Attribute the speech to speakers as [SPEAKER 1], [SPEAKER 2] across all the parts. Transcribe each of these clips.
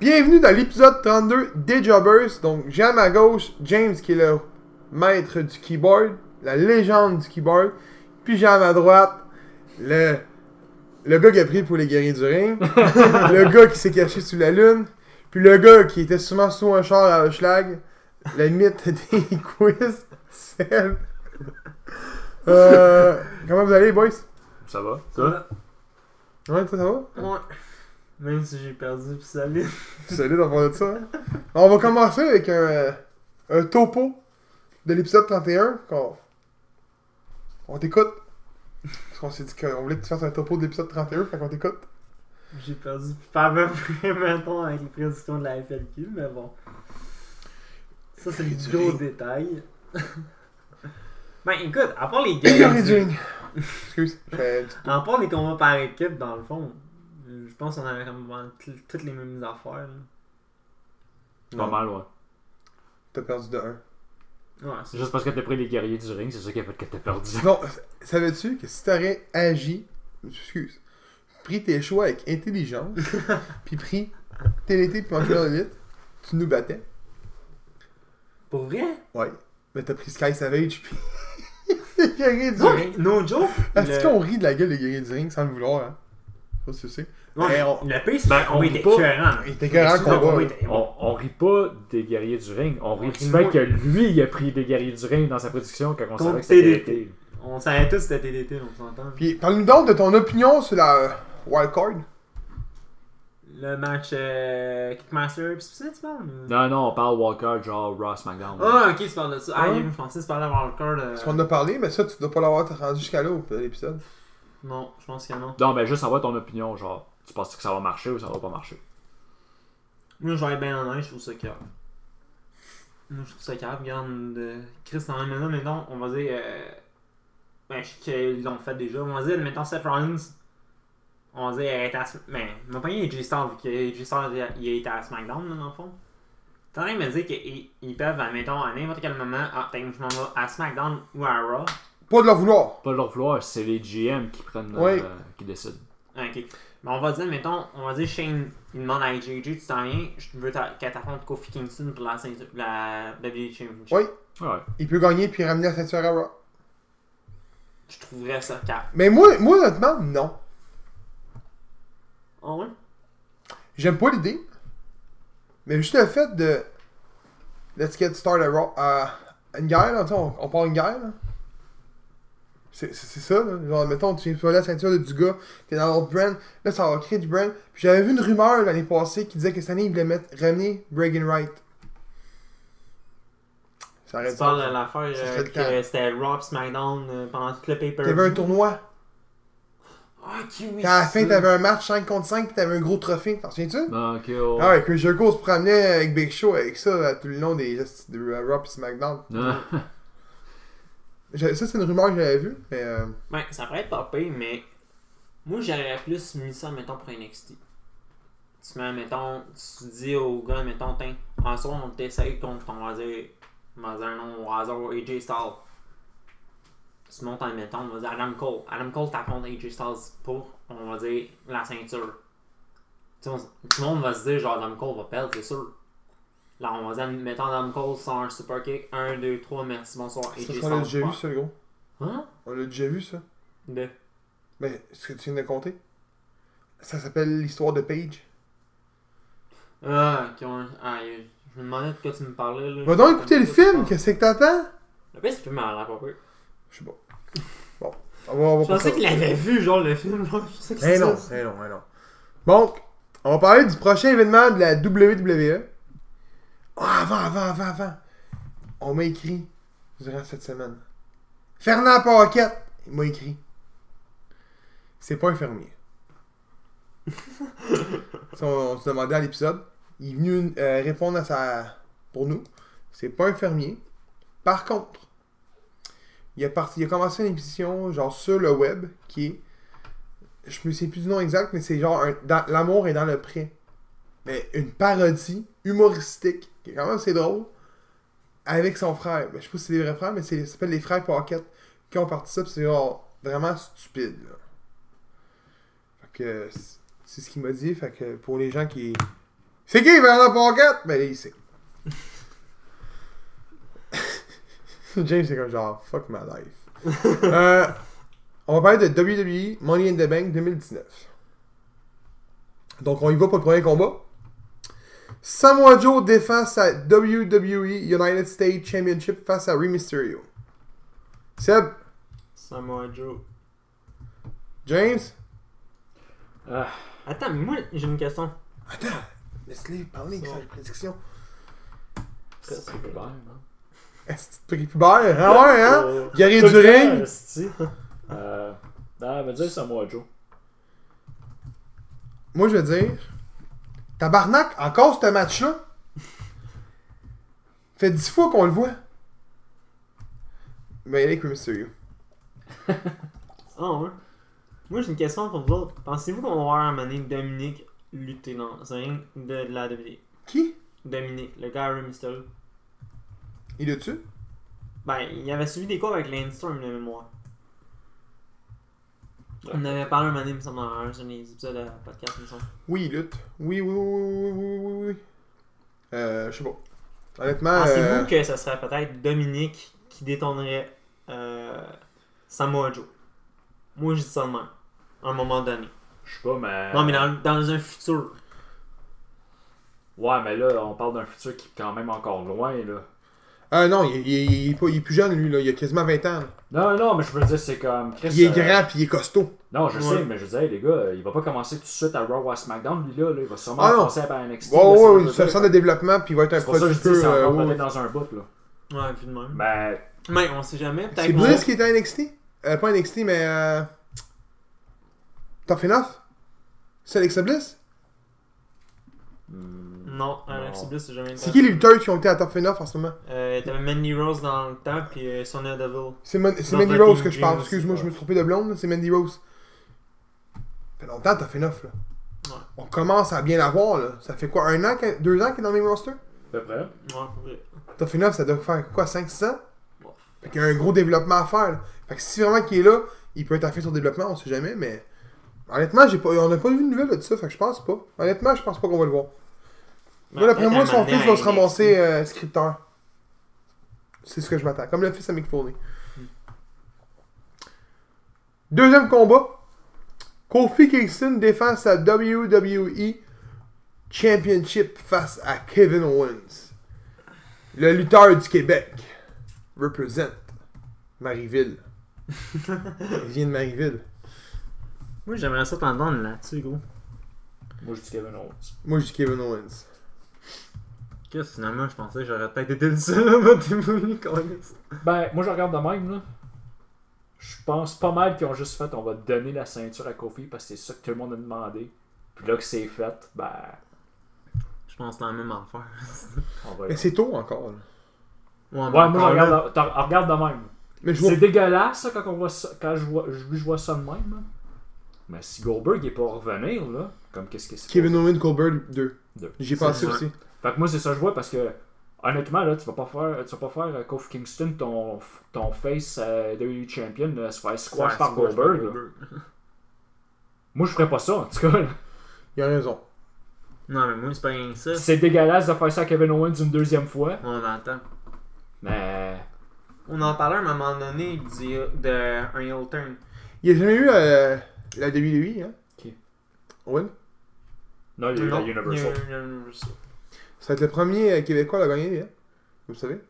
[SPEAKER 1] Bienvenue dans l'épisode 32 des Jobbers. Donc, j'ai à ma gauche James qui est le maître du keyboard, la légende du keyboard. Puis j'ai à ma droite le, le gars qui a pris pour les guerriers du ring, le gars qui s'est caché sous la lune, puis le gars qui était souvent sous un char à Hochelag, le mythe des quiz, Seb. Euh, comment vous allez, boys?
[SPEAKER 2] Ça va?
[SPEAKER 3] Ouais.
[SPEAKER 1] Ouais, toi, ça va?
[SPEAKER 3] Ouais. Même si j'ai perdu pis salut.
[SPEAKER 1] Solide à parler de ça. hein. On va commencer avec un, euh, un topo de l'épisode 31. qu'on- On t'écoute. Parce qu'on s'est dit qu'on voulait que tu fasses un topo de l'épisode 31, fait qu'on t'écoute.
[SPEAKER 3] J'ai perdu pis pas à peu près, mettons, avec les prédictions de la FLQ, mais bon. Ça, c'est le
[SPEAKER 1] du
[SPEAKER 3] gros
[SPEAKER 1] ring.
[SPEAKER 3] détail. ben écoute, à part les
[SPEAKER 1] Il y aurait
[SPEAKER 3] guerriers
[SPEAKER 1] du
[SPEAKER 3] du...
[SPEAKER 1] ring. Excuse. je fais une petite-
[SPEAKER 3] À part les combats par équipe, dans le fond, euh, je pense qu'on avait comme vraiment t- toutes les mêmes affaires. là.
[SPEAKER 2] Pas
[SPEAKER 1] Non,
[SPEAKER 2] mal, ouais.
[SPEAKER 1] T'as perdu de 1.
[SPEAKER 3] Ouais,
[SPEAKER 2] C'est
[SPEAKER 3] c'est
[SPEAKER 2] juste parce que t'as pris les guerriers du ring, c'est ça qui a fait que t'as perdu.
[SPEAKER 1] Sinon, savais-tu que si t'aurais agi, excuse, pris tes choix avec intelligence, puis pris TLT puis Angela Elite, tu nous battais.
[SPEAKER 3] Pour vrai?
[SPEAKER 1] Ouais. Mais Ben, t'as pris Sky Savage puis. les guerriers du
[SPEAKER 3] Non,
[SPEAKER 1] ring.
[SPEAKER 3] mais no joke!
[SPEAKER 1] Est-ce
[SPEAKER 3] le-
[SPEAKER 1] qu'on rit de la gueule des guerriers du ring sans le vouloir, hein? Pas si tu sais.
[SPEAKER 3] Ouais,
[SPEAKER 1] Eh, on-
[SPEAKER 3] Le pays, c'est
[SPEAKER 2] Ben,
[SPEAKER 3] que
[SPEAKER 2] on
[SPEAKER 3] on était
[SPEAKER 2] dit pas-
[SPEAKER 3] écœurant.
[SPEAKER 1] Il était écœurant le combat, là.
[SPEAKER 2] On, on rit pas des guerriers du ring, on rit
[SPEAKER 3] On
[SPEAKER 2] du
[SPEAKER 3] rit
[SPEAKER 2] fait
[SPEAKER 3] moins.
[SPEAKER 2] que lui, il a pris des guerriers du ring dans sa production quand on
[SPEAKER 3] Contre
[SPEAKER 2] savait que c'était
[SPEAKER 3] TDT.
[SPEAKER 2] TDT.
[SPEAKER 3] On savait tous que c'était TDT, on s'entend.
[SPEAKER 1] Puis parle-nous donc de ton opinion sur la euh, wildcard.
[SPEAKER 3] Le match euh, Kickmaster, pis c'est ça, tu parles? ou-
[SPEAKER 2] Non, non, on parle Walker, genre Ross McDonald.
[SPEAKER 3] Ah, ok, tu parles de ça. Ah,
[SPEAKER 1] Ouais.
[SPEAKER 3] oui, je pensais que tu parlais avant le cœur de.
[SPEAKER 1] Parce qu'on en a parlé, mais ça, tu dois pas l'avoir rendu jusqu'à là au de l'épisode.
[SPEAKER 3] Non, je pense que non.
[SPEAKER 2] Non, ben juste savoir ton opinion, genre, tu penses que ça va marcher ou ça va pas marcher?
[SPEAKER 3] Moi, je vais être bien en je trouve ça cave. Moi, je trouve ça cave. Regarde, de... Chris, dans la même maison, mettons, on va dire. Euh... Ben, je sais qu'ils l'ont fait déjà. On va dire, mettons, Seth Rollins. On va dire, elle est à. Sm- Ben, mon panier est J-Star, vu que J-Star, il a- il a été à SmackDown, là, dans le fond. T'es en train de me dire qu'ils ils peuvent, mettons, à n'importe quel moment, ah, t'as je m'en vais à SmackDown ou à Raw.
[SPEAKER 1] Pas de leur vouloir.
[SPEAKER 2] Pas de leur vouloir, c'est les GM qui prennent, euh,
[SPEAKER 1] Oui.
[SPEAKER 2] qui décident.
[SPEAKER 3] Ah, Ok. Mais on va dire, mettons, on va dire Shane, il demande à AJJ, tu t'en viens, je veux ta- qu'elle t'affronte Kofi Kingston pour la ceinture, la WWE Championship.
[SPEAKER 1] Oui.
[SPEAKER 2] Ouais.
[SPEAKER 1] Il peut gagner puis ramener la ceinture à Raw.
[SPEAKER 3] Je trouverais ça cap.
[SPEAKER 1] Mais moi, moi honnêtement, non.
[SPEAKER 3] Ah ouais?
[SPEAKER 1] J'aime pas l'idée. Mais juste le fait de. Let's get started à Raw. à- à euh, une guerre, là, tu sais, on, on part une guerre, là. C'est c'est- c'est ça, là. Genre, mettons, tu viens de la ceinture de du gars, t'es dans l'autre brand, là, ça va créer du brand. Puis j'avais vu une rumeur l'année passée qui disait que cette année, ils voulaient mettre, ramener Breaking Right. Ça aurait
[SPEAKER 3] Tu
[SPEAKER 1] dû
[SPEAKER 3] parles
[SPEAKER 1] faire
[SPEAKER 3] de
[SPEAKER 1] ça.
[SPEAKER 3] l'affaire
[SPEAKER 1] Ça
[SPEAKER 3] euh,
[SPEAKER 1] serait le
[SPEAKER 3] que c'était Raw pis SmackDown euh, pendant tout le paper.
[SPEAKER 1] T'avais un tournoi.
[SPEAKER 3] Ah, ok, oui.
[SPEAKER 1] Puis à la
[SPEAKER 3] c'est
[SPEAKER 1] fin,
[SPEAKER 3] ça.
[SPEAKER 1] t'avais un match 5 contre 5, puis t'avais un gros trophée. T'en souviens-tu?
[SPEAKER 2] Donc, oh.
[SPEAKER 1] Ah ouais, que Jericho se promenait avec Big Show avec ça euh, tout le long des gestes de euh, Raw et SmackDown.
[SPEAKER 2] Non.
[SPEAKER 1] Je- ça, c'est une rumeur que j'avais vue, mais euh,
[SPEAKER 3] Ouais, ça pourrait être pas pire, mais moi j'aurais plus mis ça, mettons, pour NXT. Tu mets, mettons, tu dis au gars, mettons, tiens, en soi, on t'essaye contre ton, on va dire, on va dire un nom au hasard, AJ Styles. Tu montes en, mettons, on va dire Adam Cole. Adam Cole t'affronte AJ Styles pour, on va dire, la ceinture. Tu sais, on- Tout le monde va se dire, genre, Adam Cole va perdre, c'est sûr. Là, on va dire, mettons, Adam Cole sans un super kick. 1, 2, 3, merci, bonsoir. AJ
[SPEAKER 1] ça,
[SPEAKER 3] Styles.
[SPEAKER 1] on l'a déjà vu,
[SPEAKER 3] perd.
[SPEAKER 1] ça, le gros.
[SPEAKER 3] Hein?
[SPEAKER 1] On l'a déjà vu, ça.
[SPEAKER 3] De.
[SPEAKER 1] Mais ce que tu viens de compter, ça s'appelle l'histoire de Paige.
[SPEAKER 3] Ah, qui ont... ah, il- je me demandais de quoi tu me parlais. Là.
[SPEAKER 1] Va donc écouter le film, qu'est-ce que t'attends?
[SPEAKER 3] Le pire, c'est que le film a l'air pas peu.
[SPEAKER 1] Je sais pas. Bon, on va, on va
[SPEAKER 3] Je pensais
[SPEAKER 1] passer-
[SPEAKER 3] qu'il l'avait vu, genre, le film. Genre, je pensais que
[SPEAKER 1] Eh
[SPEAKER 3] c'est
[SPEAKER 1] non,
[SPEAKER 3] ça.
[SPEAKER 1] eh non, eh non. Donc, on va parler du prochain événement de la WWE. Ah, avant, avant, avant, avant. On m'a écrit durant cette semaine. Fernand Paquette, il m'a écrit. C'est pas un fermier. Ça, on, on se demandait à l'épisode. Il est venu euh, répondre à sa. pour nous. C'est pas un fermier. Par contre, il a, parti, il a commencé une émission genre sur le web qui est je me souviens plus du nom exact, mais c'est genre un- dans- L'amour est dans le pré. Mais une parodie humoristique, qui est quand même assez drôle, avec son frère. Mais je sais pas si c'est les vrais frères, mais c'est- ça s'appelle les frères Pocket qui ont participé, c'est genre vraiment stupide. là. Fait que c'est- c'est ce qu'il m'a dit, fait que pour les gens qui. C'est qui Vernon Pocket? Ben, il sait. James, c'est comme genre, fuck my life. Euh, on va parler de WWE Money in the Bank 2019. Donc, on y va pour le premier combat. Samoa Joe défend sa WWE United States Championship face à Rey Mysterio. Seb,
[SPEAKER 3] Samoa Joe.
[SPEAKER 1] James,
[SPEAKER 2] Ah,
[SPEAKER 3] Attends, mais moi, j'ai une question.
[SPEAKER 1] attends, laisse-les parler, ils sont les prédictions.
[SPEAKER 2] c'est plus clair, hein?
[SPEAKER 1] Est-ce que tu te pubères? Ah ouais, hein?
[SPEAKER 2] Euh,
[SPEAKER 1] Guerrier
[SPEAKER 2] tout
[SPEAKER 1] du
[SPEAKER 2] le temps,
[SPEAKER 3] Hein?
[SPEAKER 1] ring?
[SPEAKER 2] esti. Euh, non, mais dire Samoa Joe.
[SPEAKER 1] Moi, je veux dire, tabarnak, encore ce match-là. Fait dix fois qu'on le voit. Ben, il est avec Rey Mysterio.
[SPEAKER 3] Ah ouais. Moi, j'ai une question pour vous autres. Pensez-vous qu'on va voir un moment donné Dominique lutter dans un ring de la WWE?
[SPEAKER 1] Qui?
[SPEAKER 3] Dominique, le gars à Rey Mysterio.
[SPEAKER 1] Il est tu
[SPEAKER 3] Ben, il avait suivi des cours avec Landstorm de mémoire.
[SPEAKER 2] Ouais.
[SPEAKER 3] On avait parlé un moment donné, il me semble, dans un sur les épisodes de podcast, il me semble.
[SPEAKER 1] Oui, il lutte. Oui, oui, oui, oui, oui, oui, oui, oui. Euh, je sais pas.
[SPEAKER 2] Ah,
[SPEAKER 1] Honnêtement, euh,
[SPEAKER 3] Pensez-vous que ça serait peut-être Dominique qui détournerait euh, Samoa Joe? Moi, je dis ça de même. À un moment donné.
[SPEAKER 2] Je sais pas, mais.
[SPEAKER 3] Non, mais dans, dans un futur.
[SPEAKER 2] Ouais, mais là, on parle d'un futur qui est quand même encore loin, là.
[SPEAKER 1] ah non, il, il- il est pas- il est plus jeune, lui, là. Il a quasiment 20 ans. là.
[SPEAKER 2] Non, non, mais je veux dire, c'est comme. Chris,
[SPEAKER 1] Il est
[SPEAKER 2] euh,
[SPEAKER 1] grand puis il est costaud.
[SPEAKER 2] Non, je
[SPEAKER 3] Ouais.
[SPEAKER 2] sais, mais je disais, les gars, euh, il va pas commencer tout de suite à Raw ou à SmackDown, lui là, là. il va sûrement
[SPEAKER 1] Ah non.
[SPEAKER 2] commencer à NXT.
[SPEAKER 1] Ouais,
[SPEAKER 2] là,
[SPEAKER 1] ouais,
[SPEAKER 2] ça,
[SPEAKER 1] ouais,
[SPEAKER 2] je
[SPEAKER 1] il
[SPEAKER 2] veux
[SPEAKER 1] se
[SPEAKER 2] dire.
[SPEAKER 1] sent de développement puis il va être un
[SPEAKER 2] C'est pour ça que
[SPEAKER 1] produit
[SPEAKER 2] je dis, ça
[SPEAKER 1] euh,
[SPEAKER 2] va
[SPEAKER 1] ouais,
[SPEAKER 2] peut
[SPEAKER 1] ouais.
[SPEAKER 2] dans un bout, là. Ben,
[SPEAKER 3] Ouais, vu de même.
[SPEAKER 2] Mais
[SPEAKER 3] Mais on sait jamais. Peut-être
[SPEAKER 1] C'est
[SPEAKER 3] qu'on-
[SPEAKER 1] Bliss qui était à NXT? Euh, pas NXT, mais... Euh... Tough Enough? C'est Alexa Bliss?
[SPEAKER 2] hmm,
[SPEAKER 3] Non, Alex
[SPEAKER 2] Non.
[SPEAKER 3] Bliss, c'est jamais
[SPEAKER 1] C'est qui les lutteurs qui ont été à Tough Enough en ce moment?
[SPEAKER 3] Euh, T'avais Mandy Rose dans le temps, puis euh, Sonia Deville.
[SPEAKER 1] C'est Mon- c'est
[SPEAKER 3] Non,
[SPEAKER 1] Mandy
[SPEAKER 3] Black
[SPEAKER 1] Rose que je
[SPEAKER 3] Jean
[SPEAKER 1] parle.
[SPEAKER 3] aussi,
[SPEAKER 1] Excuse-moi,
[SPEAKER 2] ouais.
[SPEAKER 1] je me suis trompé de blonde. C'est Mandy Rose. Ça fait longtemps Tough Enough, là.
[SPEAKER 3] Ouais.
[SPEAKER 1] On commence à bien la voir, là. Ça fait quoi, un an, qu'elle- deux ans qu'elle est dans le même roster?
[SPEAKER 2] à peu près.
[SPEAKER 3] Ouais, pour vrai.
[SPEAKER 1] Tough Enough, ça doit faire quoi, 5-6 ans?
[SPEAKER 3] Ouais.
[SPEAKER 1] Fait qu'il y a un gros développement à faire, là. Fait que si vraiment qu'il est là, il peut être à fait sur développement, on sait jamais, mais... Honnêtement, j'ai pas... on n'a pas vu de nouvelles de ça, fait que je pense pas. Honnêtement, je pense pas qu'on va le voir.
[SPEAKER 3] Mais
[SPEAKER 1] Moi, d'après
[SPEAKER 3] après,
[SPEAKER 1] moi,
[SPEAKER 3] elle
[SPEAKER 1] son
[SPEAKER 3] m'a
[SPEAKER 1] fils
[SPEAKER 3] amené
[SPEAKER 1] va
[SPEAKER 3] à
[SPEAKER 1] se
[SPEAKER 3] NXT.
[SPEAKER 1] ramasser euh, scripteur. C'est ce que je m'attends. Comme le fils à Mick Foley.
[SPEAKER 3] Hmm.
[SPEAKER 1] Deuxième combat. Kofi Kingston défend sa WWE Championship face à Kevin Owens. Le lutteur du Québec. Represent. Marieville. Il vient de Marieville.
[SPEAKER 3] Moi, j'aimerais ça t'entendre là-dessus, gros.
[SPEAKER 2] Moi, je dis Kevin Owens.
[SPEAKER 1] Moi, je dis Kevin Owens.
[SPEAKER 3] Que finalement, je pensais que j'aurais peut-être été le seul à voter pour lui, quand même.
[SPEAKER 2] Ben, moi, je regarde de même, là. Je pense pas mal qu'ils ont juste fait, on va donner la ceinture à Kofi parce que c'est ça que tout le monde a demandé. Puis là que c'est fait, ben,
[SPEAKER 3] Je pense que c'est la même affaire.
[SPEAKER 2] on va.
[SPEAKER 1] Mais c'est tôt encore. là.
[SPEAKER 3] Ouais,
[SPEAKER 2] Ouais, moi, je
[SPEAKER 3] encore là,
[SPEAKER 2] regarde, t'en- on regarde de même.
[SPEAKER 1] Mais je vois
[SPEAKER 2] C'est dégueulasse, ça, quand, on voit ça, quand je, vois, je, je vois ça de même. hein. Mais si Goldberg est pour revenir, là, comme qu'est-ce que c'est
[SPEAKER 1] Kevin Owens Goldberg 2.
[SPEAKER 2] Deux.
[SPEAKER 1] J'y ai pensé
[SPEAKER 3] C'est ça.
[SPEAKER 1] aussi.
[SPEAKER 2] Fait que moi, c'est ça que je vois parce que, honnêtement, là, tu vas pas faire, tu vas pas faire euh, Kofi Kingston ton, ton face euh, WWE Champion euh, se faire squash par Goldberg. là. Moi, je ferais pas ça, en tout cas. là.
[SPEAKER 1] Il a raison.
[SPEAKER 3] Non, mais moi, c'est pas rien que ça.
[SPEAKER 2] C'est dégueulasse de faire ça à Kevin Owens une deuxième fois.
[SPEAKER 3] On entend.
[SPEAKER 2] Mais.
[SPEAKER 3] On en parlait à un moment donné du, de un heel turn.
[SPEAKER 1] Il a jamais eu euh, la WWE, hein?
[SPEAKER 2] Qui?
[SPEAKER 1] Owen.
[SPEAKER 2] Non, il y a eu la
[SPEAKER 3] Non,
[SPEAKER 2] Universal.
[SPEAKER 3] il y a eu Universal.
[SPEAKER 1] Ça va être le premier euh, Québécois à la gagner, hein? Vous savez?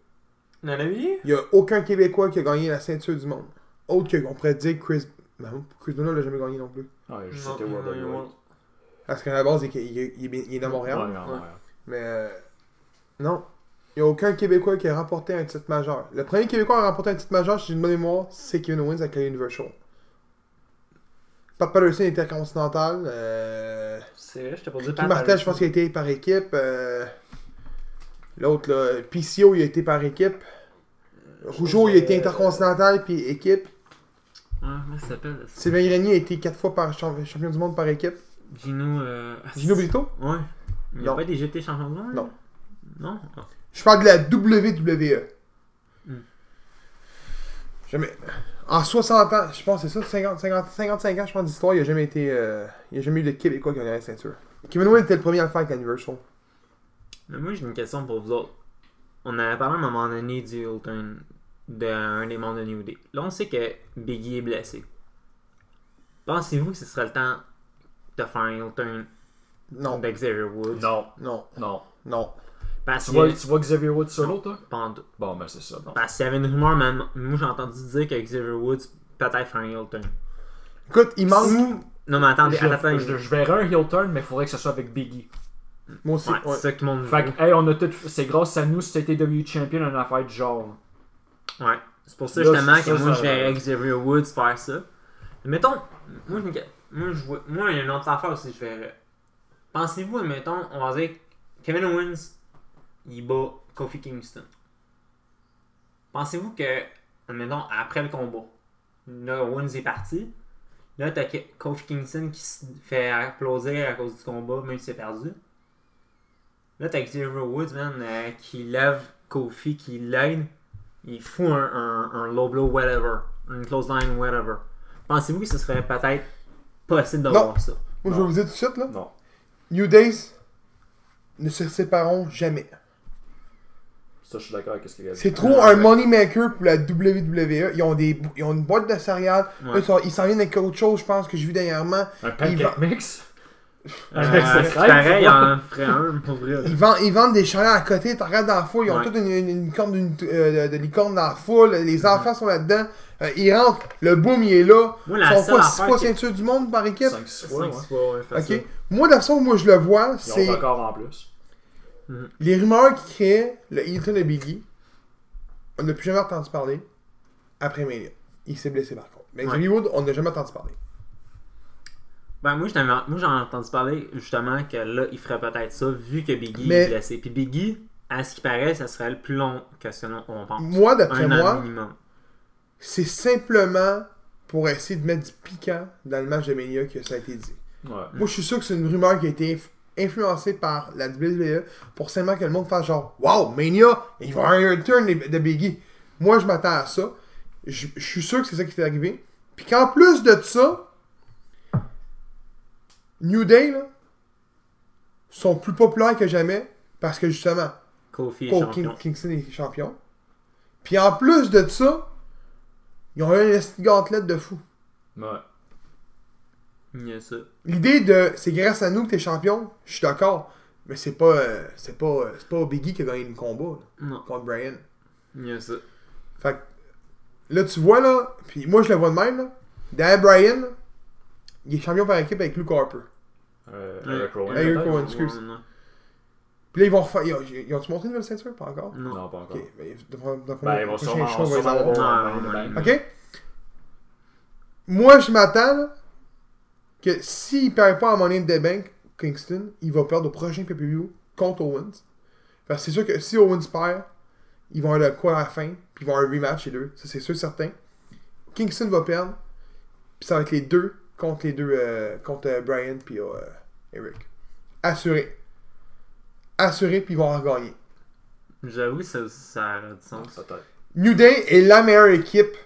[SPEAKER 3] Il y en a eu?
[SPEAKER 1] Il n'y a aucun Québécois qui a gagné la ceinture du monde. Autre que, on pourrait dire Chris... Ben, Chris Benoit l'a jamais gagné non plus.
[SPEAKER 2] Ah, je sais
[SPEAKER 3] Non,
[SPEAKER 2] que
[SPEAKER 3] il y en a
[SPEAKER 2] World
[SPEAKER 3] eu
[SPEAKER 2] Heavyweight.
[SPEAKER 3] un.
[SPEAKER 1] Parce qu'à la base, il, il- il- il est bien- il est dans Montréal.
[SPEAKER 2] Ouais, non,
[SPEAKER 3] Ouais.
[SPEAKER 2] ouais.
[SPEAKER 1] Mais... euh, non. Il n'y a aucun Québécois qui a remporté un titre majeur. Le premier Québécois à remporter un titre majeur, si j'ai une bonne mémoire, c'est Kevin Owens avec la Universal. Pat Patterson était continental. Euh...
[SPEAKER 3] C'est vrai, je t'ai pas dit
[SPEAKER 1] Ricky
[SPEAKER 3] Pat
[SPEAKER 1] Martel, je pense qu'il a été par équipe. euh, L'autre, là, PCO, il a été par équipe. Rougeau, il a été
[SPEAKER 3] Euh,
[SPEAKER 1] intercontinental, puis équipe.
[SPEAKER 3] Ah, comment ça s'appelle? ça?
[SPEAKER 1] Sylvain Grenier a été quatre fois par champ- champion du monde par équipe.
[SPEAKER 3] Gino. Euh...
[SPEAKER 1] Gino Brito?
[SPEAKER 3] Ouais. Il
[SPEAKER 1] Non.
[SPEAKER 3] a pas déjà été champion du monde?
[SPEAKER 1] Non.
[SPEAKER 3] Non? Ah.
[SPEAKER 1] Je parle de la WWE.
[SPEAKER 3] Hmm.
[SPEAKER 1] Jamais. En 60 ans, je pense que c'est ça, 50, 50, 55 ans, je pense, d'histoire, il n'y a jamais été. euh, il n'y a jamais eu de Québécois qui a gagné la ceinture. Kevin Owens était le premier à le faire avec l'Universal.
[SPEAKER 3] Mais moi, j'ai une question pour vous autres. On avait parlé à un moment donné du Hilton, d'un des membres de New Day. Là, on sait que Biggie est blessé. Pensez-vous que ce serait le temps de faire un Hilton
[SPEAKER 1] Non,
[SPEAKER 3] d'Xavier Woods?
[SPEAKER 2] Non,
[SPEAKER 1] non,
[SPEAKER 2] non.
[SPEAKER 1] non.
[SPEAKER 3] Parce
[SPEAKER 2] Tu
[SPEAKER 3] que...
[SPEAKER 2] vois, tu vois Xavier Woods solo, toi
[SPEAKER 3] pas en doute.
[SPEAKER 2] Bon, ben c'est ça. non.
[SPEAKER 3] Parce qu'il y avait une rumeur, même. Moi, j'ai entendu dire que Xavier Woods peut-être ferait un heel turn.
[SPEAKER 1] Écoute, il manque.
[SPEAKER 3] Non, mais attendez,
[SPEAKER 2] Je,
[SPEAKER 3] attendez.
[SPEAKER 2] je- je verrai un heel turn, mais il faudrait que ce soit avec Biggie.
[SPEAKER 1] Moi aussi.
[SPEAKER 3] Ouais, c'est
[SPEAKER 1] ouais.
[SPEAKER 3] ça que tout le monde
[SPEAKER 2] Fait
[SPEAKER 3] veut.
[SPEAKER 2] que, hey, on a tout. C'est grâce à nous, c'était W Champion, une affaire de genre.
[SPEAKER 3] Ouais. C'est pour ça,
[SPEAKER 2] Là,
[SPEAKER 3] justement,
[SPEAKER 2] c'est ça,
[SPEAKER 3] que
[SPEAKER 2] ça-
[SPEAKER 3] moi,
[SPEAKER 2] euh,
[SPEAKER 3] je verrais Xavier Woods faire ça. Mettons, moi, je me... moi, je vois... moi, il y a une autre affaire aussi, je verrais. Pensez-vous, mettons, on va dire Kevin Owens, il bat Kofi Kingston. Pensez-vous que, mettons, après le combat, là, Owens est parti. Là, t'as Ke- Kofi Kingston qui se fait applaudir à cause du combat, même s'il a perdu. Là, t'as Xavier Woods, man, euh, qui lève Kofi, qui l'aide. Il fout un, un, un low blow, whatever. Une close line, whatever. Pensez-vous que ce serait peut-être possible de
[SPEAKER 1] Non.
[SPEAKER 3] voir ça?
[SPEAKER 1] Moi, je vais vous dire tout de suite, là.
[SPEAKER 2] Non.
[SPEAKER 1] New Days, ne se séparons jamais.
[SPEAKER 2] Ça, je suis d'accord avec ce qu'il a dit.
[SPEAKER 1] C'est trop un moneymaker pour la WWE. Ils ont, des, bou- ils ont une boîte de céréales. Là,
[SPEAKER 3] Ouais.
[SPEAKER 1] ils sont- ils s'en viennent avec autre chose, je pense, que j'ai vu dernièrement.
[SPEAKER 2] Un
[SPEAKER 1] Il va-
[SPEAKER 2] pancake mix
[SPEAKER 3] Euh,
[SPEAKER 2] Un mix de
[SPEAKER 3] c'est
[SPEAKER 2] crêpes,
[SPEAKER 3] pareil, il
[SPEAKER 2] ça.
[SPEAKER 3] en ferait un pour vrai.
[SPEAKER 1] Ils vendent, ils vendent des chalets à côté, t'en regardes dans la foule, ils ont
[SPEAKER 3] Ouais.
[SPEAKER 1] toute une, une- une corne d'une- euh, de, de licorne dans la foule, les enfants sont là-dedans, Euh, ils rentrent, le boom il est là,
[SPEAKER 3] Moi,
[SPEAKER 1] ils
[SPEAKER 3] la
[SPEAKER 1] sont
[SPEAKER 3] seule
[SPEAKER 1] quoi, six
[SPEAKER 3] affaire
[SPEAKER 1] fois
[SPEAKER 3] qui-
[SPEAKER 1] ceinture du monde par équipe.
[SPEAKER 2] 5-6 fois,
[SPEAKER 3] Ouais,
[SPEAKER 2] ouais.
[SPEAKER 3] ouais, facile.
[SPEAKER 1] Ok. Moi, de la façon où je le vois,
[SPEAKER 2] Ils ont
[SPEAKER 1] c'est
[SPEAKER 2] encore en plus.
[SPEAKER 1] les rumeurs qui créaient le Hilton de Biggie. On n'a plus jamais entendu parler après Mania. Il s'est blessé par contre. Mais
[SPEAKER 3] Ouais.
[SPEAKER 1] Xavier Wood, on n'a jamais entendu parler.
[SPEAKER 3] Ben, moi, je t'avais- moi, j'en ai entendu parler justement que là, il ferait peut-être ça vu que Biggie
[SPEAKER 1] Mais-
[SPEAKER 3] est blessé. Puis Biggie, à ce qui paraît, ça serait le plus long que ce qu'on pense.
[SPEAKER 1] Moi, d'après
[SPEAKER 3] un an
[SPEAKER 1] moi,
[SPEAKER 3] minimum.
[SPEAKER 1] c'est simplement pour essayer de mettre du piquant dans le match de Mania que ça a été dit.
[SPEAKER 2] Ouais.
[SPEAKER 1] Moi, je suis sûr que c'est une rumeur qui a été inf- influencée par la WWE pour seulement que le monde fasse genre Wow, Mania, il va y avoir un return de de Biggie. Moi, je m'attends à ça. Je je suis sûr que c'est ça qui est arrivé. Puis qu'en plus de ça, New Day là, sont plus populaires que jamais parce que justement,
[SPEAKER 3] Kofi est
[SPEAKER 1] Cole
[SPEAKER 3] champion.
[SPEAKER 1] King- Kingston est champion. Puis en plus de ça, ils ont eu un esti de gantelette de fou.
[SPEAKER 2] Ouais.
[SPEAKER 3] Il y a ça.
[SPEAKER 1] L'idée de c'est grâce à nous que t'es champion, je suis d'accord, mais c'est pas euh, c'est pas euh, c'est pas Biggie qui a gagné le combat là,
[SPEAKER 3] Non,
[SPEAKER 1] contre Brian.
[SPEAKER 3] il y a ça.
[SPEAKER 1] Fait que, là tu vois là, puis moi je le vois de même là. Derrière Brian, il est champion par équipe avec Luke Harper.
[SPEAKER 2] Euh,
[SPEAKER 3] Ouais.
[SPEAKER 2] Eric Rowan.
[SPEAKER 1] Eric
[SPEAKER 2] peut-être?
[SPEAKER 1] Rowan. excuse.
[SPEAKER 3] Ouais, non.
[SPEAKER 1] Puis là ils vont refaire ils ont- ils ont-tu monté une nouvelle ceinture pas encore
[SPEAKER 3] Non.
[SPEAKER 2] Non, pas encore.
[SPEAKER 1] OK, mais dans- dans- dans-
[SPEAKER 2] Ben, ils vont
[SPEAKER 1] prochain
[SPEAKER 2] sûrement,
[SPEAKER 1] show, on va les
[SPEAKER 2] sûrement
[SPEAKER 1] avoir.
[SPEAKER 2] avoir
[SPEAKER 3] Non,
[SPEAKER 2] un
[SPEAKER 3] non,
[SPEAKER 2] bang.
[SPEAKER 3] non.
[SPEAKER 1] OK Moi je m'attends là, que s'il perd pas à Money in the Bank Kingston, il va perdre au prochain pay-per-view contre Owens. Parce que c'est sûr que si Owens perd, ils vont avoir de quoi à la fin, puis ils vont avoir un rematch les deux. Ça, c'est sûr, certain. Kingston va perdre, puis ça va être les deux contre les deux, euh, contre euh, Brian puis euh, Eric. Assuré. Assuré, puis ils vont en gagner.
[SPEAKER 3] J'avoue, ça, ça a du sens.
[SPEAKER 2] hein, Peut-être.
[SPEAKER 1] New Day est la meilleure équipe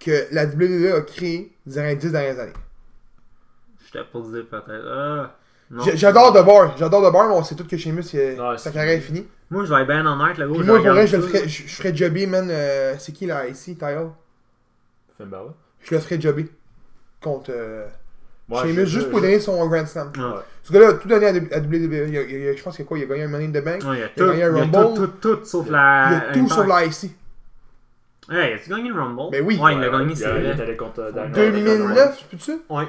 [SPEAKER 1] que la WWE a créée durant les 10 dernières années.
[SPEAKER 3] J'étais pour dire peut-être. Ah, non.
[SPEAKER 1] J'- J'adore The Bar, j'adore The Bar, mais on sait tous que Sheamus, il-
[SPEAKER 2] Ouais,
[SPEAKER 1] sa
[SPEAKER 2] c'est-
[SPEAKER 1] carrière est finie.
[SPEAKER 3] Moi, je vais être bien honnête, le gros.
[SPEAKER 1] Puis moi, pour
[SPEAKER 3] regarde
[SPEAKER 1] vrai, je le
[SPEAKER 3] ça,
[SPEAKER 1] ferais,
[SPEAKER 3] là.
[SPEAKER 1] je, je ferais jobber, man. euh, c'est qui la IC, Tyle
[SPEAKER 2] Finn Balor.
[SPEAKER 1] Je le ferais jobber contre euh,
[SPEAKER 2] Ouais,
[SPEAKER 1] Sheamus,
[SPEAKER 2] je-
[SPEAKER 1] juste
[SPEAKER 2] je-
[SPEAKER 1] pour donner son Grand Slam.
[SPEAKER 3] Ah, Ouais.
[SPEAKER 1] Ce gars-là a tout donné à, W- à WWE. Il a- il a- je pense qu'il y a quoi Il a gagné un Money in the Bank.
[SPEAKER 3] Ouais, il y a
[SPEAKER 1] Il y a
[SPEAKER 3] tout, il
[SPEAKER 1] eu
[SPEAKER 3] y
[SPEAKER 1] un
[SPEAKER 3] a tout,
[SPEAKER 1] Rumble.
[SPEAKER 3] tout, tout, sauf
[SPEAKER 2] Il y
[SPEAKER 1] Il
[SPEAKER 3] la.
[SPEAKER 1] a tout sur
[SPEAKER 3] la.
[SPEAKER 1] l'IC.
[SPEAKER 3] Hey, as-tu gagné le Rumble?
[SPEAKER 1] Ben oui.
[SPEAKER 3] Ouais, il l'a
[SPEAKER 2] Ouais, ouais,
[SPEAKER 3] gagné, c'est
[SPEAKER 2] Il
[SPEAKER 3] vrai.
[SPEAKER 2] est allé contre euh, Daniel-
[SPEAKER 1] 2009, c'est tu
[SPEAKER 3] Ouais.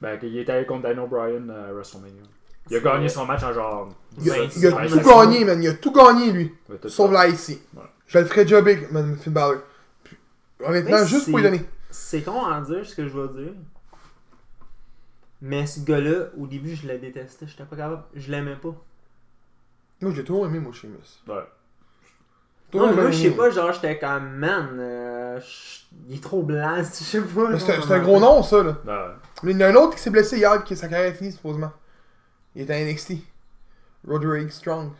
[SPEAKER 2] Ben, il est allé contre Daniel Bryan à WrestleMania. Il a gagné son match en genre.
[SPEAKER 1] Il a, il
[SPEAKER 3] Ben,
[SPEAKER 1] a
[SPEAKER 3] ouais,
[SPEAKER 1] tout
[SPEAKER 3] c'est-
[SPEAKER 1] gagné, man. Il a tout gagné, lui.
[SPEAKER 2] Ouais, tout
[SPEAKER 1] Sauf
[SPEAKER 2] ça.
[SPEAKER 1] l'IC.
[SPEAKER 2] Ouais.
[SPEAKER 1] Je le ferais jobber, man, Finn Balor. Puis, Honnêtement,
[SPEAKER 3] Mais
[SPEAKER 1] juste pour
[SPEAKER 3] c'est-
[SPEAKER 1] lui donner.
[SPEAKER 3] C'est con à dire ce que je vais dire. Mais ce gars-là, au début, je le détestais. J'étais pas capable. Je l'aimais pas.
[SPEAKER 1] Moi, j'ai toujours aimé, moi, Sheamus.
[SPEAKER 2] Ouais.
[SPEAKER 1] Toujours
[SPEAKER 3] Non, mais moi,
[SPEAKER 1] aimé.
[SPEAKER 3] je sais pas, genre, j'étais comme, man, euh, je- il est trop blanc, je sais pas.
[SPEAKER 1] Mais C'est un-
[SPEAKER 3] genre,
[SPEAKER 1] c'est un gros nom, ça, là.
[SPEAKER 2] Bah Ouais.
[SPEAKER 1] Mais il y en a un autre qui s'est blessé hier et qui sa carrière est finie, supposément. Il était à NXT. Roderick Strong.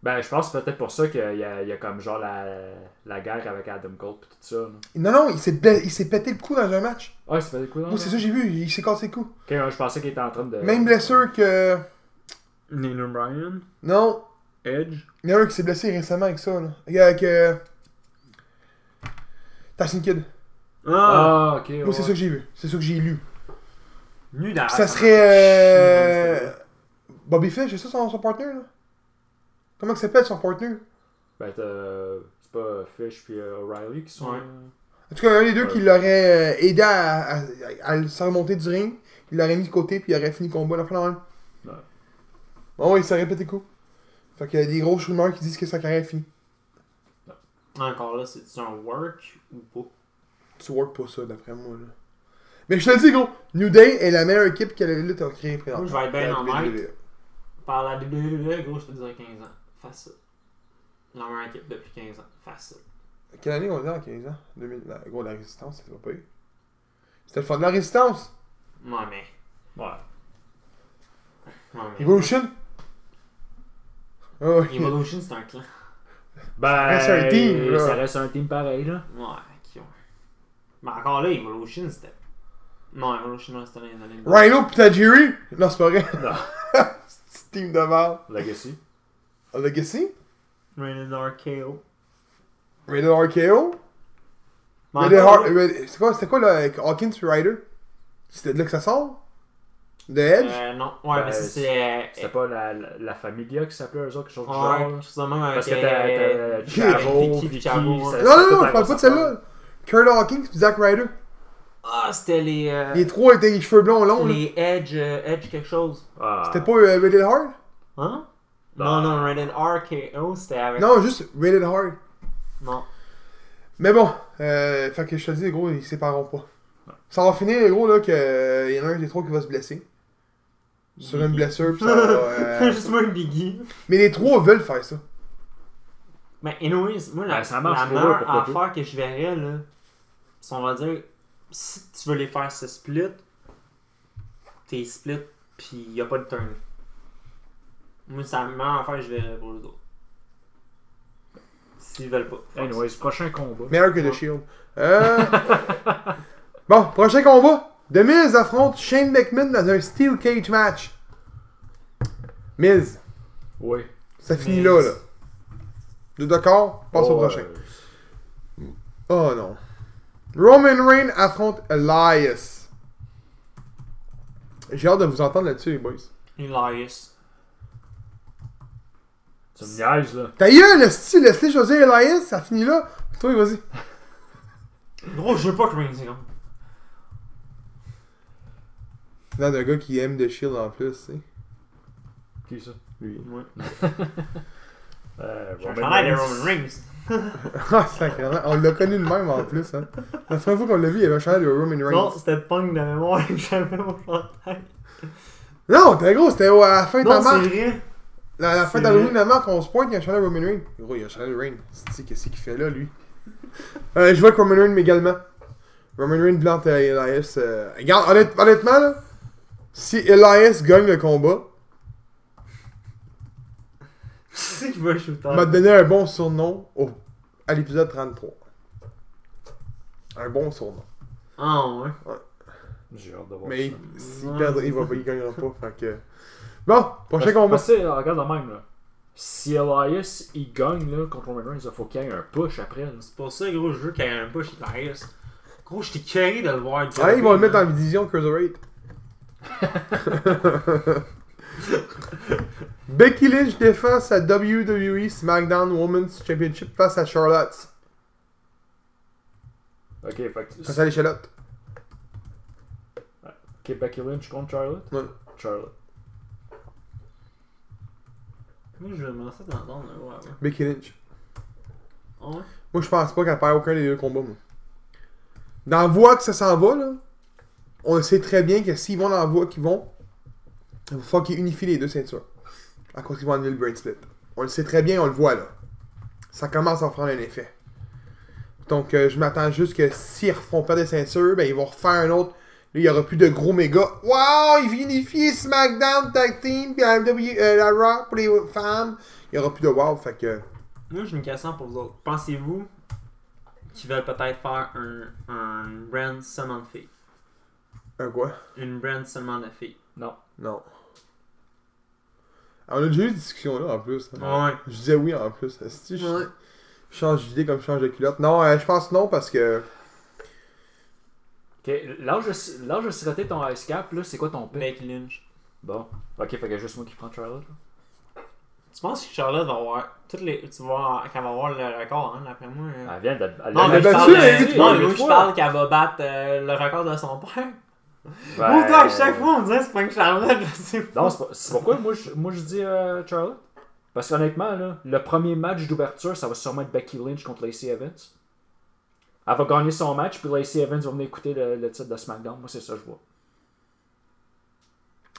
[SPEAKER 2] Ben, je pense peut-être pour ça qu'il y, a- il y a comme genre la, la guerre avec Adam Cole pis tout ça. là.
[SPEAKER 1] Non, non, il s'est bla- il s'est pété le cou dans un match.
[SPEAKER 2] Ah, c'est pas des coups dans
[SPEAKER 1] Moi, c'est ça, j'ai vu. Il s'est cassé le cou.
[SPEAKER 2] Ok, ouais, je pensais qu'il était en train de.
[SPEAKER 1] Même blessure que.
[SPEAKER 3] Daniel Bryan.
[SPEAKER 1] Non.
[SPEAKER 2] Edge.
[SPEAKER 1] Il y en a un qui s'est blessé récemment avec ça, là. Avec. Euh... Tyson Kidd.
[SPEAKER 4] Ah!
[SPEAKER 2] Ah, ok.
[SPEAKER 1] Moi,
[SPEAKER 2] ouais.
[SPEAKER 1] c'est ça que j'ai vu. C'est ça que j'ai lu.
[SPEAKER 3] Nu dans
[SPEAKER 1] Puis ça serait. euh, Bobby Fish, c'est ça son, son partner, là Comment il s'appelle son partner
[SPEAKER 2] Ben, t'as- c'est pas Fish puis euh, O'Reilly qui sont. euh,
[SPEAKER 3] Ouais.
[SPEAKER 1] En tout cas, un des deux
[SPEAKER 2] Ouais.
[SPEAKER 1] qui l'aurait euh, aidé à, à, à- à se remonter du ring, il l'aurait mis de côté puis il aurait fini le combat la fin de même.
[SPEAKER 2] Ouais.
[SPEAKER 1] Bon, il s'est répété coup. Fait qu'il y a des grosses rumeurs qui disent que sa carrière est finie.
[SPEAKER 3] Encore là, c'est-tu un work ou pas?
[SPEAKER 1] Tu work pas ça, d'après moi. Là. Mais je te le dis, gros, New Day est la meilleure équipe que la lutte a créée
[SPEAKER 3] Moi,
[SPEAKER 1] présentement.
[SPEAKER 3] je vais être bien
[SPEAKER 1] La E.
[SPEAKER 3] honnête.
[SPEAKER 1] WWE.
[SPEAKER 3] Par la WWE, gros, je te dirais 15 ans. Facile. La meilleure équipe depuis 15 ans. Facile.
[SPEAKER 1] Quelle année on est en 15 ans 2000. La- Gros, la résistance, c'était pas pire. C'était le fun de la résistance.
[SPEAKER 3] Non, mais.
[SPEAKER 2] Ouais.
[SPEAKER 3] Non, mais.
[SPEAKER 1] Evolution. Oh, oui.
[SPEAKER 3] Evolution, c'est un clan.
[SPEAKER 2] Ben,
[SPEAKER 1] reste un team, là.
[SPEAKER 2] ça reste un team pareil, là.
[SPEAKER 3] Ouais, qui ont. Mais encore là, Evolution, c'était. Non, Evolution, non, c'était dans les années.
[SPEAKER 1] Rhino pis Tajiri. Non, c'est pas vrai.
[SPEAKER 2] Non.
[SPEAKER 1] Petit team de merde. Oh,
[SPEAKER 2] Legacy.
[SPEAKER 1] Legacy.
[SPEAKER 3] Rated RKO.
[SPEAKER 1] Rated RKO.
[SPEAKER 3] Mais
[SPEAKER 1] Rated
[SPEAKER 3] encore
[SPEAKER 1] R-
[SPEAKER 3] là,
[SPEAKER 1] Rated- euh, C'est quoi, c'était quoi là, avec Hawkins et Ryder C'était de là que ça sort De Edge
[SPEAKER 3] Euh, non, ouais,
[SPEAKER 2] Ben,
[SPEAKER 3] mais ça, c'est.
[SPEAKER 2] C'était pas la, la, la Familia qui s'appelait eux autres, quelque chose du genre.
[SPEAKER 3] Ouais,
[SPEAKER 2] là.
[SPEAKER 3] tout simplement avec.
[SPEAKER 2] Parce que t'as- t'as
[SPEAKER 1] Vicky,
[SPEAKER 2] Chavo,
[SPEAKER 3] Vicky,
[SPEAKER 2] Vicky, ça-
[SPEAKER 3] Chavo, ouais.
[SPEAKER 2] ça-
[SPEAKER 1] Non, non, non,
[SPEAKER 2] tout
[SPEAKER 1] je parle pas de
[SPEAKER 2] ensemble.
[SPEAKER 1] celle-là. Kurt Hawkins et Zack Ryder.
[SPEAKER 3] Ah, c'était les. euh,
[SPEAKER 1] Les trois étaient les cheveux blonds longs. là.
[SPEAKER 3] les Edge, euh, Edge quelque chose.
[SPEAKER 2] Ah.
[SPEAKER 1] C'était pas euh, Rated Hard
[SPEAKER 3] Hein?
[SPEAKER 2] Bah.
[SPEAKER 3] Non, non, Rated RKO, c'était avec.
[SPEAKER 1] Non, juste Rated Hard.
[SPEAKER 3] Non.
[SPEAKER 1] Mais bon, euh, fait que je te dis, gros, ils se sépareront pas. Ça va finir, gros, là, qu'il y en a un des trois qui va se blesser. Sur une blessure, pis ça va. euh,
[SPEAKER 3] Juste moi, Biggie.
[SPEAKER 1] Mais les trois veulent faire ça.
[SPEAKER 3] Mais, anyways, moi, la,
[SPEAKER 2] Ben, ça marche
[SPEAKER 3] la
[SPEAKER 2] pour eux,
[SPEAKER 3] meilleure
[SPEAKER 2] pourquoi pas?
[SPEAKER 3] affaire que je verrais, là, c'est on va dire, si tu veux les faire se split, t'es split, pis y a pas de turn. Moi, c'est la meilleure affaire que je verrais pour les autres. S'ils veulent pas. faire
[SPEAKER 2] Anyways, prochain combat.
[SPEAKER 1] Meilleur que The Shield. Euh... bon, prochain combat. The Miz affronte Shane McMahon dans un Steel Cage match. Miz,
[SPEAKER 2] Oui.
[SPEAKER 1] ça finit
[SPEAKER 3] Miz.
[SPEAKER 1] là, là. Deux d'accord, passe au
[SPEAKER 2] Oh,
[SPEAKER 1] prochain.
[SPEAKER 2] euh,
[SPEAKER 1] Oh non. Roman Reigns affronte Elias. J'ai hâte de vous entendre là-dessus, les boys.
[SPEAKER 3] ça. Elias.
[SPEAKER 2] Tu me niaises, là.
[SPEAKER 1] T'as eu le style, laissez choisir Elias, ça finit là. Toi, vas-y.
[SPEAKER 3] Gros, je veux pas hein. que Reigns gagne.
[SPEAKER 1] Non, d'un gars qui aime The Shield en plus, tu sais.
[SPEAKER 2] Qui ça
[SPEAKER 1] Lui.
[SPEAKER 3] Moi.
[SPEAKER 2] Euh,
[SPEAKER 3] Je suis un
[SPEAKER 2] Roman
[SPEAKER 3] fanat de
[SPEAKER 2] Reigns.
[SPEAKER 3] Roman Reigns.
[SPEAKER 1] Ah, sacrément. On l'a connu de même en plus, hein. La première fois qu'on l'a vu, il y avait un chandail de Roman
[SPEAKER 3] Non,
[SPEAKER 1] Reigns.
[SPEAKER 3] c'était Punk de mémoire que j'avais mon chandail.
[SPEAKER 1] Non, t'es gros, c'était au- à la fin de la
[SPEAKER 3] Non, c'est
[SPEAKER 1] marque.
[SPEAKER 3] vrai.
[SPEAKER 1] À la fin
[SPEAKER 3] c'est
[SPEAKER 1] d'Halloween,
[SPEAKER 3] vrai.
[SPEAKER 1] la marque, on se pointe, il y a un chandail de Roman Reigns. Gros, il y a un chandail de Reigns. C'est qu'est-ce qu'il fait là, lui euh, Je vois que Roman Reigns mais également. Roman Reigns plante euh, Elias. euh, Regarde, honnête- honnêtement, là, si Elias gagne le combat,
[SPEAKER 3] Qui c'est qui veut un shooter?
[SPEAKER 1] il m'a donné un bon surnom au, à l'épisode 33. Un bon surnom.
[SPEAKER 3] Ah, ouais.
[SPEAKER 2] J'ai hâte de voir
[SPEAKER 1] Mais
[SPEAKER 2] ça.
[SPEAKER 1] il- s'il perd, il va pas, il gagnera pas. Fait que... Bon, prochain combat.
[SPEAKER 2] Parce que, tu sais, regarde le même, là. Si Elias, il gagne, là, contre Roman Reigns, il faut qu'il y ait un push après, là.
[SPEAKER 3] C'est pour ça, gros, je veux qu'il y ait un push Elias. Gros, j'étais curé de le voir.
[SPEAKER 1] Ah, ils vont le mettre en division Cruiserweight. Becky Lynch défend sa WWE SmackDown Women's Championship face à Charlotte.
[SPEAKER 2] Ok, fait que.
[SPEAKER 1] Face à les Charlotte.
[SPEAKER 2] Ok, Becky Lynch contre Charlotte
[SPEAKER 1] Ouais.
[SPEAKER 2] Charlotte.
[SPEAKER 3] Moi, je vais me lancer dans le ouais, ouais.
[SPEAKER 1] Becky Lynch.
[SPEAKER 3] Ah ouais?
[SPEAKER 1] Moi, je pense pas qu'elle perd aucun des deux combats, moi. Dans la voie que ça s'en va, là, on sait très bien que s'ils vont dans la voie qu'ils vont, il va falloir qu'ils unifient les deux ceintures. À cause qu'ils vont annuler le brain split. On le sait très bien, on le voit, là. Ça commence à prendre un effet. Donc, euh, je m'attends juste que s'ils refont pas des ceintures, ben, ils vont refaire un autre. Là, il n'y aura plus de gros méga. Waouh, ils unifient SmackDown Tag Team, puis la, MW, euh, la Raw pour les femmes. Il n'y aura plus de wow, fait que.
[SPEAKER 3] Moi, j'ai une question pour vous autres. Pensez-vous qu'ils veulent peut-être faire un, un brand seulement de filles?
[SPEAKER 1] Un euh, quoi
[SPEAKER 3] Une brand seulement de filles?
[SPEAKER 2] Non.
[SPEAKER 1] Non. Ah, On a déjà eu une discussion là en plus. hein.
[SPEAKER 3] Ah Ouais.
[SPEAKER 1] Je disais oui en plus. Esti, je-
[SPEAKER 3] Ouais.
[SPEAKER 1] je change d'idée comme je change de culotte. Non, euh, je pense non parce que.
[SPEAKER 2] Ok, l'âge de- l'âge de siroter ton ice cap, là, c'est quoi ton pic?
[SPEAKER 3] Blake Lynch.
[SPEAKER 2] Bon. Ok, fait que juste moi qui prends Charlotte. là.
[SPEAKER 3] Tu penses que Charlotte va avoir toutes les. Tu vas qu'elle va avoir le record, hein, d'après moi. euh.
[SPEAKER 2] Elle vient de. Ah, elle
[SPEAKER 3] Non,
[SPEAKER 2] l'a
[SPEAKER 3] mais
[SPEAKER 1] mais
[SPEAKER 3] je
[SPEAKER 2] battu
[SPEAKER 1] battu,
[SPEAKER 3] parle,
[SPEAKER 1] elle
[SPEAKER 2] huit
[SPEAKER 3] de...
[SPEAKER 2] fois,
[SPEAKER 3] non, mais moi
[SPEAKER 2] huit
[SPEAKER 3] je
[SPEAKER 2] fois.
[SPEAKER 3] parle qu'elle va battre euh, le record de son père.
[SPEAKER 2] Ben,
[SPEAKER 3] Moi, toi, à chaque fois, on me disait c'est pas que Charlotte, je sais pas.
[SPEAKER 2] Non, c'est pas- c'est pourquoi moi je, moi, je dis euh, Charlotte. Parce qu'honnêtement, là, le premier match d'ouverture, ça va sûrement être Becky Lynch contre Lacey Evans. Elle va gagner son match, puis Lacey Evans va venir écouter le, le titre de SmackDown. Moi, c'est ça que je vois.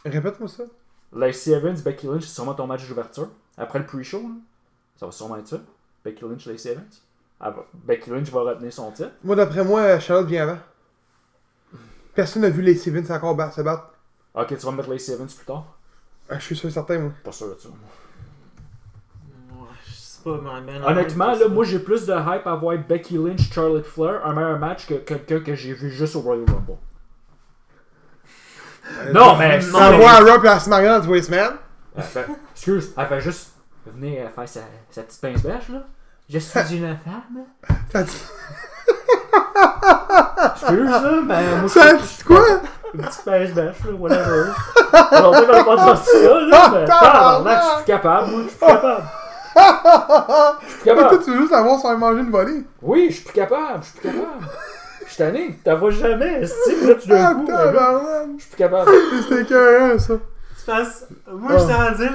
[SPEAKER 1] Répète-moi ça.
[SPEAKER 2] Lacey Evans, Becky Lynch, c'est sûrement ton match d'ouverture. Après le pre-show, là, ça va sûrement être ça. Becky Lynch, Lacey Evans. Elle va- Becky Lynch va retenir son titre.
[SPEAKER 1] Moi, d'après moi, Charlotte vient avant. Personne n'a vu les Sevens encore ba- se battre.
[SPEAKER 2] Ok, tu vas mettre Lacey Evans plus tard.
[SPEAKER 1] Ah, Je suis sûr et certain, moi.
[SPEAKER 2] Pas sûr de ça. moi.
[SPEAKER 3] Ouais, Je sais pas, mais ben,
[SPEAKER 2] Honnêtement,
[SPEAKER 3] je sais
[SPEAKER 2] là, moi j'ai plus de hype à voir Becky Lynch, Charlotte Flair, un meilleur match que quelqu'un que j'ai vu juste au Royal Rumble.
[SPEAKER 1] Euh,
[SPEAKER 2] Non, mais
[SPEAKER 1] On
[SPEAKER 2] non, mais-
[SPEAKER 1] voit à Raw et à SmackDown tous les semaines.
[SPEAKER 2] Elle fait- excuse, elle fait juste venir euh, faire sa, sa petite pince bêche là. Je suis une femme.
[SPEAKER 1] Ça dit,
[SPEAKER 2] Excuse, là, mais moi je
[SPEAKER 1] ça
[SPEAKER 2] suis
[SPEAKER 1] dit quoi?
[SPEAKER 2] une petite pince bêche là, whatever. Alors, on va pas sorti ça
[SPEAKER 1] Ah,
[SPEAKER 2] là, mais tabarnak, je suis capable, moi, je suis plus capable. Je suis plus
[SPEAKER 1] Mais toi,
[SPEAKER 2] capable.
[SPEAKER 1] tu veux juste avoir son manger une volée.
[SPEAKER 2] Oui, je suis plus capable, je suis plus capable. Je suis tanné, t'en vois jamais, si là tu d'un
[SPEAKER 1] Ah,
[SPEAKER 2] coup, mais là,
[SPEAKER 1] tabarnak!
[SPEAKER 2] je suis plus capable.
[SPEAKER 1] C'était écœurant, ça.
[SPEAKER 3] pas. C'est parce- Moi, je
[SPEAKER 1] Ah.
[SPEAKER 3] tiens à dire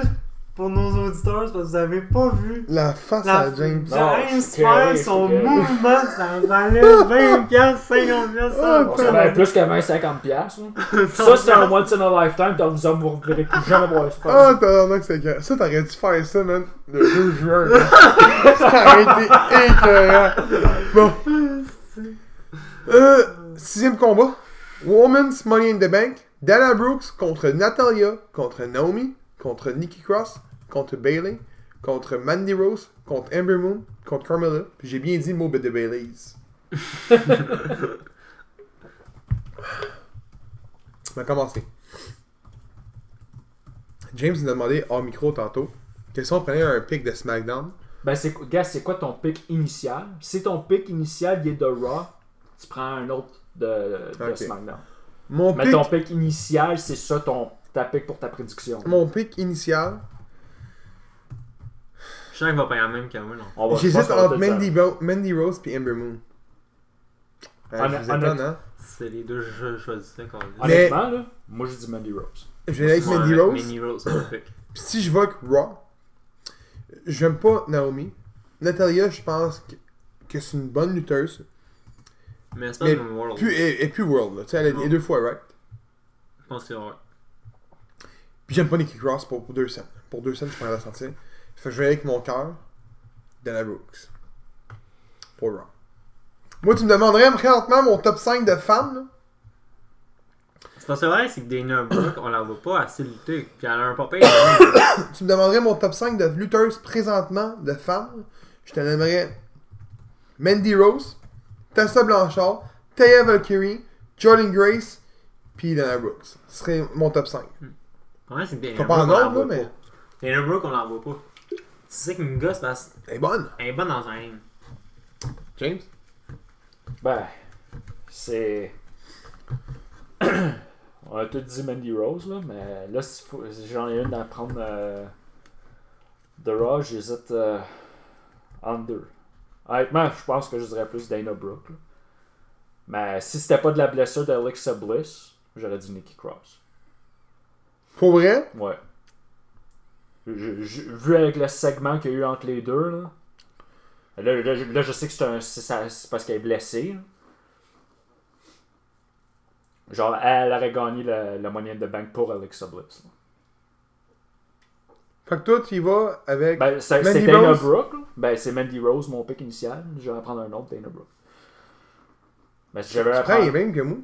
[SPEAKER 3] pour nos auditeurs, c'est parce que vous avez pas vu.
[SPEAKER 1] La face
[SPEAKER 3] La
[SPEAKER 1] à James.
[SPEAKER 2] Non,
[SPEAKER 3] James
[SPEAKER 2] je suis carré,
[SPEAKER 3] faire son
[SPEAKER 2] je suis carré.
[SPEAKER 3] mouvement, ça valait 20$, 50$,
[SPEAKER 1] Ah,
[SPEAKER 2] Ça
[SPEAKER 3] 100$.
[SPEAKER 2] valait plus que 20-50$. piastres, là. Ça, c'est un once in a lifetime, donc vous en vous reverrez plus jamais voir ça.
[SPEAKER 1] Ah, tabarnak, c'était écœurant. Ça, t'aurais dû faire ça, man, le 2 juin. man. ça aurait été écœurant. Bon. Euh, sixième combat. Woman's Money in the Bank. Dana Brooks contre Natalia, contre Naomi, contre Nikki Cross, contre Bailey, contre Mandy Rose, contre Ember Moon, contre Carmella. Puis j'ai bien dit le mot de Bailey's. On va commencer. James nous a demandé hors micro tantôt que si on prenait un pic de SmackDown,
[SPEAKER 2] Ben, c'est quoi- gars, c'est quoi ton pic initial Si ton pic initial il est de Raw, tu prends un autre de, de
[SPEAKER 1] Ok.
[SPEAKER 2] SmackDown.
[SPEAKER 1] mon
[SPEAKER 2] Mais
[SPEAKER 1] pic-
[SPEAKER 2] ton pic initial, c'est ça ton ta pic pour ta prédiction.
[SPEAKER 1] mon pic initial,
[SPEAKER 2] Ah
[SPEAKER 3] Je sens qu'il va pas la même qu'à moi, non.
[SPEAKER 2] On va- je pense
[SPEAKER 1] J'hésite
[SPEAKER 2] qu'on va
[SPEAKER 1] entre
[SPEAKER 2] te dire.
[SPEAKER 1] Mandy, Ro- Mandy Rose puis Ember Moon. Euh,
[SPEAKER 2] Honnêt-
[SPEAKER 1] je vous étonne,
[SPEAKER 2] honnête-
[SPEAKER 1] hein?
[SPEAKER 3] C'est les deux jeux choisissais qu'on dit.
[SPEAKER 2] Honnêtement, là, moi je dis Mandy Rose.
[SPEAKER 1] Je vais aller avec Mandy Rose.
[SPEAKER 3] Mandy Rose, perfect.
[SPEAKER 1] Puis si je vote Raw, j'aime pas Naomi. Natalia, je pense que, que c'est une bonne lutteuse.
[SPEAKER 3] Mais c'est pas
[SPEAKER 1] Mais
[SPEAKER 3] le même world.
[SPEAKER 1] plus, elle, elle est plus World, là. Tu sais, elle est deux fois, right?
[SPEAKER 3] Je pense que c'est vrai.
[SPEAKER 1] Puis j'aime pas Nikki Cross pour, pour deux cents. Pour deux cents, je pourrais la sentir. Fait que je vais aller avec mon cœur de la Brooks. Pour Raw. Moi, tu me demanderais présentement mon top 5 de femmes, là.
[SPEAKER 3] C'est parce que vrai, c'est que Dana Brooke, on la voit pas assez lutter. Puis elle a un papier. elle a-
[SPEAKER 1] tu me demanderais mon top 5 de lutteuses présentement de femmes, je te donnerais Mandy Rose, Tessa Blanchard, Taya Valkyrie, Jordan Grace, puis Dana Brooks. Ce serait mon top 5.
[SPEAKER 3] Pour vrai, c'est que Dana
[SPEAKER 1] Faut
[SPEAKER 3] Brooke,
[SPEAKER 1] pas
[SPEAKER 3] on
[SPEAKER 1] en
[SPEAKER 3] la
[SPEAKER 1] ordre,
[SPEAKER 3] voit
[SPEAKER 1] là, mais
[SPEAKER 3] pas. Dana Brooke, on la voit pas. C'est ça qui me gosse parce
[SPEAKER 1] elle est bonne.
[SPEAKER 3] qu'elle est bonne dans un aim.
[SPEAKER 1] James?
[SPEAKER 2] Ben, c'est. On a tous dit Mandy Rose, là, mais là, s'il faut- si j'en ai une à prendre euh, de Raw, j'hésite euh, entre deux. Honnêtement, je pense que je dirais plus Dana Brooke. là. Mais si c'était pas de la blessure d'Alexa Bliss, j'aurais dit Nikki Cross.
[SPEAKER 1] Pour vrai?
[SPEAKER 2] Ouais. Je- je- vu avec le segment qu'il y a eu entre les deux, là, là, là, je- là, je sais que c'est un- c'est ça- c'est parce qu'elle est blessée. là. Genre, elle aurait gagné le, le Money in the Bank pour Alexa Bliss. là.
[SPEAKER 1] Fait que toi, tu y vas avec...
[SPEAKER 2] Ben, c'est
[SPEAKER 1] Mandy
[SPEAKER 2] c'est Dana
[SPEAKER 1] Rose?
[SPEAKER 2] Brooke. là. Ben, c'est Mandy Rose, mon pick initial. Je vais en prendre un autre, Dana Brooke. Ben, si j'avais
[SPEAKER 1] tu
[SPEAKER 2] à
[SPEAKER 1] prends les
[SPEAKER 2] prendre-
[SPEAKER 1] mêmes que moi.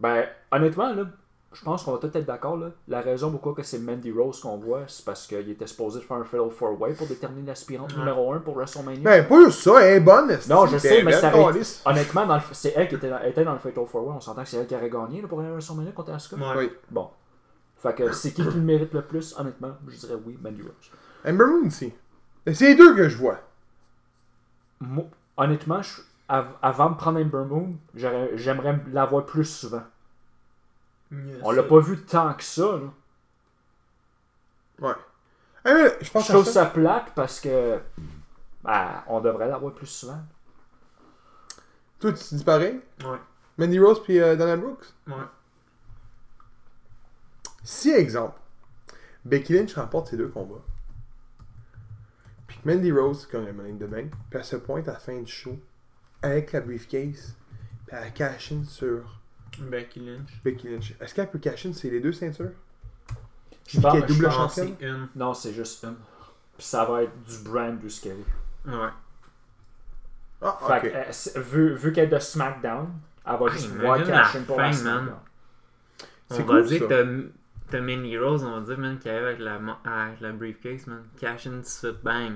[SPEAKER 2] Ben, honnêtement, là, je pense qu'on va tous être d'accord. Là. La raison pourquoi que c'est Mandy Rose qu'on voit, c'est parce qu'il était supposé de faire un Fatal 4-Way pour déterminer l'aspirante numéro 1 pour WrestleMania.
[SPEAKER 1] Ben, pas juste ça, elle est bonne.
[SPEAKER 2] non,
[SPEAKER 1] esti,
[SPEAKER 2] je
[SPEAKER 1] puis
[SPEAKER 2] sais,
[SPEAKER 1] elle
[SPEAKER 2] mais
[SPEAKER 1] est
[SPEAKER 2] ça
[SPEAKER 1] belle,
[SPEAKER 2] aurait...
[SPEAKER 1] câlisse.
[SPEAKER 2] Honnêtement, dans le- c'est elle qui était dans, était dans le Fatal 4-Way. On s'entend que c'est elle qui aurait gagné là, pour aller à WrestleMania contre Asuka.
[SPEAKER 3] Ouais.
[SPEAKER 1] Oui.
[SPEAKER 2] Bon. Fait que c'est qui qui le mérite le plus, honnêtement Je dirais oui, Mandy Rose.
[SPEAKER 1] Amber Moon aussi. Mais C'est les deux que je vois.
[SPEAKER 2] Moi, honnêtement, je- av- avant de prendre Amber Moon, j'aurais- j'aimerais l'avoir plus souvent. On l'a pas vu tant que ça. là.
[SPEAKER 1] Ouais. Ah, mais je pense
[SPEAKER 2] Je trouve
[SPEAKER 1] à ça.
[SPEAKER 2] ça plate parce que. bah, on devrait l'avoir plus souvent.
[SPEAKER 1] Toi, tu dis pareil
[SPEAKER 3] Ouais.
[SPEAKER 1] Mandy Rose puis euh, Dana Brooks
[SPEAKER 3] Ouais.
[SPEAKER 1] Si, exemple, Becky Lynch remporte ces deux combats, puis que Mandy Rose gagne la monnaie de bain, puis elle se pointe à la fin du show avec la briefcase, puis elle cash in sur
[SPEAKER 3] Becky Lynch.
[SPEAKER 1] Becky Lynch. Est-ce qu'elle peut cash in sur les deux ceintures
[SPEAKER 2] Je pense-
[SPEAKER 1] qu'elle est
[SPEAKER 2] je
[SPEAKER 1] double
[SPEAKER 2] pense-
[SPEAKER 1] champion.
[SPEAKER 3] Ah, c'est une.
[SPEAKER 2] Non, c'est juste une. Puis ça va être du brand du Skelly.
[SPEAKER 3] Ouais.
[SPEAKER 1] Ah,
[SPEAKER 2] Fait
[SPEAKER 1] ok.
[SPEAKER 2] que, euh, c'est- vu vu qu'elle est de SmackDown, elle va
[SPEAKER 3] Ah,
[SPEAKER 2] juste
[SPEAKER 3] imagine
[SPEAKER 2] voir
[SPEAKER 3] la
[SPEAKER 2] Cashin pour
[SPEAKER 3] fin,
[SPEAKER 2] la
[SPEAKER 3] man.
[SPEAKER 2] SmackDown.
[SPEAKER 1] C'est
[SPEAKER 3] on
[SPEAKER 1] cool,
[SPEAKER 3] va dire
[SPEAKER 1] ça.
[SPEAKER 3] que t'as- t'as Mandy Rose, on va dire, man, qui arrive avec la, mo- avec la briefcase, man. Cash in, tout de suite, bang.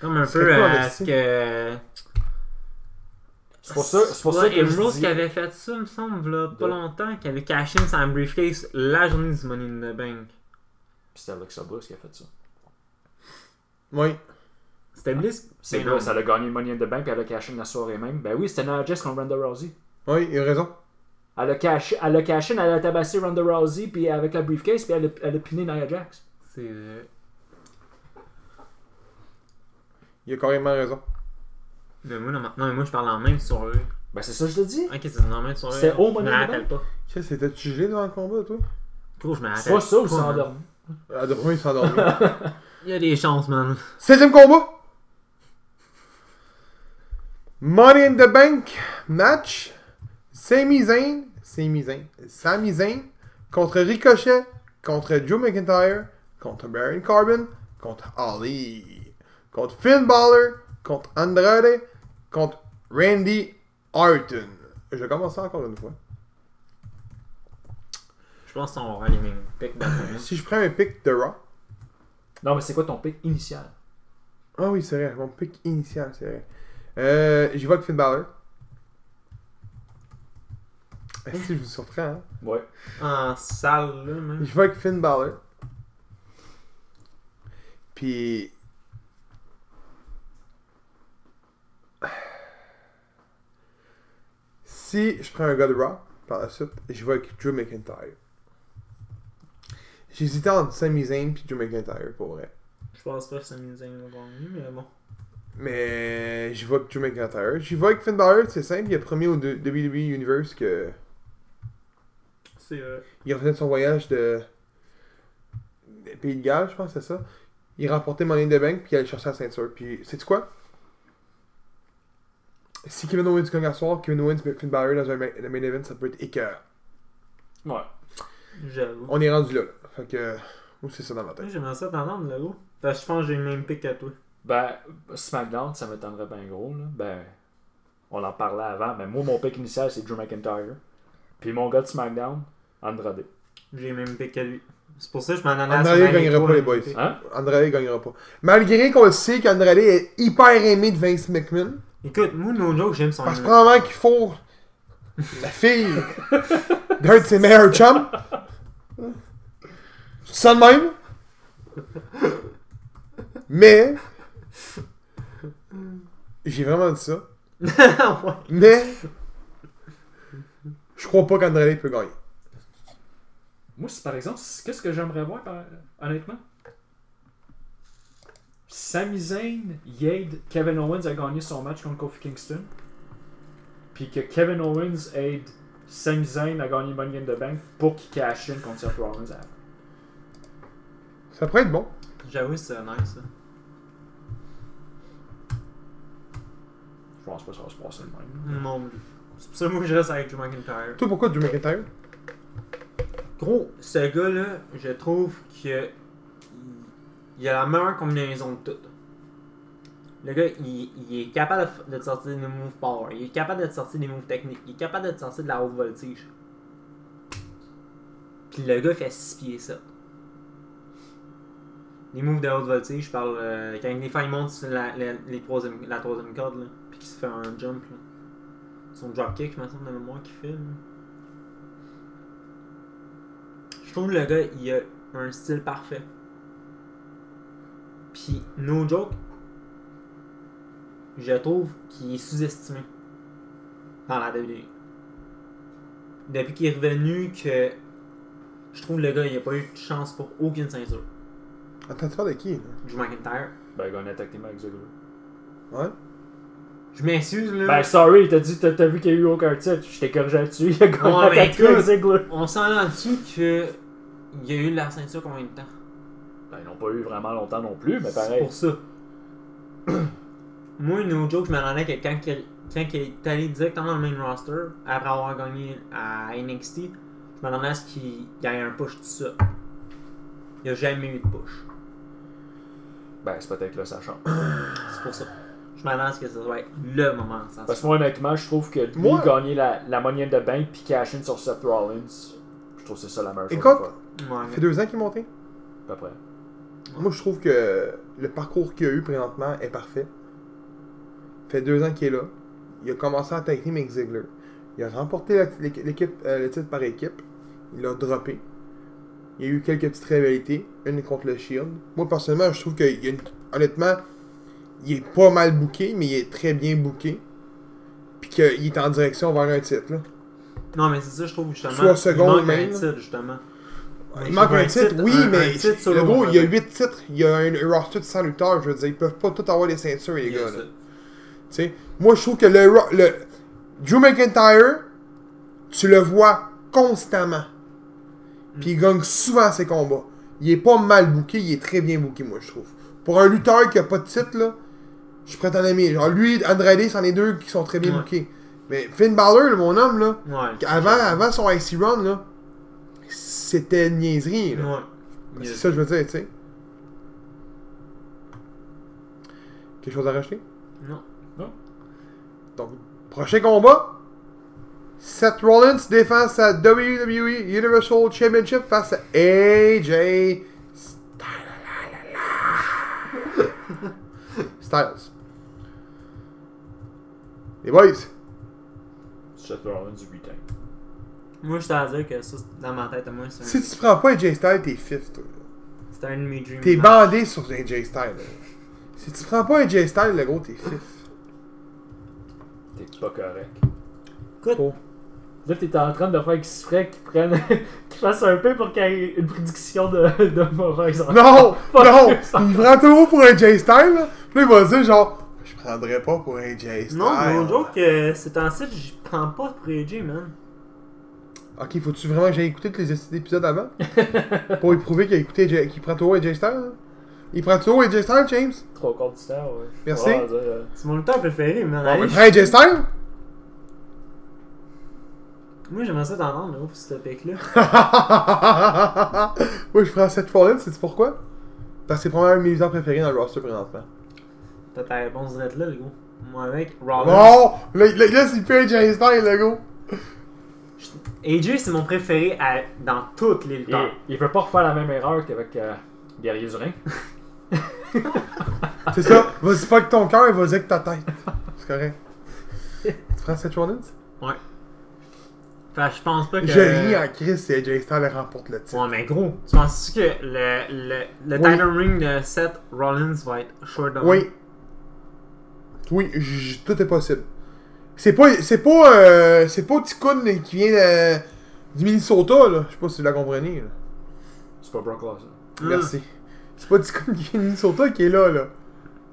[SPEAKER 3] Comme un
[SPEAKER 1] C'est
[SPEAKER 3] peu
[SPEAKER 1] quoi,
[SPEAKER 3] à
[SPEAKER 1] Alexis?
[SPEAKER 3] ce que.
[SPEAKER 2] C'est pour ça, c'est pour ça que je
[SPEAKER 3] Rose
[SPEAKER 2] dis...
[SPEAKER 3] qui avait fait ça, me semble, là, pas
[SPEAKER 2] De-
[SPEAKER 3] longtemps, qui avait cash in sa briefcase la journée du Money in the Bank.
[SPEAKER 2] C'est Alexa Bliss qui a fait ça.
[SPEAKER 1] Oui.
[SPEAKER 3] C'était Bliss?
[SPEAKER 2] C'est
[SPEAKER 3] Mais
[SPEAKER 2] là,
[SPEAKER 3] non.
[SPEAKER 2] ça a gagné Money in the Bank, puis elle a caché la soirée même. Ben oui, c'était Nia Jax contre Ronda Rousey.
[SPEAKER 1] Oui, il a raison.
[SPEAKER 2] Elle a caché, elle a caché, elle a tabassé Ronda Rousey, puis avec la briefcase, puis elle a, elle a piné Nia Jax.
[SPEAKER 3] C'est euh, vrai.
[SPEAKER 1] Il a carrément raison.
[SPEAKER 3] Mais moi, non, ma- non, mais moi, je parle en même sur eux.
[SPEAKER 2] Ben c'est ça que je le dis.
[SPEAKER 3] Ok, c'est en même sur eux.
[SPEAKER 2] C'était au
[SPEAKER 3] Je
[SPEAKER 2] Money
[SPEAKER 3] me
[SPEAKER 2] in the
[SPEAKER 3] rappelle pas.
[SPEAKER 1] Qu'est-ce que c'était tu gelé devant le combat, toi
[SPEAKER 3] Pourquoi je me rappelle
[SPEAKER 2] C'est pas ça ou c'est
[SPEAKER 3] man.
[SPEAKER 2] endormi.
[SPEAKER 1] Ah, de fois, il s'est endormi.
[SPEAKER 3] Il y a des chances, man.
[SPEAKER 1] Septième combat. Money in the Bank match. Sami Zayn, Sami Zayn, Sami Zayn contre Ricochet, contre Drew McIntyre, contre Baron Corbin, contre Ali, contre Finn Balor, contre Andrade, contre Randy Orton. Je commence ça encore une fois.
[SPEAKER 3] Je pense qu'on va avoir les mêmes picks dans le
[SPEAKER 1] Si je prends un pic de Raw.
[SPEAKER 2] Non, mais c'est quoi ton pic initial?
[SPEAKER 1] Ah oui, c'est vrai, mon pic initial, c'est vrai. Euh, J'y vois que Finn Balor. Est-ce que je vous surprends, hein?
[SPEAKER 2] Ouais.
[SPEAKER 3] En salle, là, man.
[SPEAKER 1] Je vais avec Finn Balor. Puis. Si je prends un gars de Raw par la suite, je vais avec Drew McIntyre. J'hésitais entre Sami Zayn et Drew McIntyre pour vrai.
[SPEAKER 3] Je pense pas que ça nous aime le gagner, mais bon.
[SPEAKER 1] Mais j'y vais avec Drew McIntyre. J'y vais avec Finn Balor, c'est simple, il a promis au de- WWE Universe que
[SPEAKER 3] C'est euh,
[SPEAKER 1] il revenait de son voyage de, de Pays de Galles, je pense, c'est ça. Il remportait Money in the Bank, puis il allait chercher la ceinture. Puis, sais-tu quoi? Si Kevin Owens gagne à soir, Kevin Owens met Finn Balor dans un ma- le main event, ça peut être écœur.
[SPEAKER 2] Ouais.
[SPEAKER 3] j'avoue.
[SPEAKER 1] On est rendu là, là. Fait que, moi, c'est ça dans ma tête.
[SPEAKER 3] Moi, j'aimerais ça t'entendre là-haut. Parce que je pense que j'ai le même pic qu'à toi.
[SPEAKER 2] Ben, SmackDown, ça m'étonnerait bien gros, là. Ben, on en parlait avant, mais moi, mon pick initial, c'est Drew McIntyre. Puis mon gars de SmackDown, Andrade.
[SPEAKER 3] J'ai le même pic qu'à lui. C'est pour ça que je m'en allais
[SPEAKER 1] Andrade
[SPEAKER 3] semaine
[SPEAKER 1] gagnera
[SPEAKER 3] trois,
[SPEAKER 1] pas, les
[SPEAKER 3] même
[SPEAKER 1] boys.
[SPEAKER 3] pic.
[SPEAKER 2] Hein?
[SPEAKER 1] Andrade gagnera pas. Malgré qu'on le sait qu'Andrade est hyper aimé de Vince McMahon,
[SPEAKER 3] Écoute, moi, no joke, j'aime son
[SPEAKER 1] parce que
[SPEAKER 3] humour.
[SPEAKER 1] probablement qu'il faut la fille d'un de ses meilleurs chums. Ça de même. Mais. J'ai vraiment dit ça.
[SPEAKER 3] Ouais.
[SPEAKER 1] Mais. Je crois pas qu'Andrade peut gagner.
[SPEAKER 2] Moi, c'est par exemple, c'est- qu'est-ce que j'aimerais voir, par- honnêtement? Sami Zayn, Yade, Kevin Owens a gagné son match contre Kofi Kingston. Puis que Kevin Owens aide Sami Zayn à gagner Money in the Bank pour qu'il cash in contre Seth Rollins. après.
[SPEAKER 1] Ça pourrait être bon.
[SPEAKER 3] J'avoue, c'est nice, ça.
[SPEAKER 2] Je pense pas que ça va se passer le même.
[SPEAKER 3] Non plus. C'est pour ça que moi, je reste avec Drew McIntyre.
[SPEAKER 1] Toi, pourquoi Drew McIntyre
[SPEAKER 3] Gros, ce gars-là, je trouve que. Il a la meilleure combinaison de toutes. Le gars, il, il est capable de, de te sortir des moves power, il est capable de te sortir des moves techniques, il est capable de te sortir de la haute voltige. Puis le gars fait 6 pieds ça. Les moves de haute voltige, je parle euh, quand des fois il monte sur la, la, les troisième, la troisième corde, là, puis qu'il se fait un jump. Là. Son dropkick, je me semble, de mémoire qu'il fait. là. Je Je trouve que le gars, il a un style parfait. Puis, no joke, je trouve qu'il est sous-estimé dans la WWE. Depuis qu'il est revenu, que je trouve que le gars, il a pas eu de chance pour aucune ceinture.
[SPEAKER 1] Attends, tu parles de qui, là?
[SPEAKER 3] Drew McIntyre.
[SPEAKER 2] Ben, Gunn attaque tes mains avec Ziggler.
[SPEAKER 1] Ouais?
[SPEAKER 3] Je m'excuse, là.
[SPEAKER 2] Ben, sorry, t'as dit, t'as t'as vu qu'il y a eu aucun titre. Je t'ai corrigé là-dessus. Il a Gunn
[SPEAKER 3] Ouais, mais
[SPEAKER 2] attaqué
[SPEAKER 3] écoute.
[SPEAKER 2] Ziggler.
[SPEAKER 3] On s'en dessus que il y a eu la ceinture combien de temps
[SPEAKER 2] Ben, ils n'ont pas eu vraiment longtemps non plus,
[SPEAKER 1] Ben,
[SPEAKER 2] mais
[SPEAKER 3] C'est
[SPEAKER 2] pareil.
[SPEAKER 3] pour ça. Moi, no joke, je m'attendais que quand, il, quand il est allé directement dans le main roster, après avoir gagné à NXT, je m'attendais à ce qu'il gagne un push tout ça. Il a jamais eu de push.
[SPEAKER 2] Ben, c'est peut-être là sa chance.
[SPEAKER 3] C'est pour ça. Je m'attendais à ce que ça soit le moment. de
[SPEAKER 2] Parce
[SPEAKER 3] sensation.
[SPEAKER 2] que moi, honnêtement, je trouve que lui
[SPEAKER 1] Moi-
[SPEAKER 2] gagner la, la money in the bank puis cash in sur Seth Rollins, je trouve que c'est ça la meilleure chose
[SPEAKER 1] Écoute.
[SPEAKER 2] à faire,
[SPEAKER 3] Ouais,
[SPEAKER 1] Ça
[SPEAKER 3] mais-
[SPEAKER 1] fait deux ans qu'il est monté.
[SPEAKER 2] à peu près.
[SPEAKER 1] Moi, je trouve que le parcours qu'il a eu présentement est parfait. Ça fait deux ans qu'il est là. Il a commencé à attaquer Mick Ziggler. Il a remporté la- l'équ- l'équipe, euh, le titre par équipe. Il l'a droppé. Il y a eu quelques petites rivalités. Une contre le Shield. Moi, personnellement, je trouve que, il y a une- honnêtement, il est pas mal booké, mais il est très bien booké. Puis qu'il est en direction vers un titre. là.
[SPEAKER 3] Non, mais c'est ça, je trouve justement.
[SPEAKER 1] Soit second
[SPEAKER 3] il manque
[SPEAKER 1] même.
[SPEAKER 3] un titre, justement.
[SPEAKER 1] Il manque un titre, oui,
[SPEAKER 3] un-
[SPEAKER 1] mais
[SPEAKER 3] un titre sur
[SPEAKER 1] le gros, il y a
[SPEAKER 3] Raw.
[SPEAKER 1] 8 titres. Il y a un un roster de 100 lutteurs. Je veux dire, ils peuvent pas tous avoir les ceintures, les
[SPEAKER 3] Il y a
[SPEAKER 1] gars. là.
[SPEAKER 3] ça.
[SPEAKER 1] Tu sais, moi, je trouve que le, Ro- le Drew McIntyre, tu le vois constamment.
[SPEAKER 3] Mm.
[SPEAKER 1] Puis il gagne souvent ses combats. Il est pas mal booké, il est très bien booké, moi, je trouve. Pour un lutteur qui a pas de titre, là, je suis prêt à l'aimer. Genre, lui, Andrade, c'en est deux qui sont très bien
[SPEAKER 3] Ouais.
[SPEAKER 1] bookés. Mais Finn Balor, là, mon homme, là,
[SPEAKER 3] Ouais.
[SPEAKER 1] avant, avant son IC run, là, c'était une niaiserie. là.
[SPEAKER 3] Ouais. Il y
[SPEAKER 1] C'est
[SPEAKER 3] a-
[SPEAKER 1] ça que je veux dire, tu sais. Quelque chose à racheter?
[SPEAKER 3] Non.
[SPEAKER 1] Donc, prochain combat. Seth Rollins défend sa WWE Universal Championship face à AJ Styles. Les boys,
[SPEAKER 2] Seth Rollins, 8 ans.
[SPEAKER 3] Moi, je t'ai à dire que ça, c'est- dans ma tête, à moi, c'est
[SPEAKER 1] si
[SPEAKER 3] un,
[SPEAKER 1] tu prends pas AJ Styles, t'es fifth. toi.
[SPEAKER 3] c'est un de mes dream
[SPEAKER 1] T'es
[SPEAKER 3] match.
[SPEAKER 1] bandé sur AJ Styles. là. Si tu prends pas AJ Styles, le gros, t'es fifth.
[SPEAKER 2] T'es pas correct.
[SPEAKER 3] Écoute,
[SPEAKER 1] Oh.
[SPEAKER 2] Là, t'es en train de faire exprès qu'ils prennent. qu'ils fassent un peu pour qu'il y ait une prédiction de, de mauvaise
[SPEAKER 1] Non!
[SPEAKER 2] Fuck
[SPEAKER 1] non!
[SPEAKER 2] you, ça.
[SPEAKER 1] Il prend tout haut pour AJ Styles, là. Puis là, il va dire genre, je prendrais pas pour AJ Styles.
[SPEAKER 3] non, mais on joke que c'est un site, je prends pas pour AJ, man.
[SPEAKER 1] Ok, faut-tu vraiment que j'aille écouter tous les esti d'épisodes avant? pour lui prouver qu'il a écouté Jay- qu'il prend tout haut AJ Styles? là? Il prend tout haut AJ Styles, James?
[SPEAKER 2] Trois quarts du temps, ouais.
[SPEAKER 1] Merci.
[SPEAKER 2] Ouais, on va dire, euh,
[SPEAKER 3] C'est mon lutteur préféré, man.
[SPEAKER 1] Il
[SPEAKER 3] Allez,
[SPEAKER 1] prend AJ Styles?
[SPEAKER 3] Moi, j'aimerais ça t'entendre, là, pour ce pic-là.
[SPEAKER 1] Moi, je prends Seth Rollins, sais-tu pourquoi? Parce que c'est probablement un de mes lutteurs préférés dans le roster présentement.
[SPEAKER 3] T'as ta réponse direct là, le gros. Moi, avec Rollins.
[SPEAKER 1] Non! Là, là, là, c'est plus AJ Styles, le gars.
[SPEAKER 3] AJ, c'est mon préféré à- dans toutes les
[SPEAKER 2] il,
[SPEAKER 3] lutteurs.
[SPEAKER 2] il veut pas refaire la même erreur qu'avec euh, Guerrier du Ring.
[SPEAKER 1] C'est ça. Vas-y pas que ton cœur, vas-y que ta tête. C'est correct. tu prends Seth Rollins?
[SPEAKER 3] Fait que je pense pas que.
[SPEAKER 1] Je ris en crise si AJ Styles remporte le titre.
[SPEAKER 3] Ouais, mais gros, tu penses-tu que le, le, le
[SPEAKER 1] Oui.
[SPEAKER 3] title ring de Seth Rollins va être short of
[SPEAKER 1] Oui. Oui, j- j- tout est possible. C'est pas. C'est pas. euh, c'est pas Ticoun qui vient de- du Minnesota, là. Je sais pas si vous la comprenez, là.
[SPEAKER 2] C'est pas Brock Lesnar.
[SPEAKER 3] Hmm.
[SPEAKER 1] Merci. C'est pas Ticoun qui vient du Minnesota qui est là, là.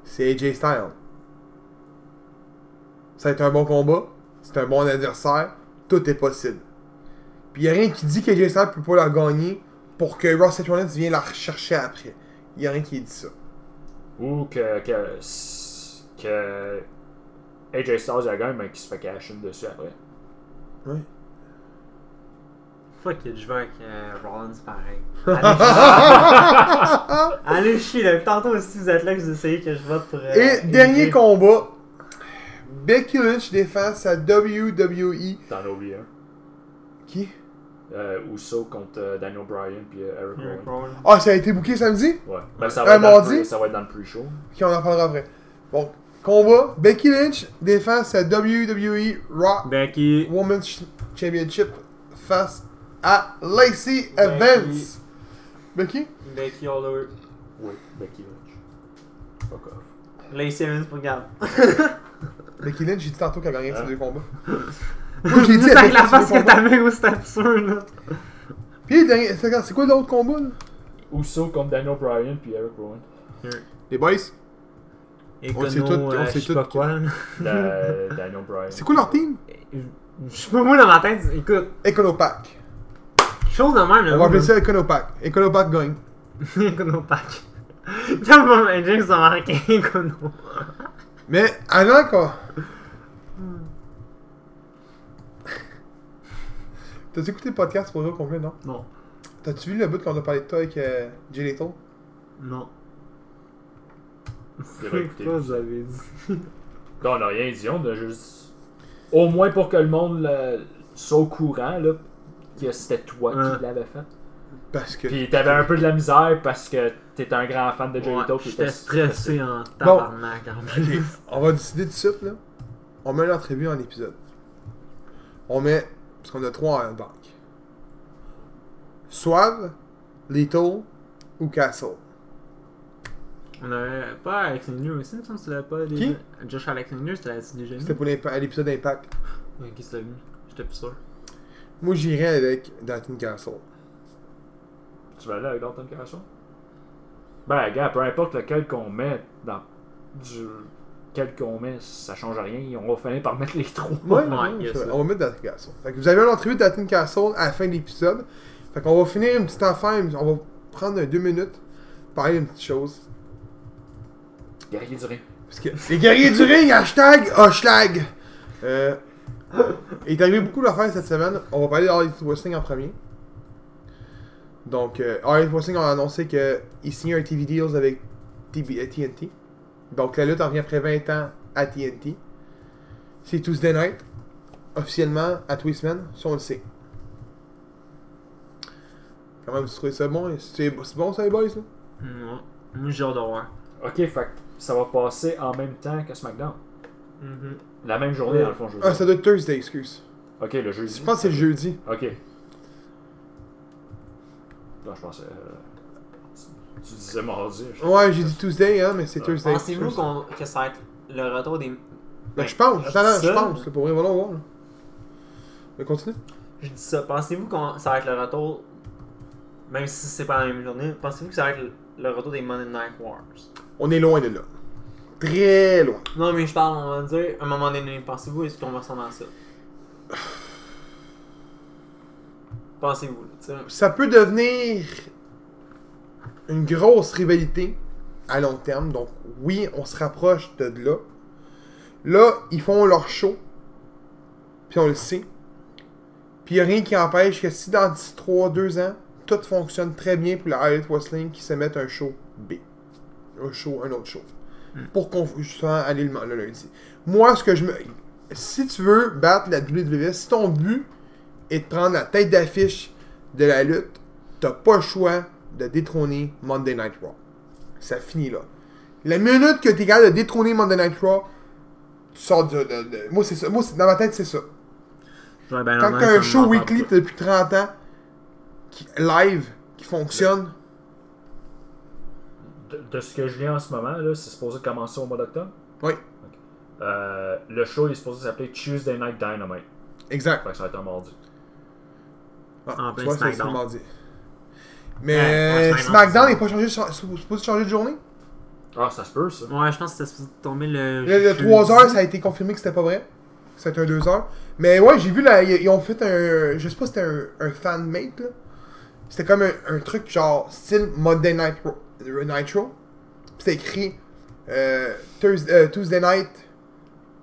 [SPEAKER 1] C'est AJ Styles. Ça a été un bon combat. C'est un bon adversaire. Tout est possible. Puis y a rien qui dit qu'AJ Styles peut pas la gagner pour que Ross Rollins vienne la rechercher après. Y a rien qui dit ça.
[SPEAKER 2] Ou que, que, que AJ Styles a gagné, mais qui se fait cash in dessus après.
[SPEAKER 1] Ouais.
[SPEAKER 3] Fuck it, je vais avec euh, Rollins pareil. Allez, Allez chier, là. Tantôt aussi, vous êtes là que vous essayez que je vote pour. euh,
[SPEAKER 1] Et dernier
[SPEAKER 3] AJ.
[SPEAKER 1] combat. Becky Lynch défend sa WWE.
[SPEAKER 2] T'en as oublié un.
[SPEAKER 1] Qui
[SPEAKER 2] Euh, Uso contre euh, Daniel Bryan puis euh, Eric
[SPEAKER 3] Eric
[SPEAKER 2] Rowan.
[SPEAKER 3] Rowan.
[SPEAKER 1] Ah, ça a été booké samedi
[SPEAKER 2] Ouais. Ben, ça,
[SPEAKER 1] Un
[SPEAKER 2] va être dans le
[SPEAKER 1] mardi?
[SPEAKER 2] pre- ça va être dans le pre-show.
[SPEAKER 1] Ok, on en parlera après. Bon, combat. Becky Lynch défend sa WWE Raw
[SPEAKER 3] Becky.
[SPEAKER 1] Women's Ch- Championship face à Lacey Evans. Becky?
[SPEAKER 3] Becky all over.
[SPEAKER 2] Oui, Becky Lynch. Fuck off.
[SPEAKER 3] Lacey Evans, regarde.
[SPEAKER 1] Becky Lynch, j'ai dit tantôt qu'elle gagnait ces
[SPEAKER 2] Hein?
[SPEAKER 1] deux combats. Moi, j'ai dit, elle
[SPEAKER 3] avec la
[SPEAKER 1] gagnait
[SPEAKER 3] face
[SPEAKER 1] ces deux
[SPEAKER 3] que
[SPEAKER 1] combats.
[SPEAKER 3] t'avais où c'était absurde, là.
[SPEAKER 1] Puis, le dernier- c'est c'est quoi l'autre combat, là?
[SPEAKER 2] Uso comme Daniel Bryan puis Eric Rowan.
[SPEAKER 1] Les boys,
[SPEAKER 3] Et
[SPEAKER 1] On sait
[SPEAKER 3] Kono,
[SPEAKER 1] tout- on
[SPEAKER 3] euh,
[SPEAKER 1] sait
[SPEAKER 3] je sais
[SPEAKER 1] tout
[SPEAKER 3] pas quoi, là.
[SPEAKER 2] Da- Daniel Bryan.
[SPEAKER 1] c'est quoi leur team?
[SPEAKER 3] Je je sais pas, moi, dans ma tête, écoute,
[SPEAKER 1] Econopack.
[SPEAKER 3] quelque chose de même, là.
[SPEAKER 1] On va appeler ça Econopack. Econopack gagne.
[SPEAKER 3] Kono Pack. Dans mon Magic, ils ont marqué Kono.
[SPEAKER 1] Mais avant qu'on. T'as-tu écouté le podcast pour le complet, non?
[SPEAKER 3] Non,
[SPEAKER 1] T'as-tu vu le bout qu'on a parlé de toi avec euh, Jay Lethal?
[SPEAKER 3] non.
[SPEAKER 2] C'est vrai, écoutez.
[SPEAKER 3] Quoi, j'avais dit?
[SPEAKER 2] Non, on n'a rien dit, on a juste. Au moins pour que le monde là, soit au courant, là, que c'était toi
[SPEAKER 3] Hein.
[SPEAKER 2] qui l'avais fait.
[SPEAKER 1] Parce que.
[SPEAKER 2] Puis t'avais un peu de la misère parce que t'es un grand fan de Jay
[SPEAKER 3] Ouais,
[SPEAKER 2] Lethal. puis
[SPEAKER 3] J'étais
[SPEAKER 2] t'es-
[SPEAKER 3] stressé en tabarnak en plus.
[SPEAKER 1] On va décider tout de suite, là. On met l'entrevue en épisode. On met. Parce qu'on a trois en banque. Suave, Lethal ou Castle.
[SPEAKER 3] On avait pas Alexander aussi, il me semble que c'était pas des.
[SPEAKER 1] Qui?
[SPEAKER 3] Josh Alexander, c'était la déjà
[SPEAKER 1] C'était pour l'impa- à l'épisode Impact.
[SPEAKER 3] Ouais, qui c'était venu? J'étais plus sûr.
[SPEAKER 1] Moi, j'irais avec Dalton Castle.
[SPEAKER 2] Tu vas aller avec Dalton Castle? Ben, gars, peu importe lequel qu'on met dans. Du. Quel qu'on met, ça change rien. On va finir par mettre les trois.
[SPEAKER 1] Ouais,
[SPEAKER 3] Ouais,
[SPEAKER 1] ouais,
[SPEAKER 3] yes,
[SPEAKER 1] c'est vrai.
[SPEAKER 3] sir.
[SPEAKER 1] on va mettre Dalton Castle. Fait que vous avez l'entrevue de Dalton Castle à la fin de l'épisode. Fait qu'on va finir une petite affaire. On va prendre deux minutes. Parler d'une petite chose.
[SPEAKER 2] Guerrier du ring.
[SPEAKER 1] Parce que les guerriers du ring, hashtag Hoshlag. Euh, il est arrivé beaucoup d'affaires cette semaine. On va parler d'Harley Wrestling en premier. Donc, euh, Harley Wrestling a annoncé qu'il signait un TV Deals avec TB euh, TNT. Donc, la lutte en vient après 20 ans à TNT. C'est Tuesday Night. Officiellement, à tous les semaines, ça on le sait. Quand même, tu trouves ça bon? C'est c'est bon ça, les boys? là?
[SPEAKER 3] Non. Moi, j'ai hâte de voir.
[SPEAKER 2] Ok, fait que ça va passer en même temps que SmackDown.
[SPEAKER 3] Mhm.
[SPEAKER 2] La même journée, dans le fond, je veux
[SPEAKER 1] Ah,
[SPEAKER 2] dire.
[SPEAKER 1] ça doit être Thursday, excuse.
[SPEAKER 2] Ok, le jeudi.
[SPEAKER 1] Je pense que c'est le jeudi.
[SPEAKER 2] Ok. Non, je pensais. euh, tu- tu disais mardi. je-
[SPEAKER 1] Ouais, j'ai dit Tuesday, hein, mais c'est
[SPEAKER 2] Ouais.
[SPEAKER 1] Thursday.
[SPEAKER 3] Euh, Pensez-vous qu'on- que ça va être le retour des.
[SPEAKER 1] Ben, je pense, attends, attends, je
[SPEAKER 3] Ça-
[SPEAKER 1] pense, c'est pour vrai, voilà, on va voir. là. Mais continue.
[SPEAKER 3] Je dis ça. Pensez-vous que ça va être le retour. Même si c'est pas la même journée, pensez-vous que ça va être le- le retour des Monday Night Wars?
[SPEAKER 1] On est loin de là. Très loin.
[SPEAKER 3] Non, mais je parle, on va dire, à un moment donné, pensez-vous, est-ce qu'on va ressembler à ça? Pensez-vous, là, tu sais.
[SPEAKER 1] Ça peut devenir une grosse rivalité à long terme. Donc, oui, on se rapproche de là. Là, ils font leur show. Puis on le sait. Puis il a rien qui empêche que si dans 3, 2 ans, tout fonctionne très bien pour la Harriet Wrestling, qu'ils se mettent un show B. Un show, un autre show. Pour qu'on justement aller le, le lundi. Moi, ce que je me. Si tu veux battre la WWE, si ton but est de prendre la tête d'affiche de la lutte, t'as pas le choix de détrôner Monday Night Raw. Ça finit là. La minute que t'es capable de détrôner Monday Night Raw, tu sors de. de- de- Moi, c'est ça. Moi, c'est- dans ma tête, c'est ça.
[SPEAKER 3] Ouais, ben,
[SPEAKER 1] Quand
[SPEAKER 3] non,
[SPEAKER 1] t'as
[SPEAKER 3] ça
[SPEAKER 1] un
[SPEAKER 3] me
[SPEAKER 1] show
[SPEAKER 3] parle
[SPEAKER 1] weekly
[SPEAKER 3] pas.
[SPEAKER 1] depuis 30 ans, qui, live, qui fonctionne,
[SPEAKER 2] De, de ce que je lis en ce moment, là, c'est supposé commencer au mois d'octobre.
[SPEAKER 1] oui,
[SPEAKER 2] Euh, le show il est supposé s'appeler Tuesday Night Dynamite.
[SPEAKER 1] exact.
[SPEAKER 2] Fait que ça va être un mardi.
[SPEAKER 1] Ah,
[SPEAKER 3] En
[SPEAKER 1] tu
[SPEAKER 3] plein
[SPEAKER 1] vois, c'est- c'est
[SPEAKER 3] SmackDown.
[SPEAKER 1] mardi.
[SPEAKER 3] Ouais,
[SPEAKER 1] Mais euh,
[SPEAKER 3] ouais,
[SPEAKER 1] SmackDown
[SPEAKER 3] SmackDown,
[SPEAKER 1] n'est pas changé, c'est supposé changer de journée.
[SPEAKER 2] Ah, ça se peut, ça.
[SPEAKER 3] Ouais, je pense que c'était supposé tomber le.
[SPEAKER 1] Le, le 3 heures, ça a été confirmé que c'était pas vrai. C'était un 2 heures. Mais ouais, j'ai vu, là, ils ils ont fait un. Je sais pas si c'était un, un fanmate, là. C'était comme un, un truc genre style Monday Night Ro- Nitro. Puis c'était écrit euh, Thursday, euh, Tuesday Night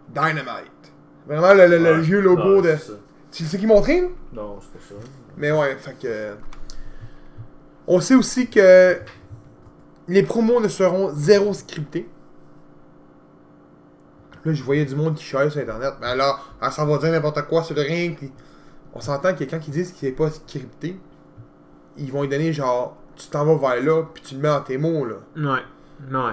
[SPEAKER 1] Dynamite. Vraiment le, le- le
[SPEAKER 2] Ouais.
[SPEAKER 1] vieux logo
[SPEAKER 2] Non,
[SPEAKER 1] de.
[SPEAKER 2] c'est ça.
[SPEAKER 1] Tu sais qui montrait, là?
[SPEAKER 2] Non, c'est pas ça.
[SPEAKER 1] Mais ouais, fait que. On sait aussi que les promos ne seront zéro scriptés. Là, je voyais du monde qui chiale sur Internet. Mais alors, ah, ça va dire n'importe quoi sur le ring. Puis on s'entend que quelqu'un qui dit qu'il n'est pas scripté, ils vont lui donner genre, tu t'en vas vers là, puis tu le mets en tes mots, là.
[SPEAKER 3] Ouais. Ouais.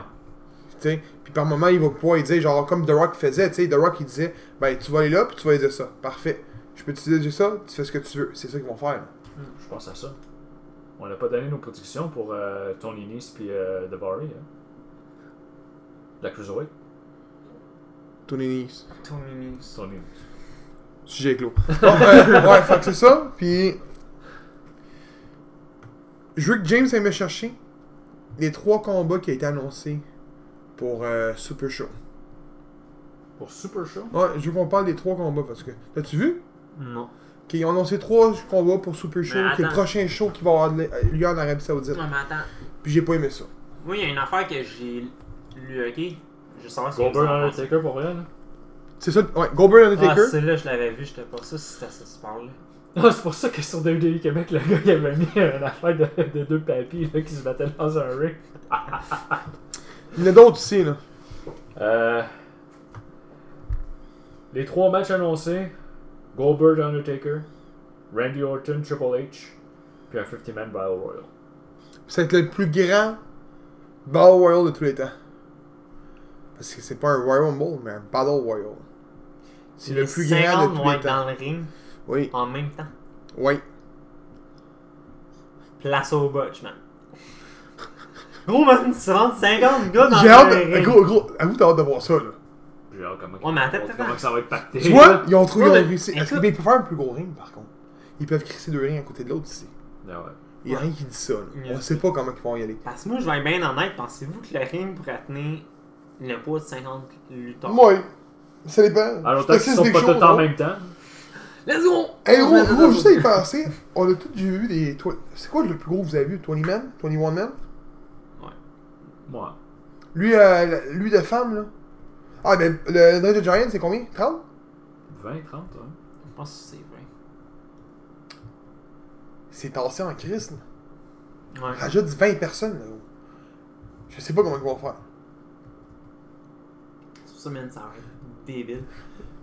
[SPEAKER 1] Tu sais, Puis par moment, il va pouvoir lui dire, genre, comme The Rock faisait, tu sais, The Rock, il disait, ben, tu vas aller là, puis tu vas lui dire ça. Parfait. Je peux te dire ça, tu fais ce que tu veux. C'est ça qu'ils vont faire. là.
[SPEAKER 2] Je pense à ça. On n'a pas donné nos prédictions pour euh, Tony Nese puis euh, Devari. Hein. La Cruiserweight.
[SPEAKER 1] Tony Nice.
[SPEAKER 3] Tony Nese.
[SPEAKER 2] Tony Nese.
[SPEAKER 1] Sujet clos. Bon, euh, ouais, fait que c'est ça. Puis. Je veux que James aille me chercher les trois combats qui a été annoncés pour euh, Super Show.
[SPEAKER 2] Pour Super Show.
[SPEAKER 1] Ouais, je veux qu'on parle des trois combats parce que. T'as-tu vu?
[SPEAKER 3] Non.
[SPEAKER 1] Qu'ils ont annoncé trois combats pour Super Show, qui est le
[SPEAKER 3] attends.
[SPEAKER 1] prochain show qui va avoir euh, lieu en Arabie Saoudite.
[SPEAKER 3] Non, mais attends.
[SPEAKER 1] Puis j'ai pas aimé ça.
[SPEAKER 3] Moi, il y a une affaire que j'ai lu, ok? Je sais pas ce que vous
[SPEAKER 2] Goldberg
[SPEAKER 3] en pensez.
[SPEAKER 2] Undertaker pour rien. là.
[SPEAKER 1] C'est ça, ouais, Goldberg
[SPEAKER 3] Ah,
[SPEAKER 1] Undertaker.
[SPEAKER 3] celle-là, je l'avais vu, j'étais pas sûr si c'était ça se parle.
[SPEAKER 2] Ah, c'est pour ça que sur WWE Québec, le gars il avait mis une affaire de, de deux papis là, qui se battaient dans un ring.
[SPEAKER 1] Il y en a d'autres ici, là.
[SPEAKER 2] Euh, les trois matchs annoncés Goldberg Undertaker, Randy Orton Triple H, puis un 50-man Battle Royal.
[SPEAKER 1] Ça va être le plus grand Battle Royal de tous les temps. Parce que c'est pas un Royal Rumble, mais un Battle Royal. C'est le plus grand de tous les temps.
[SPEAKER 3] dans le ring
[SPEAKER 1] Oui,
[SPEAKER 3] en même temps.
[SPEAKER 1] oui.
[SPEAKER 3] Place au botch, man. Gros, man, tu rentres 50 gars dans
[SPEAKER 1] J'ai hâte.
[SPEAKER 3] le
[SPEAKER 1] de-
[SPEAKER 3] ring.
[SPEAKER 1] Gros, gros, avoue, t'as hâte de voir ça, là.
[SPEAKER 2] J'ai hâte comment,
[SPEAKER 3] Ouais, mais attends, attends.
[SPEAKER 2] comment que ça va être pacté.
[SPEAKER 1] Tu
[SPEAKER 2] là.
[SPEAKER 1] vois, ils ont trouvé ils
[SPEAKER 3] Ouais,
[SPEAKER 1] ont
[SPEAKER 3] mais
[SPEAKER 1] réussi. Est-ce
[SPEAKER 3] écoute-
[SPEAKER 1] qu'ils peuvent faire un plus gros ring, par contre Ils peuvent crisser deux rings à côté de l'autre ici.
[SPEAKER 2] Ah ouais.
[SPEAKER 1] Il y a
[SPEAKER 3] Ouais.
[SPEAKER 1] rien qui dit ça, là.
[SPEAKER 3] Il y a-
[SPEAKER 1] On sait pas comment ils vont y aller.
[SPEAKER 3] Parce que moi, je vais être bien honnête, pensez-vous que le ring pourrait tenir le poids de 50 lutteurs?
[SPEAKER 1] Moi, ça dépend.
[SPEAKER 3] Ah,
[SPEAKER 2] Alors, tant qu'ils sont pas tous en même temps.
[SPEAKER 3] Let's go!
[SPEAKER 1] Hey, gros,
[SPEAKER 3] Let's
[SPEAKER 1] gros,
[SPEAKER 3] go.
[SPEAKER 1] juste à y penser, on a tous déjà vu des. twi- C'est quoi le plus gros que vous avez vu 20 men 21 men
[SPEAKER 2] Moi.
[SPEAKER 1] Lui, euh, la- lui de femme, là. Ah, mais le André the Giant, c'est combien 30
[SPEAKER 2] 20, 30, hein.
[SPEAKER 3] Je pense que c'est
[SPEAKER 1] C'est tassé en crise, là.
[SPEAKER 3] vrai. Ouais.
[SPEAKER 1] Rajoute 20 personnes, là. Je sais pas comment ils vont faire.
[SPEAKER 3] C'est pour ça, man, ça va être débile.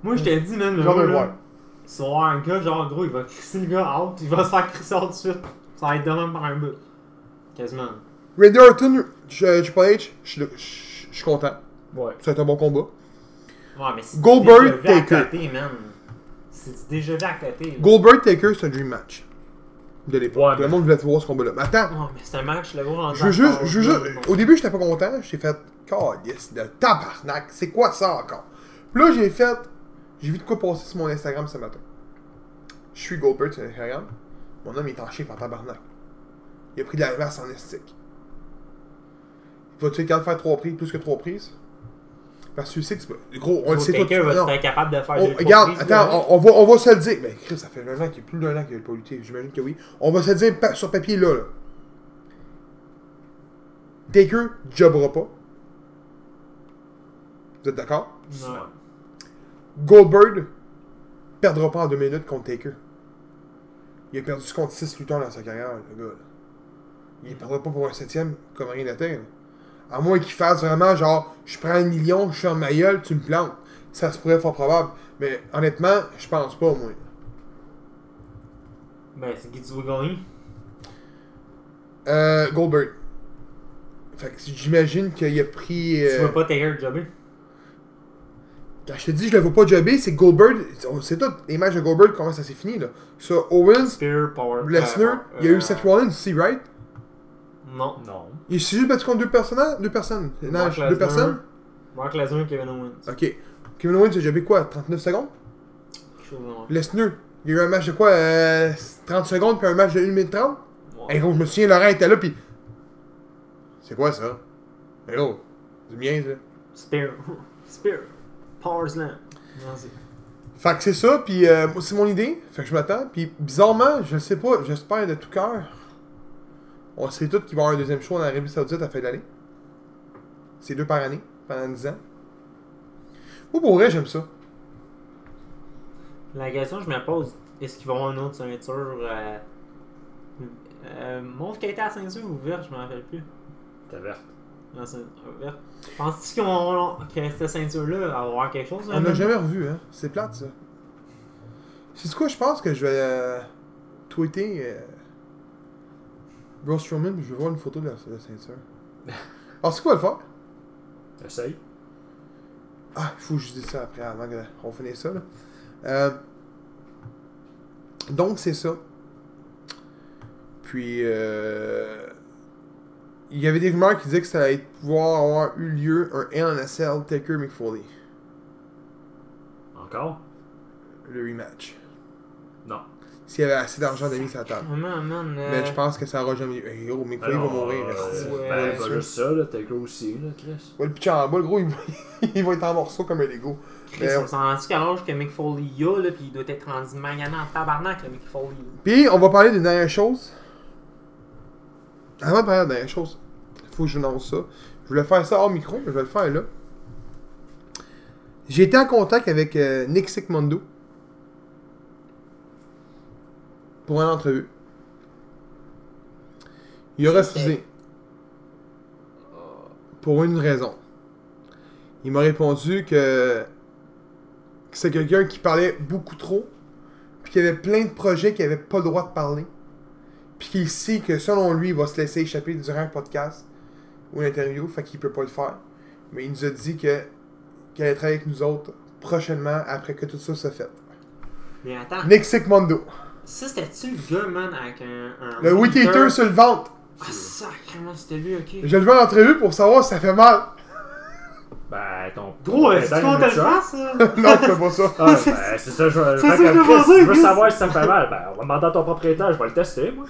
[SPEAKER 3] Moi, je te dis, man, le
[SPEAKER 1] Genre
[SPEAKER 3] gars,
[SPEAKER 1] de
[SPEAKER 3] là,
[SPEAKER 1] voir.
[SPEAKER 3] si on voit un gars, genre, gros, il va crisser le gars out, il va se faire crisser out de suite. Ça va être de même par un bout. Quasiment.
[SPEAKER 1] Randy Orton, je- Triple H, je suis le- je- je suis content.
[SPEAKER 2] Ouais.
[SPEAKER 1] Ça va être un bon combat.
[SPEAKER 3] Ouais, mais c'est
[SPEAKER 1] Goldberg,
[SPEAKER 3] déjà vu à
[SPEAKER 1] Taker.
[SPEAKER 3] côté, man. C'est déjà vu à côté. là.
[SPEAKER 1] Goldberg Taker, c'est un dream match. De l'époque.
[SPEAKER 2] Ouais,
[SPEAKER 1] Tout le
[SPEAKER 2] mais-
[SPEAKER 1] monde voulait voir ce combat-là. Mais attends,
[SPEAKER 3] Ouais, mais c'est un match, le gros, en
[SPEAKER 1] je veux juste. Je veux juste- oh, Au début, j'étais pas content. J'ai fait. Calice de tabarnak. C'est quoi ça encore? Puis là, j'ai fait. J'ai vu de quoi passer sur mon Instagram ce matin. Je suis Goldberg sur Instagram. Mon homme est en chien en tabarnak. Il a pris de la masse en estique. Va-tu être capable de faire trois prises, plus que trois prises? Parce que celui-ci, gros, on le sait tout.
[SPEAKER 3] Taker va
[SPEAKER 1] Non.
[SPEAKER 3] être capable de faire
[SPEAKER 1] On-
[SPEAKER 3] deux, trois
[SPEAKER 1] Oh, regarde,
[SPEAKER 3] prises, là. hein.
[SPEAKER 1] attends, on, on va, on va se le dire. Mais Chris, ça fait un an qu'il plus d'un an qu'il n'a pas lutté. J'imagine que oui. On va se le dire pa- sur papier là. là. Taker jobbera pas. Vous êtes d'accord?
[SPEAKER 3] Ouais.
[SPEAKER 1] Goldberg perdra pas en deux minutes contre Taker. Il a perdu contre 6 lutteurs dans sa carrière, le gars. là. Il perdra pas pour un septième comme rien n'était. là. À moins qu'il fasse vraiment genre, je prends un million, je suis en ma gueule, tu me plantes. Ça se pourrait fort probable. Mais honnêtement, je pense pas, moi.
[SPEAKER 3] Ben, c'est qui tu veux gagner?
[SPEAKER 1] Euh, Goldberg. Fait que j'imagine qu'il a pris.
[SPEAKER 3] Tu
[SPEAKER 1] euh,
[SPEAKER 3] veux pas Taker jobber?
[SPEAKER 1] Quand je te dis, je le vois pas jobber, c'est Goldberg. On sait tout, les matchs de Goldberg, comment ça s'est fini là. Ça, Owens,
[SPEAKER 3] Spear, Power.
[SPEAKER 1] Lesnar,
[SPEAKER 3] euh,
[SPEAKER 1] il y a
[SPEAKER 3] euh,
[SPEAKER 1] eu Seth Rollins aussi, right?
[SPEAKER 3] Non.
[SPEAKER 2] Non.
[SPEAKER 1] Il s'est juste battu contre deux personnes Deux personnes Non,
[SPEAKER 3] Mark
[SPEAKER 1] deux
[SPEAKER 3] Lesnar.
[SPEAKER 1] personnes
[SPEAKER 3] Mark Lesnar et Kevin Owens.
[SPEAKER 1] Ok. Kevin Owens, j'avais quoi 39 secondes
[SPEAKER 3] Quelque chose de même.
[SPEAKER 1] Lesnar, il y a eu un match de quoi euh, 30 secondes, puis un match de 1 minute 30
[SPEAKER 3] Ouais.
[SPEAKER 1] Et gros, je me souviens, Laurent était là, puis. C'est quoi ça Mais gros, du mien, ça.
[SPEAKER 3] Spear. Spear. Power Slam. Non, c'est-
[SPEAKER 1] Fait que c'est ça, puis euh, moi, c'est mon idée. Fait que je m'attends. Puis bizarrement, je sais pas, j'espère de tout cœur. On sait tous qu'il va y avoir un deuxième show en Arabie Saoudite à la fin de l'année. C'est deux par année, pendant 10 ans. Moi, pour vrai, j'aime ça.
[SPEAKER 3] La question que je me pose, est-ce qu'ils vont avoir une autre ceinture euh, euh, Montre qu'elle était à ceinture ou verte, je m'en rappelle plus.
[SPEAKER 2] T'as verte.
[SPEAKER 3] La ceinture verte. Penses-tu qu'ils vont que cette ceinture-là elle va avoir quelque chose
[SPEAKER 1] On
[SPEAKER 3] là,
[SPEAKER 1] l'a jamais revu, hein. C'est plate, ça. C'est quoi, je pense que je vais euh, tweeter euh, Braun Strowman, puis je vais voir une photo de la, de la ceinture. Alors, c'est quoi le faire?
[SPEAKER 2] Essaye.
[SPEAKER 1] Ah, il faut que je dise ça après, avant qu'on finisse ça. là. Euh, donc, c'est ça. Puis, euh, il y avait des rumeurs qui disaient que ça allait pouvoir avoir eu lieu un LNSL Taker McFoley,
[SPEAKER 2] Encore?
[SPEAKER 1] le rematch.
[SPEAKER 2] Non.
[SPEAKER 1] S'il y avait assez d'argent de mis sur la table.
[SPEAKER 3] Vraiment, man. euh,
[SPEAKER 1] Mais Ben, je pense que ça aura jamais lieu. Hey, oh, McFoley va
[SPEAKER 2] Alors,
[SPEAKER 1] mourir.
[SPEAKER 2] euh,
[SPEAKER 1] esti.
[SPEAKER 3] Ouais,
[SPEAKER 2] ben, pas
[SPEAKER 1] sûr.
[SPEAKER 2] juste ça, là, Taker aussi, là, Chris.
[SPEAKER 1] Ouais, le pitch en bas, le gros, il va, il va être en morceaux comme un Lego.
[SPEAKER 3] Chris, on s'en rend qu'à l'âge que Mick Foley a, là, pis il doit être rendu manganant en tabarnak, le Mick Foley.
[SPEAKER 1] Puis, on va parler d'une dernière chose. Avant de parler de la dernière chose, il faut que je vous annonce ça. Je voulais faire ça hors micro, mais je vais le faire là. J'ai été en contact avec euh, Nick Sigmondo pour une entrevue. Il a refusé. Pour une raison. Il m'a répondu que, que c'est quelqu'un qui parlait beaucoup trop, puis qu'il y avait plein de projets qu'il n'avait pas le droit de parler, puis qu'il sait que selon lui, il va se laisser échapper durant un podcast ou une interview, fait qu'il peut pas le faire. Mais il nous a dit que qu'il allait travailler avec nous autres prochainement après que tout ça se fait.
[SPEAKER 3] Mais attends,
[SPEAKER 1] Nick Sigmondo,
[SPEAKER 3] ça c'était-tu le gars, man, avec un. un
[SPEAKER 1] le Wheat Eater sur le ventre.
[SPEAKER 3] Ah, sacrément, c'était lui, ok.
[SPEAKER 1] Je le vois en entrevue pour savoir si ça fait mal.
[SPEAKER 2] Ben, ton.
[SPEAKER 3] Gros, euh,
[SPEAKER 2] ton-
[SPEAKER 3] est-ce
[SPEAKER 2] ton-
[SPEAKER 3] qu'on te
[SPEAKER 2] ton-
[SPEAKER 3] le fasse, là?
[SPEAKER 1] non, je fais pas ça.
[SPEAKER 2] Ah, ben, c'est ça, je vais.
[SPEAKER 3] C'est
[SPEAKER 2] fait
[SPEAKER 3] ça que
[SPEAKER 2] comme
[SPEAKER 3] je
[SPEAKER 2] Chris,
[SPEAKER 3] pensais,
[SPEAKER 2] je veux
[SPEAKER 3] Chris.
[SPEAKER 2] savoir si ça me fait mal. Ben, on va demander à ton propriétaire, je vais le tester, moi.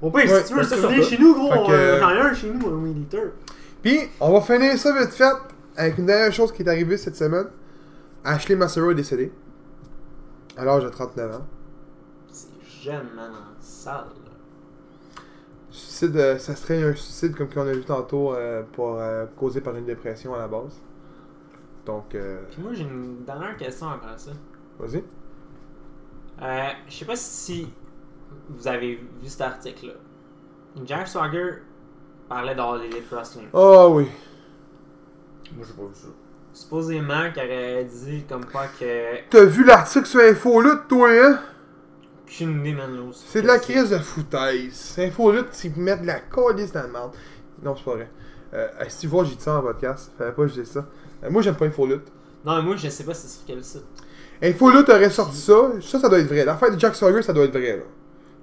[SPEAKER 3] Au pire,
[SPEAKER 1] Ouais,
[SPEAKER 3] si tu veux,
[SPEAKER 2] ben, ça,
[SPEAKER 3] tu
[SPEAKER 2] ça
[SPEAKER 3] venir
[SPEAKER 2] va.
[SPEAKER 3] chez nous, gros,
[SPEAKER 1] Fait
[SPEAKER 3] on-
[SPEAKER 1] que-
[SPEAKER 3] euh, j'en ai un chez nous, un Wheat Eater.
[SPEAKER 1] Puis, on va finir ça vite fait avec une dernière chose qui est arrivée cette semaine. Ashley Massaro est décédée à l'âge de 39 ans.
[SPEAKER 3] C'est jeune, man, en salle, là.
[SPEAKER 1] Suicide, euh, ça serait un suicide comme qu'on a vu tantôt euh, pour, euh, causé par une dépression à la base. Donc, euh,
[SPEAKER 3] Puis moi, j'ai une dernière question après ça.
[SPEAKER 1] vas-y.
[SPEAKER 3] Euh, je sais pas si vous avez vu cet article-là. Jack Swagger parlait dans l'élite wrestling.
[SPEAKER 1] Oh oui.
[SPEAKER 2] Moi, j'ai pas vu ça.
[SPEAKER 3] Supposément qu'il aurait dit comme quoi que.
[SPEAKER 1] T'as vu l'article sur Infolute, toi, hein?
[SPEAKER 3] Aucune idée, man, là, où
[SPEAKER 1] C'est de la crise de foutaise. Infolute, ils mettent de la calice dans le monde. Non, c'est pas vrai. Euh, hey, si tu vois, j'ai dit ça en podcast. Fallait pas que je dise ça. Euh, moi, j'aime pas Infolute.
[SPEAKER 3] Non, mais moi, je sais pas c'est sur quel site.
[SPEAKER 1] Infolute aurait sorti ça. Ça, ça doit être vrai. L'affaire de Jack Sawyer, ça doit être vrai, là.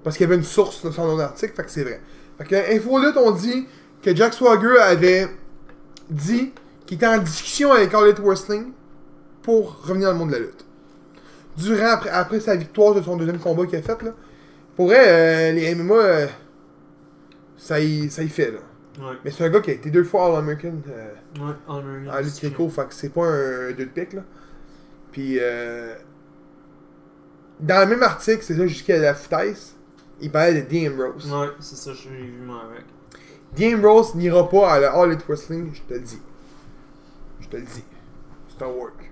[SPEAKER 1] Parce qu'il y avait une source dans son article, fait que c'est vrai. Fait que Infolute, on dit que Jack Swagger avait dit qu'il était en discussion avec All Elite Wrestling pour revenir dans le monde de la lutte. Durant, après, après sa victoire de son deuxième combat qu'il a fait, là, pour vrai, euh, les MMA, euh, ça, y, ça y fait, là.
[SPEAKER 3] Ouais.
[SPEAKER 1] Mais c'est un gars qui a été deux fois All-American euh,
[SPEAKER 3] Ouais, on a
[SPEAKER 1] à lutte gréco, Ah, fait que c'est pas un deux de pique, là. Puis, euh, dans le même article, c'est ça, jusqu'à la foutaise, il parlait de DM Rose.
[SPEAKER 3] Ouais, c'est ça, je l'ai vu, moi, avec.
[SPEAKER 1] Game Rose n'ira pas à la All Elite Wrestling, je te le dis. Je te le dis. C'est un work.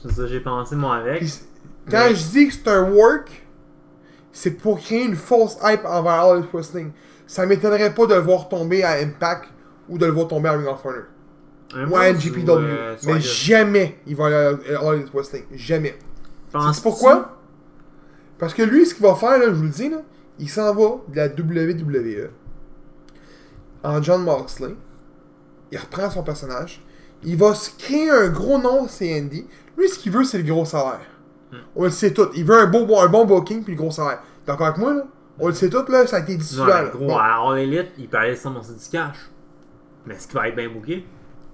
[SPEAKER 3] C'est ça, j'ai pensé, moi, avec.
[SPEAKER 1] Puis, quand je dis que c'est un work, c'est pour créer une fausse hype envers All Elite Wrestling. Ça m'étonnerait pas de le voir tomber à Impact ou de le voir tomber à Ring of Honor.
[SPEAKER 3] Un
[SPEAKER 1] Ou à
[SPEAKER 3] peu,
[SPEAKER 1] NGPW.
[SPEAKER 3] ou, euh,
[SPEAKER 1] mais
[SPEAKER 3] Swagger.
[SPEAKER 1] jamais il va aller à All Elite Wrestling. Jamais.
[SPEAKER 3] Penses-tu-
[SPEAKER 1] C'est pourquoi? Parce que lui, ce qu'il va faire, là, je vous le dis, là, il s'en va de la WWE en John Moxley. Il reprend son personnage. Il va se créer un gros nom, c'est Andy. Lui, ce qu'il veut, c'est le gros salaire. On le sait tout. Il veut un, beau, un bon booking puis le gros salaire. T'es d'accord avec moi, là? On le sait tout, là, ça a été dit
[SPEAKER 4] Non,
[SPEAKER 1] souvent.
[SPEAKER 4] mais
[SPEAKER 1] là.
[SPEAKER 4] gros,
[SPEAKER 1] Bon.
[SPEAKER 4] à All Elite, il parlait de ça mon du cash. Mais est-ce qu'il va être bien booké?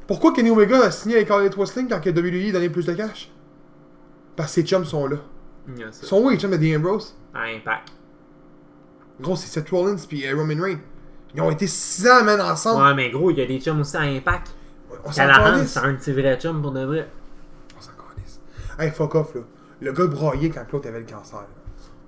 [SPEAKER 1] Pourquoi Kenny Omega a signé avec All Elite Wrestling quand que WWE a donné plus de cash? Parce que ses chums sont là.
[SPEAKER 4] Il y a ça.
[SPEAKER 1] Ils sont où les chums de Dean Ambrose?
[SPEAKER 4] À Impact.
[SPEAKER 1] Gros, c'est Seth Rollins puis euh, Roman Reigns. Ils ont été 6 ans, man, ensemble.
[SPEAKER 4] Ouais, mais gros, il y a des chums aussi à Impact.
[SPEAKER 1] On s'en
[SPEAKER 4] Callahan,
[SPEAKER 1] calisse.
[SPEAKER 4] c'est un de ses vrais chums pour de vrai.
[SPEAKER 1] On s'en calisse. Hey, fuck off, là. Le gars broyait quand l'autre avait le cancer. là.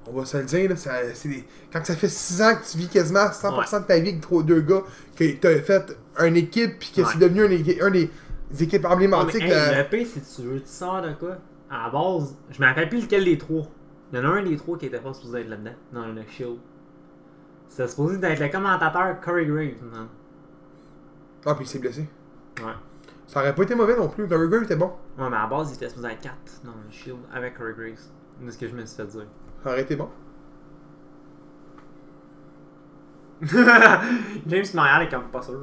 [SPEAKER 1] On va se le dire, là, ça- c'est des- quand ça fait 6 ans que tu vis quasiment 100% de ta vie avec trois- deux gars, que t'as fait une équipe, puis que
[SPEAKER 4] Ouais.
[SPEAKER 1] c'est devenu une équi- un des, des équipes
[SPEAKER 4] Ouais, mais,
[SPEAKER 1] emblématiques. euh,
[SPEAKER 4] hey,
[SPEAKER 1] là.
[SPEAKER 4] Le P, si tu veux, tu sors de quoi? À la base, je me rappelle plus lequel des trois. Il y en a un des trois qui était pas supposé être là-dedans, dans le show. C'était supposé d'être le commentateur Corey Graves, man.
[SPEAKER 1] Ah, puis il s'est blessé.
[SPEAKER 4] Ouais.
[SPEAKER 1] Ça aurait pas été mauvais non plus. Gary Gray était bon.
[SPEAKER 4] Ouais, mais à la base, il était supposé être 4 dans le Shield avec Corey Graves. C'est ce que je me suis fait dire.
[SPEAKER 1] Ça aurait été bon.
[SPEAKER 3] James Marial est comme pas sûr.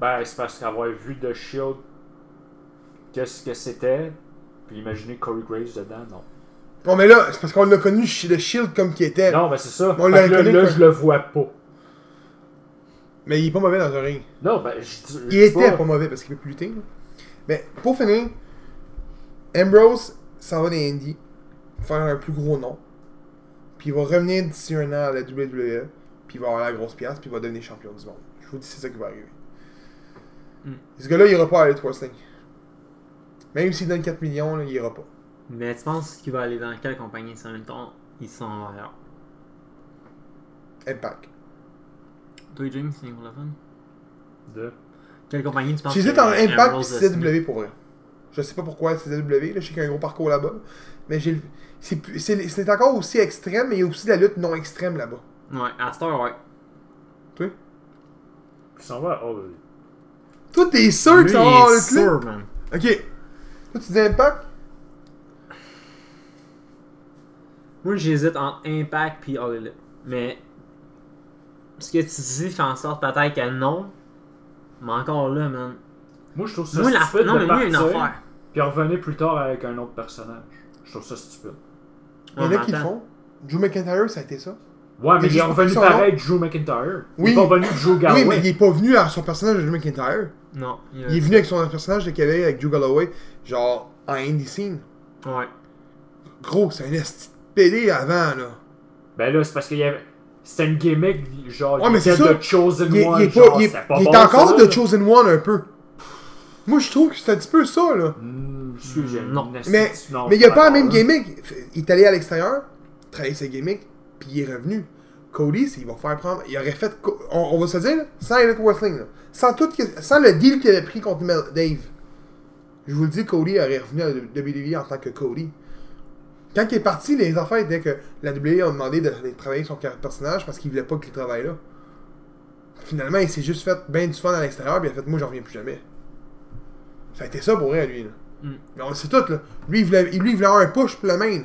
[SPEAKER 2] Ben, c'est parce qu'avoir vu The Shield, qu'est-ce que c'était, puis imaginer Corey Graves dedans, non.
[SPEAKER 1] Bon, mais là, c'est parce qu'on l'a connu chez le Shield comme qu'il était.
[SPEAKER 2] Non, ben c'est ça.
[SPEAKER 1] On
[SPEAKER 2] Fait
[SPEAKER 1] l'a
[SPEAKER 2] que là,
[SPEAKER 1] reconnu
[SPEAKER 2] là,
[SPEAKER 1] que-
[SPEAKER 2] je le vois pas.
[SPEAKER 1] Mais il est pas mauvais dans un ring.
[SPEAKER 2] Non, ben, je, je
[SPEAKER 1] Il
[SPEAKER 2] dis
[SPEAKER 1] était
[SPEAKER 2] pas-
[SPEAKER 1] pas mauvais parce qu'il peut plus lutter. là. Mais pour finir, Ambrose s'en va dans Indy pour faire un plus gros nom. Puis il va revenir d'ici un an à la WWE. Puis il va avoir la grosse pièce. Puis il va devenir champion du monde. Je vous dis, c'est ça qui va arriver.
[SPEAKER 4] Mm.
[SPEAKER 1] Ce gars-là, il ira pas à Elite Wrestling. Même s'il donne 4 millions, là, il ira pas.
[SPEAKER 4] Mais tu penses qu'il va aller dans quelle compagnie si en même temps ils sont en valeur?
[SPEAKER 1] Impact.
[SPEAKER 4] Toi, James, c'est pour le fun?
[SPEAKER 2] de-
[SPEAKER 4] Quelle compagnie tu penses
[SPEAKER 1] J'hésite
[SPEAKER 4] que
[SPEAKER 1] entre Impact et
[SPEAKER 4] Ambrose a signé?
[SPEAKER 1] CW pour vrai. Je sais pas pourquoi CW, là, je sais qu'il y a un gros parcours là-bas. Mais j'ai le- c'est plus- c'est c'est encore aussi extrême, mais il y a aussi de la lutte non extrême là-bas.
[SPEAKER 4] Ouais, à Star, ouais.
[SPEAKER 2] Il s'en va. Oh,
[SPEAKER 1] Toi, t'es sûr que
[SPEAKER 4] Lui,
[SPEAKER 1] ça
[SPEAKER 4] il
[SPEAKER 1] va
[SPEAKER 4] est
[SPEAKER 1] avoir le clip?
[SPEAKER 4] sûr, man.
[SPEAKER 1] Ok. Toi, tu dis Impact?
[SPEAKER 4] Moi, j'hésite entre Impact puis All Elite. Mais ce que tu dis fait en sorte peut-être que non. Mais encore là, man.
[SPEAKER 2] moi, je trouve ça
[SPEAKER 4] Moi, la...
[SPEAKER 2] stupide
[SPEAKER 4] Non,
[SPEAKER 2] de
[SPEAKER 4] mais moi, il y a une
[SPEAKER 2] partir,
[SPEAKER 4] affaire.
[SPEAKER 2] Puis revenir plus tard avec un autre personnage. Je trouve ça stupide.
[SPEAKER 1] Il y en
[SPEAKER 4] Ouais,
[SPEAKER 1] a qui le
[SPEAKER 4] attends.
[SPEAKER 1] font. Drew McIntyre, ça a été ça.
[SPEAKER 2] Ouais, mais
[SPEAKER 1] Mais
[SPEAKER 2] il
[SPEAKER 1] je
[SPEAKER 2] est
[SPEAKER 1] trouve
[SPEAKER 2] revenu
[SPEAKER 1] que son
[SPEAKER 2] pareil Drew McIntyre.
[SPEAKER 1] Oui.
[SPEAKER 2] Il est revenu Drew Galloway.
[SPEAKER 1] oui, mais il est pas venu à son personnage de Drew McIntyre.
[SPEAKER 4] Non. il y a-
[SPEAKER 1] Il est venu avec son personnage de Calais avec Drew Galloway, genre en indie scene.
[SPEAKER 4] Ouais.
[SPEAKER 1] Gros, c'est un esti de PD avant, là.
[SPEAKER 2] Ben là, c'est parce qu'il y avait. C'était une gimmick, genre,
[SPEAKER 1] Ouais,
[SPEAKER 2] il
[SPEAKER 1] mais c'est
[SPEAKER 2] était
[SPEAKER 1] ça.
[SPEAKER 2] de Chosen
[SPEAKER 1] Il est,
[SPEAKER 2] One.
[SPEAKER 1] il est pas-
[SPEAKER 2] genre,
[SPEAKER 1] il est-
[SPEAKER 2] c'était pas
[SPEAKER 1] il est
[SPEAKER 2] bon,
[SPEAKER 1] encore
[SPEAKER 2] ça,
[SPEAKER 1] de
[SPEAKER 2] là.
[SPEAKER 1] Chosen One un peu. Moi, je trouve que c'est un petit peu ça, là.
[SPEAKER 2] Hmm, excusez,
[SPEAKER 4] Non.
[SPEAKER 2] une
[SPEAKER 1] Mais,
[SPEAKER 2] astuce, non,
[SPEAKER 1] mais il a pas la
[SPEAKER 2] d'accord,
[SPEAKER 1] même
[SPEAKER 2] là.
[SPEAKER 1] gimmick. Il est allé à l'extérieur, travailler sa gimmick, puis il est revenu. Cody, c'est- il va faire prendre. Il aurait fait. co- On, on va se dire, là, sans Elite Wrestling, là. sans, tout, que- sans le deal qu'il avait pris contre Mel- Dave. Je vous le dis, Cody aurait revenu à la WWE en tant que Cody. Quand il est parti, les affaires étaient que la WWE a demandé de, de travailler son car- personnage parce qu'il voulait pas qu'il travaille là. Finalement, il s'est juste fait bien du fun à l'extérieur, puis il a fait Moi, j'en reviens plus jamais. Ça a été ça pour rien, lui. Là. Mais on le sait tout, là. Lui, il voulait, lui, il voulait avoir un push pour le main. Lui,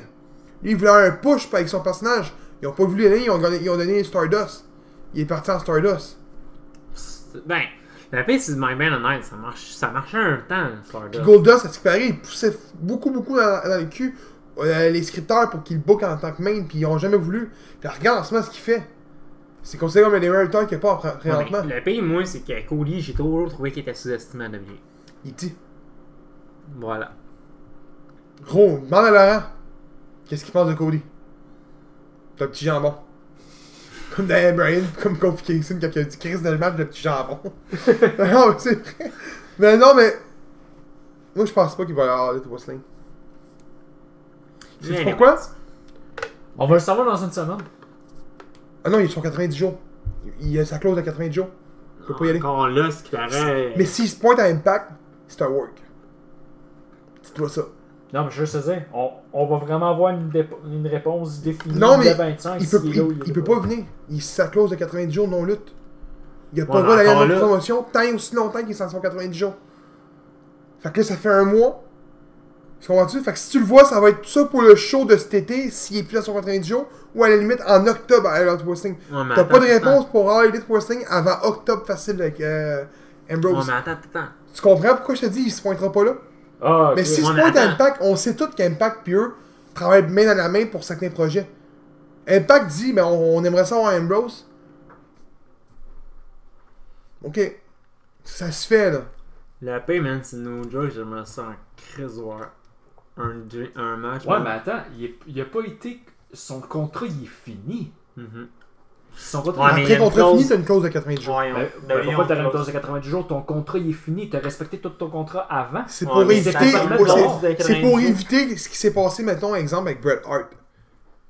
[SPEAKER 1] il voulait avoir un push avec son personnage. Ils ont pas voulu aller, ils ont, gagné- ils ont donné Stardust. Il est parti en Stardust.
[SPEAKER 4] C'est- Ben, la paix, c'est My Man Night. Ça, marche... ça marchait un temps, Stardust.
[SPEAKER 1] Puis Goldust, à ce qui paraît, il poussait f- beaucoup, beaucoup dans, dans le cul euh, les scripteurs pour qu'il book en tant que main, puis ils ont jamais voulu. Puis regarde en ce moment ce qu'il fait. C'est considéré comme un des meilleurs lutteurs qu'il n'y a pas pr-
[SPEAKER 4] Ouais,
[SPEAKER 1] présentement.
[SPEAKER 4] mais le pays, moi, c'est que Cody, j'ai toujours trouvé qu'il était sous-estimé à WWE.
[SPEAKER 1] Il dit
[SPEAKER 4] Voilà.
[SPEAKER 1] Gros, demande à Laurent, qu'est-ce qu'il pense de Cody T'as un petit jambon. Comme Daniel Bryan, comme Kofi Kingston quand il a dit Chris dans le match de petit jambon. non, mais c'est vrai. Mais non, mais. Moi, je pense pas qu'il va y avoir Elite Wrestling.
[SPEAKER 4] Mais
[SPEAKER 1] C'est
[SPEAKER 4] non.
[SPEAKER 1] pourquoi
[SPEAKER 2] On va le savoir dans une semaine.
[SPEAKER 1] Ah non, ils sont 90 jours. Il a sa clause de 90 jours. Il peut pas y aller.
[SPEAKER 4] Encore là, ce qui paraît.
[SPEAKER 1] Mais s'il se pointe à Impact, c'est un work. Dis-toi ça.
[SPEAKER 2] Non, mais je veux juste te dire, on, on va vraiment avoir une, dépo- une réponse définie
[SPEAKER 1] Non, mais
[SPEAKER 2] le 25.
[SPEAKER 1] Il peut,
[SPEAKER 2] s'il est
[SPEAKER 1] il,
[SPEAKER 2] là ou
[SPEAKER 1] il
[SPEAKER 2] est
[SPEAKER 1] peut pas venir. Il sa clause de 90 jours non lutte. Il a pas
[SPEAKER 4] Ouais,
[SPEAKER 1] le droit d'aller
[SPEAKER 4] encore
[SPEAKER 1] à une
[SPEAKER 4] là.
[SPEAKER 1] promotion tant et aussi longtemps qu'il est censé 90 jours. Fait que là, ça fait un mois. Tu comprends-tu? Fait que si tu le vois, ça va être ça pour le show de cet été, s'il est plus à son 90 jours, ou à la limite en octobre à Elite Wrestling.
[SPEAKER 4] Ouais, mais
[SPEAKER 1] T'as
[SPEAKER 4] attends,
[SPEAKER 1] pas de
[SPEAKER 4] attends.
[SPEAKER 1] réponse pour All Elite Wrestling avant octobre facile avec euh,
[SPEAKER 4] Ouais,
[SPEAKER 1] Ambrose.
[SPEAKER 4] mais attends, attends.
[SPEAKER 1] Tu comprends pourquoi je te dis, il se pointera pas là?
[SPEAKER 2] Ah, ok.
[SPEAKER 1] Mais si
[SPEAKER 4] Ouais,
[SPEAKER 1] c'est
[SPEAKER 4] mais
[SPEAKER 1] pas
[SPEAKER 4] attends.
[SPEAKER 1] Impact, on sait tous qu'Impact puis eux travaillent main dans la main pour certains projets. Impact dit, ben on, on aimerait ça avoir Ambrose. Ok. Ça se fait, là.
[SPEAKER 4] La paix, man, c'est no joke, j'aimerais ça en crise voir un, j- un match.
[SPEAKER 2] Ouais,
[SPEAKER 4] man.
[SPEAKER 2] mais attends, il, est- il a pas été. Son contrat, il est fini.
[SPEAKER 4] Mhm.
[SPEAKER 2] Son
[SPEAKER 4] Ouais,
[SPEAKER 2] contrat.
[SPEAKER 4] mais il y a
[SPEAKER 1] Après
[SPEAKER 4] une
[SPEAKER 1] contrat
[SPEAKER 4] clause-
[SPEAKER 1] fini, t'as une clause de 90 jours.
[SPEAKER 4] Ouais, on-
[SPEAKER 2] Ben,
[SPEAKER 4] ben,
[SPEAKER 2] ben, pourquoi
[SPEAKER 4] on-
[SPEAKER 2] t'as une clause de 90 jours Ton contrat, il est fini. T'as respecté tout ton contrat avant.
[SPEAKER 1] C'est
[SPEAKER 4] Ouais,
[SPEAKER 1] pour
[SPEAKER 4] mais
[SPEAKER 1] éviter.
[SPEAKER 4] ça permet
[SPEAKER 1] pour-
[SPEAKER 4] d'avoir
[SPEAKER 1] c'est-
[SPEAKER 4] des
[SPEAKER 1] C'est pour
[SPEAKER 4] 90 jours.
[SPEAKER 1] éviter ce qui s'est passé, mettons, exemple, avec Bret Hart.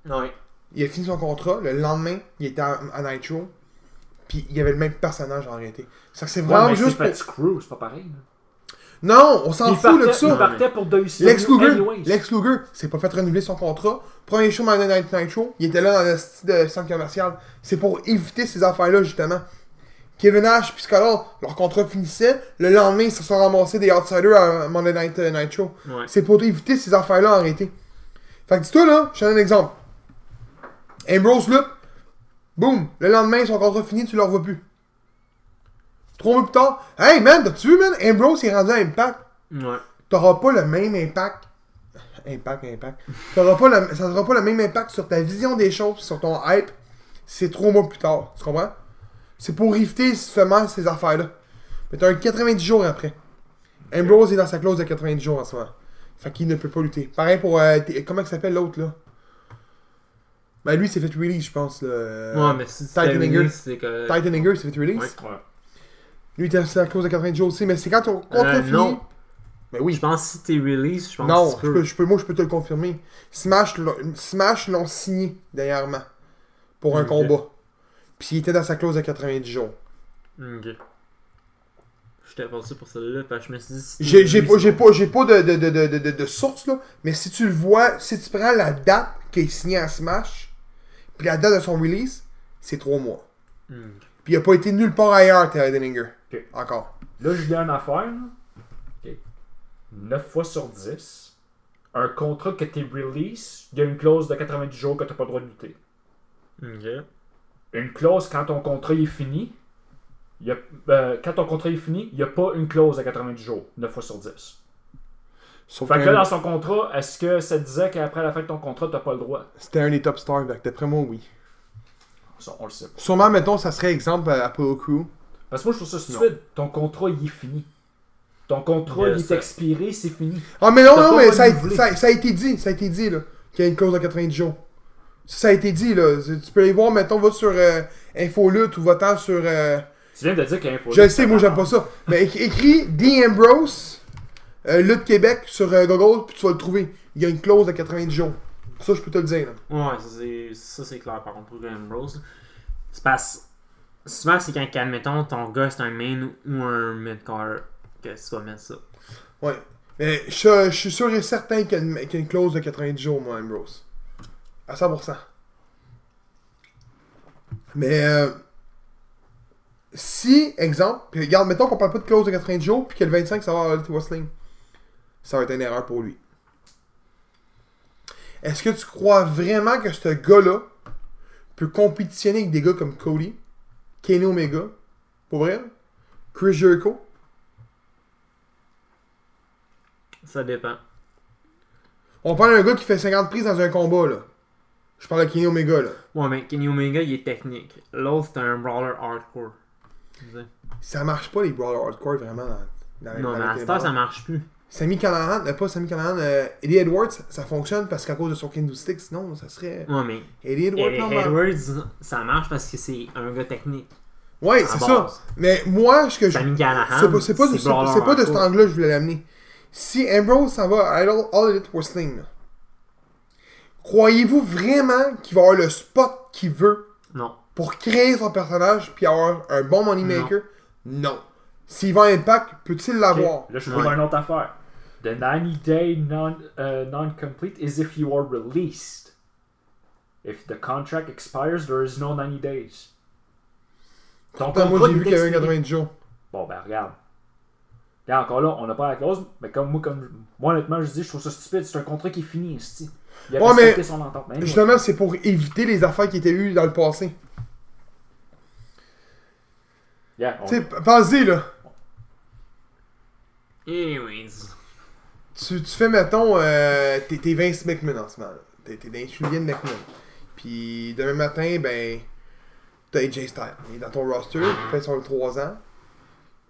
[SPEAKER 4] Ouais.
[SPEAKER 1] Il a fini son contrat, le lendemain, il était à, à Nitro. Puis il y avait le même personnage en réalité. Ça c'est
[SPEAKER 2] Ouais,
[SPEAKER 1] vraiment
[SPEAKER 2] mais
[SPEAKER 1] juste
[SPEAKER 2] c'est
[SPEAKER 1] pour.
[SPEAKER 2] Pat Screw, c'est pas pareil. là.
[SPEAKER 1] Non, on s'en
[SPEAKER 2] il
[SPEAKER 1] fout
[SPEAKER 2] partait,
[SPEAKER 1] là, de ça.
[SPEAKER 2] Il partait pour WCW.
[SPEAKER 1] Lex Luger,
[SPEAKER 2] anyways.
[SPEAKER 1] Lex Luger, s'est pas fait renouveler son contrat. Premier show Monday Night Night Show, il était là dans le style de centre commercial. C'est pour éviter ces affaires-là, justement. Kevin Nash puis Scott Hall, leur contrat finissait. Le lendemain, ils se sont ramassés des outsiders à Monday Night euh, Night Show.
[SPEAKER 4] Ouais.
[SPEAKER 1] C'est pour éviter ces affaires-là en réalité. Fait que dis-toi là, je te donne un exemple. Ambrose Luke, boum, le lendemain, son contrat fini, tu le revois plus. Trois mois plus tard, hey man, t'as-tu vu man, Ambrose est rendu à Impact
[SPEAKER 4] Ouais.
[SPEAKER 1] t'auras pas le même impact. Impact, impact. T'auras pas le- ça sera pas le même impact sur ta vision des choses, sur ton hype, c'est trois mois plus tard. Tu comprends? C'est pour éviter justement ces affaires-là. Mais t'as un 90 jours après. Ambrose est dans sa clause de 90 jours en ce moment. Fait qu'il ne peut pas lutter. Pareil pour. euh, t- comment il s'appelle l'autre là Ben lui, il s'est fait release, je pense. Là.
[SPEAKER 4] Ouais, mais si
[SPEAKER 1] Titan
[SPEAKER 4] c'est terminé,
[SPEAKER 1] Hanger.
[SPEAKER 4] c'est que.
[SPEAKER 1] Titan Anger, il s'est fait release.
[SPEAKER 4] Ouais.
[SPEAKER 2] Ouais.
[SPEAKER 1] Lui, il était sur la clause de 90 jours aussi. Mais c'est quand ton contrat
[SPEAKER 4] Euh,
[SPEAKER 1] fini.
[SPEAKER 4] non.
[SPEAKER 1] Mais
[SPEAKER 4] Oui, je
[SPEAKER 1] oui.
[SPEAKER 4] pense que si t'es release, je pense
[SPEAKER 1] Non,
[SPEAKER 4] que tu
[SPEAKER 1] je peux, je peux- moi je peux te le confirmer. Smash l'a- Smash l'ont signé dernièrement pour un
[SPEAKER 4] Ok.
[SPEAKER 1] combat. Puis il était dans sa clause de 90 jours.
[SPEAKER 4] Ok. J'étais pensé pour celle-là, parce que je me suis dit. si
[SPEAKER 1] J'ai
[SPEAKER 4] t'es
[SPEAKER 1] j'ai pas,
[SPEAKER 4] release-
[SPEAKER 1] j'ai pas, j'ai pas de, de, de, de, de- de- de source, là. Mais si tu le vois, si tu prends la date qui est signée à Smash, puis la date de son release, c'est trois mois.
[SPEAKER 4] Ok.
[SPEAKER 1] Puis il a pas été nulle part ailleurs, Terry Dellinger.
[SPEAKER 2] Ok.
[SPEAKER 1] Encore.
[SPEAKER 2] Là, je lis une affaire. là. Ok. 9 fois sur 10. Un contrat que t'es release, il y a une clause de 90 jours que t'as pas le droit de lutter.
[SPEAKER 4] Ok.
[SPEAKER 2] Une clause, quand ton contrat est fini, il y a- euh, quand ton contrat est fini, il n'y a pas une clause à 90 jours, 9 fois sur 10.
[SPEAKER 1] Sauf
[SPEAKER 2] Fait
[SPEAKER 1] que
[SPEAKER 2] que là, dans son contrat, est-ce que ça disait qu'après la fin de ton contrat, t'as pas le droit?
[SPEAKER 1] c'était un des top stars, donc d'après moi, oui.
[SPEAKER 2] Ça, on le sait pas.
[SPEAKER 1] Sûrement, mettons, ça serait exemple à Apollo Crew.
[SPEAKER 2] Parce que moi, je trouve ça stupide. Ton contrat, il est fini. Ton contrat,
[SPEAKER 4] Yes,
[SPEAKER 2] il est
[SPEAKER 4] ça.
[SPEAKER 2] expiré, c'est fini.
[SPEAKER 1] Ah, mais non,
[SPEAKER 2] T'as
[SPEAKER 1] non,
[SPEAKER 2] pas
[SPEAKER 1] mais
[SPEAKER 2] renouvelé.
[SPEAKER 1] ça a, ça- ça a été dit, ça a été dit, là, qu'il y a une clause de 90 jours. Ça, ça a été dit, là. Tu peux aller voir, mettons, va sur euh, Infolute ou va-t'en sur. euh,
[SPEAKER 2] Tu viens de dire qu'il y a un faux-
[SPEAKER 1] Je le sais, moi j'aime pas ça. Mais éc- écris D. Ambrose, euh, Lutte Québec sur euh, Google, puis tu vas le trouver. Il y a une clause de 90 jours. Ça, je peux te le dire. là.
[SPEAKER 4] Ouais, ça, c'est- ça c'est clair par contre pour Graham Rose. C'est parce. Souvent, c'est quand, admettons, ton gars c'est un main ou un mid-car que tu vas mettre ça.
[SPEAKER 1] Ouais. Mais je, je suis sûr et certain qu'il y, a une- qu'il y a une clause de 90 jours, moi, Ambrose. À 100%. Mais euh, si, exemple, puis regarde, mettons qu'on parle pas de clause de 90 jours, puis que le 25, ça va avoir Elite Wrestling. Ça va être une erreur pour lui. Est-ce que tu crois vraiment que ce gars-là peut compétitionner avec des gars comme Cody, Kenny Omega, pour vrai, là, Chris Jericho,
[SPEAKER 4] Ça dépend.
[SPEAKER 1] On parle d'un gars qui fait 50 prises dans un combat, là. Je parle de Kenny Omega, là.
[SPEAKER 4] Ouais, mais Kenny Omega, il est technique. L'autre, c'est un brawler hardcore. Tu sais.
[SPEAKER 1] Ça marche pas, les brawlers hardcore, vraiment, dans, dans
[SPEAKER 4] Non, mais
[SPEAKER 1] dans les
[SPEAKER 4] à ce temps, ça marche plus.
[SPEAKER 1] Sami Callahan, euh, pas Sami Callahan, euh, Eddie Edwards, ça fonctionne parce qu'à cause de son Kendo Stick, sinon, ça serait...
[SPEAKER 4] Ouais, mais
[SPEAKER 1] Eddie Edwards, non, man.
[SPEAKER 4] Mm. Edwards, ça marche parce que c'est un gars technique.
[SPEAKER 1] Ouais,
[SPEAKER 4] à
[SPEAKER 1] c'est ça.
[SPEAKER 4] base.
[SPEAKER 1] Mais moi, ce que je...
[SPEAKER 4] Sami Callahan.
[SPEAKER 1] C'est pas, c'est pas de, c'est
[SPEAKER 4] brawler
[SPEAKER 1] pas de cet
[SPEAKER 4] hardcore.
[SPEAKER 1] angle-là que je voulais l'amener. Si Ambrose s'en va à Idol- All Elite Wrestling, là, croyez-vous vraiment qu'il va avoir le spot qu'il veut
[SPEAKER 4] Non.
[SPEAKER 1] pour créer son personnage puis avoir un bon moneymaker? Non. S'il va à Impact, peut-il l'avoir?
[SPEAKER 2] Ok, Là, je
[SPEAKER 1] Ouais.
[SPEAKER 2] trouve une autre affaire. The 90-day non- euh, non-complete is if you are released. If the contract expires, there is no 90 days. Ton
[SPEAKER 1] Attends, moi
[SPEAKER 2] contrat,
[SPEAKER 1] j'ai
[SPEAKER 2] il
[SPEAKER 1] vu
[SPEAKER 2] est
[SPEAKER 1] qu'il y avait
[SPEAKER 2] expiré.
[SPEAKER 1] 90 jours.
[SPEAKER 2] Bon, ben regarde. Regarde, encore là, on n'a pas la clause, mais comme moi, comme moi honnêtement, je dis, je trouve ça stupide. C'est un contrat qui est fini, esti. Il a
[SPEAKER 1] Ouais,
[SPEAKER 2] respecté
[SPEAKER 1] mais-
[SPEAKER 2] son entente. Mais anyway.
[SPEAKER 1] Justement, c'est pour éviter les affaires qui étaient eues dans le passé.
[SPEAKER 2] Yeah, on-
[SPEAKER 1] Tu sais, p- pensez là.
[SPEAKER 4] Anyways.
[SPEAKER 1] Tu, tu fais, mettons, euh, t'es, t'es Vince McMahon en ce moment. là. T'es, t'es dans les souliers de McMahon. Puis demain matin, ben, t'as AJ Styles. Il est dans ton roster, il fait son 3 ans.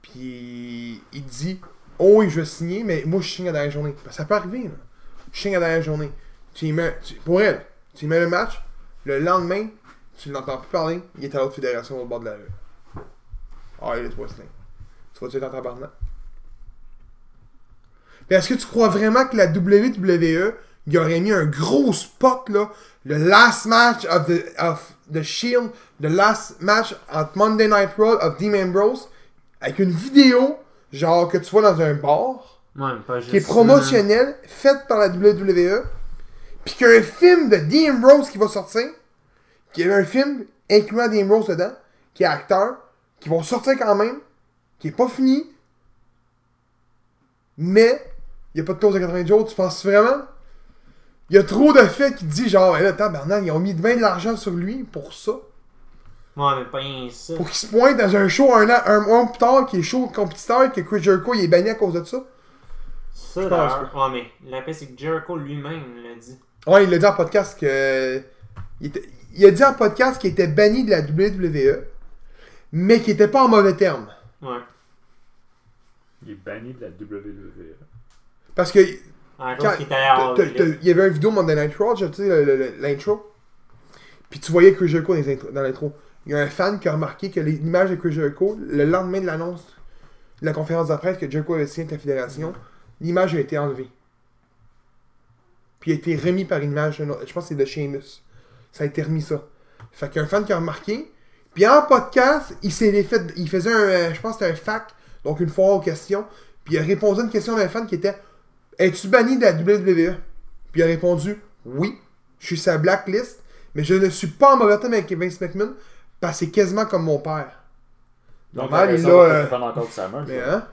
[SPEAKER 1] Puis il dit, oh oui, je vais signer, mais moi je signe à la dernière journée. Ben, ça peut arriver, là. Je signe à la dernière journée. Tu y mets, tu- pour elle, tu y mets le match, le lendemain, tu l'entends plus parler, il est à l'autre fédération au bord de la rue. Ah, il est Wrestling. Tu vas-tu être en tabarnak? Mais est-ce que tu crois vraiment que la WWE il aurait mis un gros spot là, le last match of the of the Shield, the last match at Monday Night Raw of Dean Ambrose avec une vidéo genre que tu vois dans un bar
[SPEAKER 4] Ouais, mais pas juste.
[SPEAKER 1] qui est promotionnelle faite par la WWE puis qu'il y a un film de Dean Ambrose qui va sortir qui est un film incluant Dean Ambrose dedans qui est acteur qui vont sortir quand même qui est pas fini mais il n'y a pas de clause de 90 jours. Tu penses vraiment? Il y a trop de faits qui disent genre, hey, là, tabarnak, ils ont mis bien de l'argent sur lui pour ça.
[SPEAKER 4] Ouais, mais pas rien ça.
[SPEAKER 1] Pour qu'il se pointe dans un show un, an, un mois plus tard, qui est chaud compétiteur, que Chris Jericho, il est banni à cause de ça.
[SPEAKER 4] Ça,
[SPEAKER 1] Je pense
[SPEAKER 4] d'ailleurs. Ouais, mais la paix, c'est que Jericho lui-même l'a dit.
[SPEAKER 1] Ouais, il l'a dit en podcast que... Il, était- il a dit en podcast qu'il était banni de la WWE. E, mais qui était pas en mauvais terme.
[SPEAKER 3] Ouais.
[SPEAKER 2] Il est banni de la E. WWE.
[SPEAKER 1] Parce que
[SPEAKER 3] À
[SPEAKER 1] Quand-
[SPEAKER 3] cause qu'il était à
[SPEAKER 1] T'as- t'as- Il y avait une vidéo Monday Night Raw, tu sais, le- le- le- l'intro. Puis tu voyais Chris Jericho dans les intro- dans l'intro. Il y a un fan qui a remarqué que les- l'image de Chris Jericho, le lendemain de l'annonce de la conférence de presse que Jericho avait signé avec la fédération, l'image a été enlevée. Puis a été remis par une image, d'un autre- je pense que c'est de Sheamus. Ça a été remis ça. Fait qu'il y a un fan qui a remarqué. Puis en podcast, il s'est fait, il faisait un, euh, je pense que c'était un fact, donc une foire aux questions. Puis il a répondu à une question d'un fan qui était Es-tu banni de la WWE Puis il a répondu Oui, je suis sa blacklist, mais je ne suis pas en mauvais terme avec Vince McMahon parce que c'est quasiment comme mon père. Normal, il
[SPEAKER 2] a.
[SPEAKER 1] l'a, euh,
[SPEAKER 2] encore de sa merch.
[SPEAKER 1] Mais
[SPEAKER 2] ouais.
[SPEAKER 1] hein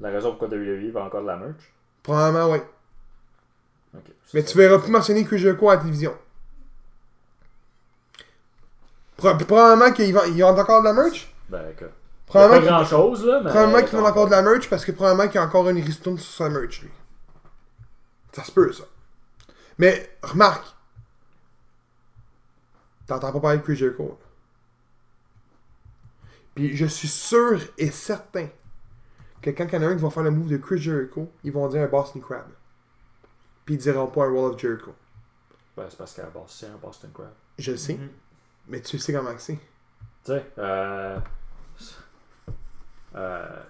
[SPEAKER 2] La raison pourquoi WWE vend encore de la merch.
[SPEAKER 1] Probablement, oui.
[SPEAKER 2] Ok.
[SPEAKER 1] Mais tu verras plus mentionner que Jericho à la télévision. Pro- probablement qu'ils vendent, ils vendent encore de la merch.
[SPEAKER 2] Ben, d'accord.
[SPEAKER 1] Probablement
[SPEAKER 2] Pas
[SPEAKER 1] qu'ils
[SPEAKER 2] grand chose, là. Mais...
[SPEAKER 1] probablement qu'ils vendent encore de la merch parce que probablement qu'il y a encore une ristourne sur sa merch, lui. Ça se peut, ça. Mais remarque, t'entends pas parler de Chris Jericho. là. Puis je suis sûr et certain que quand il y en a un qui va faire le move de Chris Jericho, ils vont dire un Boston Crab. Puis ils diront pas un Wall of Jericho.
[SPEAKER 2] Ben, c'est parce qu'à Boston, c'est un Boston Crab.
[SPEAKER 1] Je le sais.
[SPEAKER 3] Mhm.
[SPEAKER 1] Mais tu sais comment que c'est.
[SPEAKER 2] Tu sais, euh. Euh.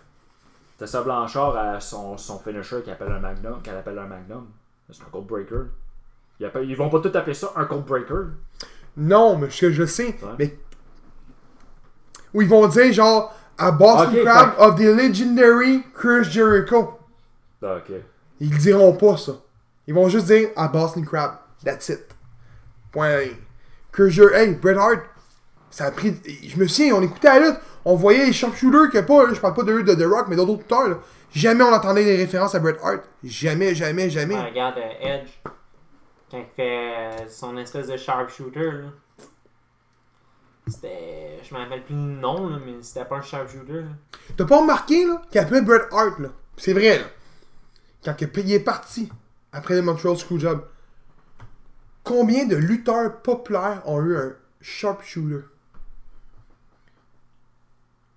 [SPEAKER 2] Tessa Blanchard a son, son finisher qui appelle un magnum, qu'elle appelle un magnum. C'est un cold breaker. Ils, appellent- ils vont pas tout appeler ça un cold breaker.
[SPEAKER 1] Non, mais je, je sais. Mais. Ou ils vont dire genre. A Boston
[SPEAKER 2] Ok,
[SPEAKER 1] Crab of the Legendary Chris Jericho.
[SPEAKER 3] Ben,
[SPEAKER 2] Ah, ok.
[SPEAKER 1] Ils le diront pas ça. Ils vont juste dire A Boston Crab. That's it. Point. Chris Jericho. Hey, Bret Hart. Ça a pris. Je me souviens, on écoutait la lutte. On voyait les sharpshooters que pas. là, Je parle pas de eux de The Rock, mais d'autres lutteurs. là. Jamais on entendait des références à Bret Hart. Jamais, jamais, jamais.
[SPEAKER 3] Ah, regarde euh, Edge, quand il fait euh, son espèce de sharpshooter, là. C'était. Je me rappelle plus le nom, là, mais c'était pas un sharpshooter. là.
[SPEAKER 1] T'as pas remarqué là, qu'il appelait Bret Hart là. C'est vrai là. Quand que- il est parti après le Montreal Screwjob, combien de lutteurs populaires ont eu un sharpshooter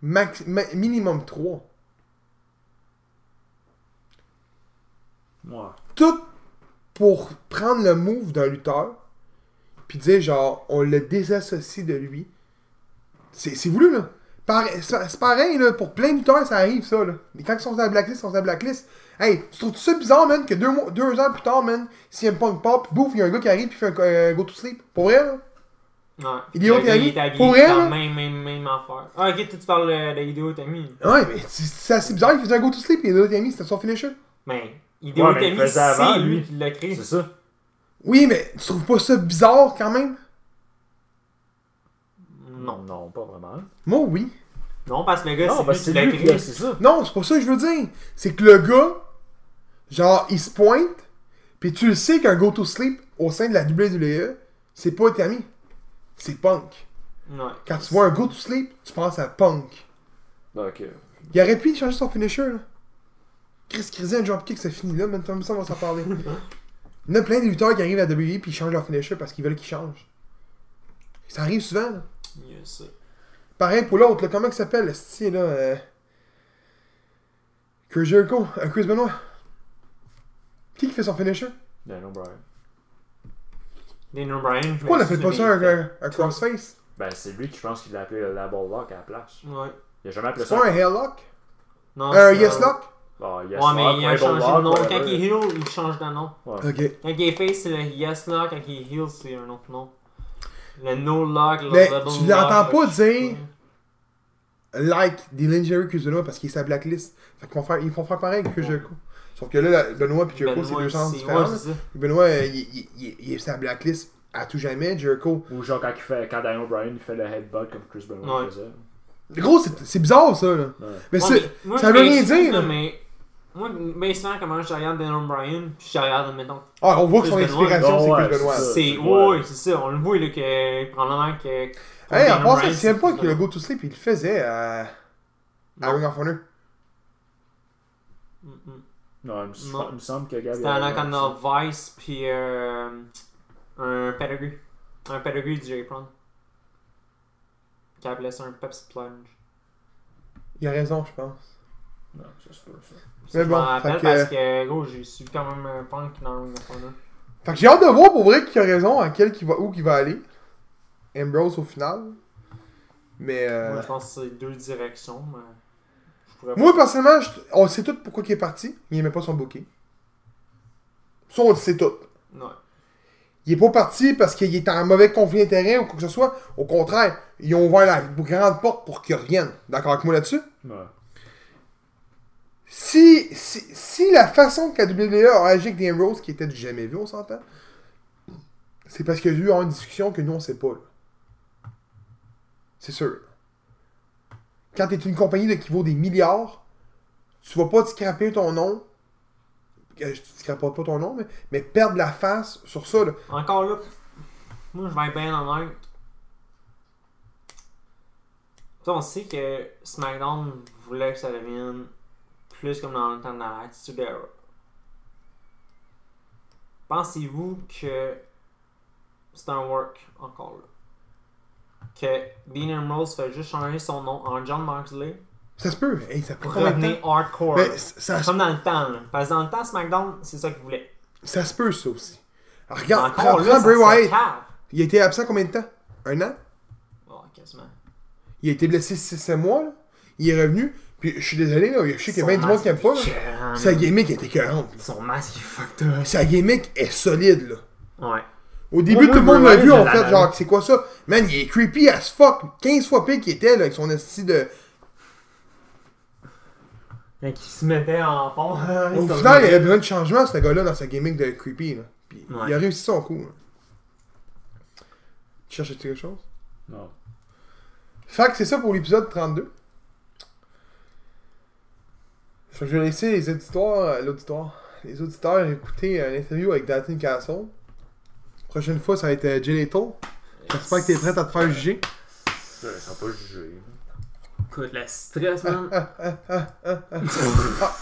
[SPEAKER 1] Max, ma- Minimum 3.
[SPEAKER 2] Moi.
[SPEAKER 1] Tout pour prendre le move d'un lutteur, puis dire genre, on le désassocie de lui. C'est c'est voulu là. Par- C'est c'est pareil, là, pour plein de lutteurs, ça arrive, ça, là. Mais quand ils sont à la blacklist, ils sont à la blacklist. Hey, tu trouves ça bizarre, man, que deux, mois- deux ans plus tard, man, CM Punk part, puis bouffe, il y a un gars qui arrive, puis fait un euh, go to sleep. Pour vrai, là?
[SPEAKER 3] Ouais.
[SPEAKER 1] Hideo
[SPEAKER 3] Le gars,
[SPEAKER 1] Itami,
[SPEAKER 3] il est habillé
[SPEAKER 1] pour elle,
[SPEAKER 3] dans
[SPEAKER 1] là?
[SPEAKER 3] la même, même, même affaire. Ah, ok, toi tu parles euh, de Hideo Itami.
[SPEAKER 1] Ouais, mais c'est- c'est assez bizarre, il faisait un go to sleep, et l'autre ami, c'était son finisher.
[SPEAKER 3] Mais Ben, Hideo
[SPEAKER 2] Ouais, mais il
[SPEAKER 3] Itami,
[SPEAKER 2] faisait avant,
[SPEAKER 3] c'est lui
[SPEAKER 2] lui.
[SPEAKER 3] qui l'a créé.
[SPEAKER 2] C'est ça.
[SPEAKER 1] Oui, mais tu trouves pas ça bizarre, quand même?
[SPEAKER 3] Non.
[SPEAKER 2] non, pas vraiment.
[SPEAKER 1] Moi, oui.
[SPEAKER 3] Non, parce que le gars,
[SPEAKER 2] Non, parce que
[SPEAKER 3] c'est
[SPEAKER 2] c'est
[SPEAKER 3] lui
[SPEAKER 2] lui
[SPEAKER 3] qui
[SPEAKER 2] qui
[SPEAKER 3] l'a
[SPEAKER 2] l'a-
[SPEAKER 3] créé.
[SPEAKER 2] c'est ça.
[SPEAKER 1] Non, c'est pas ça que je veux dire. C'est que le gars, genre, il se pointe, puis tu le sais qu'un go to sleep au sein de la WWE, c'est pas Itami. C'est Punk.
[SPEAKER 3] Ouais.
[SPEAKER 1] Quand tu vois un go to sleep, tu penses à Punk.
[SPEAKER 3] Ben,
[SPEAKER 2] Ok.
[SPEAKER 1] Il aurait pu changer son finisher, là. Chris Crisé, un dropkick, c'est fini, là. Même ça, on va s'en parler. Il y en a plein de lutteurs qui arrivent à WWE puis ils changent leur finisher parce qu'ils veulent qu'ils changent. Ça arrive souvent, là.
[SPEAKER 3] Il y a ça.
[SPEAKER 1] Pareil pour l'autre, là. Comment il s'appelle, le style, là euh... Chris Jericho, euh, Chris Benoit. Qui qui fait son finisher
[SPEAKER 2] Daniel Bryan.
[SPEAKER 3] Daniel Bryan. je
[SPEAKER 1] Pourquoi on
[SPEAKER 3] me
[SPEAKER 1] appelle
[SPEAKER 3] suis
[SPEAKER 1] pas ça un, euh,
[SPEAKER 3] souvenu.
[SPEAKER 1] un- un crossface
[SPEAKER 2] Ben, c'est lui qui, je pense qu'il l'a appelé le Label Lock à la place.
[SPEAKER 3] Ouais.
[SPEAKER 2] Il a jamais appelé
[SPEAKER 1] C'est
[SPEAKER 2] ça.
[SPEAKER 1] pas un hairlock
[SPEAKER 3] Non,
[SPEAKER 1] Un
[SPEAKER 3] c'est-
[SPEAKER 1] yes lock
[SPEAKER 2] Ah, yes
[SPEAKER 3] Ouais, mais
[SPEAKER 2] Lock,
[SPEAKER 3] il a
[SPEAKER 2] Label
[SPEAKER 3] changé de
[SPEAKER 2] Lock,
[SPEAKER 3] nom. Quand
[SPEAKER 2] whatever.
[SPEAKER 3] il est heel, il change de nom.
[SPEAKER 1] Ok.
[SPEAKER 3] Quand il est face, c'est le yes lock. Quand il est heel, c'est un autre nom. Le no lock, le
[SPEAKER 1] Mais
[SPEAKER 3] double
[SPEAKER 1] tu l'entends
[SPEAKER 3] lock,
[SPEAKER 1] pas
[SPEAKER 3] je sais
[SPEAKER 1] dire. like des Jerry que Benoit parce qu'il est sa blacklist. Fait qu'ils font faire, ils font faire pareil que Jericho. Sauf que là, la- Benoit puis
[SPEAKER 3] pas.
[SPEAKER 1] Jericho, c'est
[SPEAKER 3] Benoît,
[SPEAKER 1] deux sens
[SPEAKER 3] c'est-
[SPEAKER 1] différents.
[SPEAKER 3] Ben, ouais, c'est ça.
[SPEAKER 1] Benoit, euh, il, il, il- il est sa blacklist à tout jamais. Jericho.
[SPEAKER 2] Ou genre quand, il fait, quand Daniel Bryan il fait le headbutt comme Chris Benoit
[SPEAKER 3] Ouais.
[SPEAKER 2] faisait.
[SPEAKER 1] Gros, c'est c'est bizarre ça. Là.
[SPEAKER 2] Ouais.
[SPEAKER 1] Mais
[SPEAKER 3] Ouais,
[SPEAKER 1] c'est-
[SPEAKER 3] mais moi,
[SPEAKER 1] ça
[SPEAKER 3] je
[SPEAKER 1] veut
[SPEAKER 3] me
[SPEAKER 1] rien
[SPEAKER 3] dis,
[SPEAKER 1] dire.
[SPEAKER 3] là,
[SPEAKER 1] là.
[SPEAKER 3] mais moi, bien souvent, comment je regarde Daniel Bryan, puis je regarde, mettons,
[SPEAKER 1] Ah, on voit que
[SPEAKER 3] Chris
[SPEAKER 1] son
[SPEAKER 3] Benoit.
[SPEAKER 1] inspiration, Euh, c'est
[SPEAKER 2] Ah Ouais,
[SPEAKER 1] Chris
[SPEAKER 2] c'est
[SPEAKER 1] Benoit.
[SPEAKER 2] ça.
[SPEAKER 3] c'est.
[SPEAKER 2] tu vois.
[SPEAKER 3] Oui, c'est ça, on le voit, là, que probablement que.
[SPEAKER 1] Hey, en
[SPEAKER 3] Daniel
[SPEAKER 1] passant,
[SPEAKER 3] Bryan,
[SPEAKER 1] c'est même pas que
[SPEAKER 3] ça.
[SPEAKER 1] le Go to Sleep, il le faisait à, à Ring of Honor.
[SPEAKER 3] Mm, mm.
[SPEAKER 2] Non, il me, je
[SPEAKER 3] Non.
[SPEAKER 2] pense- il me semble que Gab.
[SPEAKER 3] C'était un knock on the Vice, puis euh, un pedigree. Un pedigree du J. Prong. qui appelait ça un Pepsi Plunge.
[SPEAKER 1] Il a raison, je pense.
[SPEAKER 2] Non, ça se peut, ça.
[SPEAKER 3] Ça,
[SPEAKER 1] Mais
[SPEAKER 3] je
[SPEAKER 1] bon,
[SPEAKER 3] m'en rappelle
[SPEAKER 1] fait que-
[SPEAKER 3] parce que, gros, j'ai suivi quand même un punk dans une affaire là.
[SPEAKER 1] Fait que j'ai hâte de voir pour vrai qui a raison, à quel qui va, où qui va aller. Ambrose au final. Mais. euh,
[SPEAKER 3] Moi, je pense que c'est deux directions, mais je pourrais
[SPEAKER 1] Moi, personnellement, je- on sait tout pourquoi il est parti. Il aimait pas son bouquet. Ça, on le sait tout.
[SPEAKER 3] pas. Ouais.
[SPEAKER 1] Il est pas parti parce qu'il est en mauvais conflit d'intérêt ou quoi que ce soit. Au contraire, ils ont ouvert la grande porte pour qu'il revienne. D'accord avec moi là-dessus?
[SPEAKER 2] Ouais.
[SPEAKER 1] Si, si, si la façon que la WWE a agi avec Dean Rose, qui était du jamais vu, on s'entend, c'est parce qu'il y a eu une discussion que nous, on sait pas. là. C'est sûr. Quand t'es une compagnie de- qui vaut des milliards, tu vas pas te scraper ton nom. Euh, Je te scraperai pas ton nom, mais, mais perdre la face sur ça. là.
[SPEAKER 3] Encore là, moi, je vais être bien honnête. Tu sais, on sait que SmackDown voulait que ça devienne plus comme dans le temps de la Attitude Era. Pensez-vous que c'est un work encore là? Que Dean Ambrose fait juste changer son nom en John Moxley
[SPEAKER 1] Ça se peut. Hey, ça prend
[SPEAKER 3] pour
[SPEAKER 1] combien de temps?
[SPEAKER 3] revenir hardcore.
[SPEAKER 1] Mais c- Ben, ça, se-
[SPEAKER 3] Comme dans le temps, là. Parce que dans le temps, SmackDown, c'est ça qu'ils voulaient.
[SPEAKER 1] ça se peut, ça aussi. Alors, regarde, prends,
[SPEAKER 3] Encore là,
[SPEAKER 1] prends
[SPEAKER 3] ça
[SPEAKER 1] Bray
[SPEAKER 3] se
[SPEAKER 1] ah, Wyatt.
[SPEAKER 3] cave.
[SPEAKER 1] Il a été absent combien de temps? Un an?
[SPEAKER 3] Oh, quasiment.
[SPEAKER 1] Il a été blessé 6-7 mois, là. Il est revenu. Puis je suis désolé, là, je sais qu'il y a bien du
[SPEAKER 4] Son
[SPEAKER 1] monde qui aime
[SPEAKER 4] masque
[SPEAKER 1] pas. là.
[SPEAKER 4] est écœurant,
[SPEAKER 1] Sa
[SPEAKER 4] man.
[SPEAKER 1] gimmick était écœurante. là.
[SPEAKER 4] Son masque il est fucked up.
[SPEAKER 1] Sa gimmick est solide, là.
[SPEAKER 4] Ouais.
[SPEAKER 1] Au début,
[SPEAKER 4] moi,
[SPEAKER 1] tout le monde
[SPEAKER 4] Bray Wyatt,
[SPEAKER 1] l'a vu,
[SPEAKER 4] je
[SPEAKER 1] en
[SPEAKER 4] l'avais.
[SPEAKER 1] fait, genre, c'est quoi ça? Man, il est creepy as fuck. 15 fois pire qu'il était, là, avec son esti de...
[SPEAKER 4] Quand il se mettait en fond.
[SPEAKER 1] Ah,
[SPEAKER 3] Ah,
[SPEAKER 1] Au final, il avait besoin de changement, ce gars-là, dans sa gimmick de creepy, là. Puis
[SPEAKER 4] Ouais.
[SPEAKER 1] il a réussi son coup, là. Tu cherches quelque chose?
[SPEAKER 2] Non.
[SPEAKER 1] Fait que c'est ça pour l'épisode 32. Fait que je vais laisser les auditeurs, euh, l'auditoire, les auditeurs écouter euh, l'interview avec Dalton Castle. Prochaine fois, ça va être euh, Jay Leto. J'espère que t'es prête à te faire juger.
[SPEAKER 2] Ça ne sera pas jugé.
[SPEAKER 4] Écoute, le stress, man.
[SPEAKER 1] Ah, ah, ah,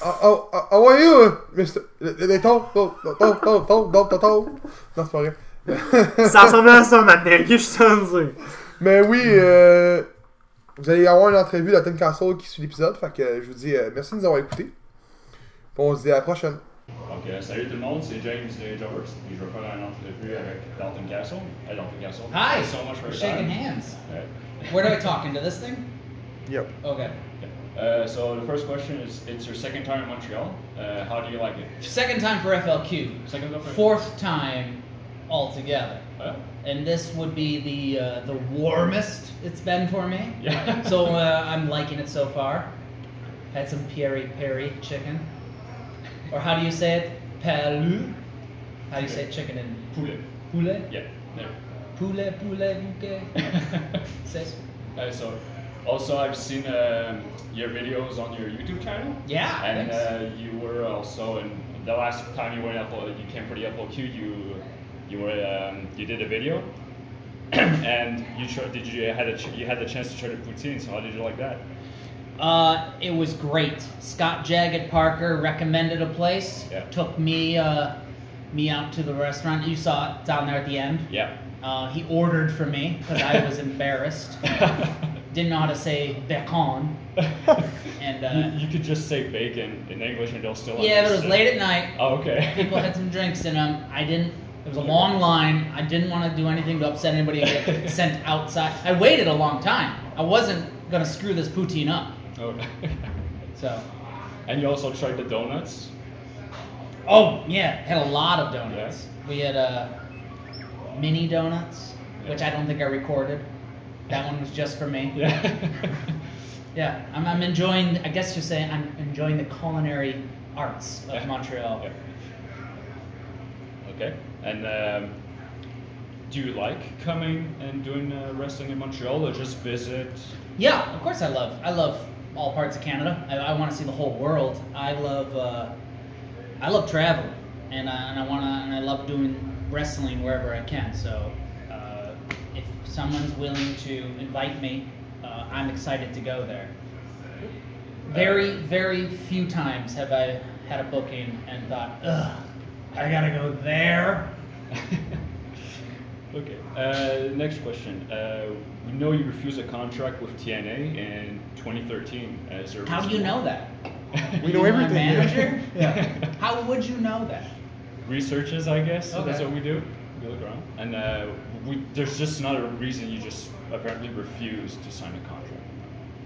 [SPEAKER 1] ah, how are you, Mr. Leto? Non, non, non, non, non, non, non, non. Non, c'est pas vrai. ah.
[SPEAKER 4] ça ressemble à ça, ma mère, que je suis en train de dire.
[SPEAKER 1] Mais oui, euh, vous allez avoir une entrevue d'Alton Castle qui suit l'épisode. Fait que euh, je vous dis euh, merci de nous avoir écoutés. Puis on se dit à la prochaine.
[SPEAKER 5] Donc, euh, salut tout le monde, c'est James de Jobbers, et je vais faire une entrevue avec Dalton Castle. Hey, Dalton Castle.
[SPEAKER 6] Hi.
[SPEAKER 5] so much for your
[SPEAKER 6] Shaking
[SPEAKER 5] time.
[SPEAKER 6] hands.
[SPEAKER 5] Alright.
[SPEAKER 6] Where do I talk into this thing?
[SPEAKER 1] Yep.
[SPEAKER 6] Okay.
[SPEAKER 5] Uh, so the first question is, it's your second time in Montreal. Uh, how do you like it?
[SPEAKER 6] Second time for FLQ.
[SPEAKER 5] Second time for-
[SPEAKER 6] Fourth time altogether.
[SPEAKER 5] Uh,
[SPEAKER 6] And this would be the uh, the warmest it's been for me.
[SPEAKER 5] Yeah.
[SPEAKER 6] so uh, I'm liking it so far. Had some Pierre Perry chicken, or how do you say it? Palu. How do you say it? chicken in
[SPEAKER 5] poulet.
[SPEAKER 6] poulet?
[SPEAKER 5] Yeah. There.
[SPEAKER 6] Poulet, poulet, bouquet. Says.
[SPEAKER 5] Uh, so, also I've seen um, your videos on your YouTube channel.
[SPEAKER 6] Yeah.
[SPEAKER 5] And
[SPEAKER 6] thanks.
[SPEAKER 5] uh, you were also in the last time you were in FL, you came for the FLQ. You you were um, you did a video, and you showed, did you had a ch- you had the chance to try the poutine. So how did you like that?
[SPEAKER 6] Uh, it was great. Scott Jagged Parker recommended a place.
[SPEAKER 5] Yeah.
[SPEAKER 6] Took me uh, me out to the restaurant. You saw it down there at the end.
[SPEAKER 5] Yeah.
[SPEAKER 6] Uh, he ordered for me because I was embarrassed. Didn't know how to say bacon. And uh,
[SPEAKER 5] you, you could just say bacon in English, and they'll still.
[SPEAKER 6] yeah, but it was
[SPEAKER 5] understand.
[SPEAKER 6] late at night.
[SPEAKER 5] Oh, okay.
[SPEAKER 6] People had some drinks in them. I didn't. It was a long line. I didn't want to do anything to upset anybody and get sent outside. I waited a long time. I wasn't gonna screw this poutine up.
[SPEAKER 5] Oh.
[SPEAKER 6] So.
[SPEAKER 5] and you also tried the donuts.
[SPEAKER 6] Oh yeah, had a lot of donuts. We had uh, mini donuts, which I don't think I recorded. That one was just for me.
[SPEAKER 5] Yeah.
[SPEAKER 6] Yeah, I'm, I'm enjoying. I guess you're saying I'm enjoying the culinary arts of
[SPEAKER 5] Yeah.
[SPEAKER 6] Montreal.
[SPEAKER 5] Yeah. Okay. And um, do you like coming and doing uh, wrestling in Montreal or just visit?
[SPEAKER 6] Yeah, of course I love. I love all parts of Canada. I, I want to see the whole world. I love. Uh, I love traveling, and I, and I want to. And I love doing wrestling wherever I can. So, uh, if someone's willing to invite me, uh, I'm excited to go there. Very,
[SPEAKER 1] Uh,
[SPEAKER 6] very few times have I had a booking and thought, ugh, I gotta go there.
[SPEAKER 5] Okay. Uh, next question. Uh, we know you refused a contract with TNA in 2013. As a
[SPEAKER 6] How do you
[SPEAKER 5] reason
[SPEAKER 6] know
[SPEAKER 5] why.
[SPEAKER 6] that?
[SPEAKER 1] We
[SPEAKER 6] You
[SPEAKER 1] know
[SPEAKER 6] were a
[SPEAKER 1] everything here.
[SPEAKER 6] Manager?
[SPEAKER 5] Yeah.
[SPEAKER 6] How would you know that?
[SPEAKER 5] Researches, I guess.
[SPEAKER 6] Okay.
[SPEAKER 5] That's what we do. We look around, and uh, we, there's just not a reason you just apparently refused to sign a contract.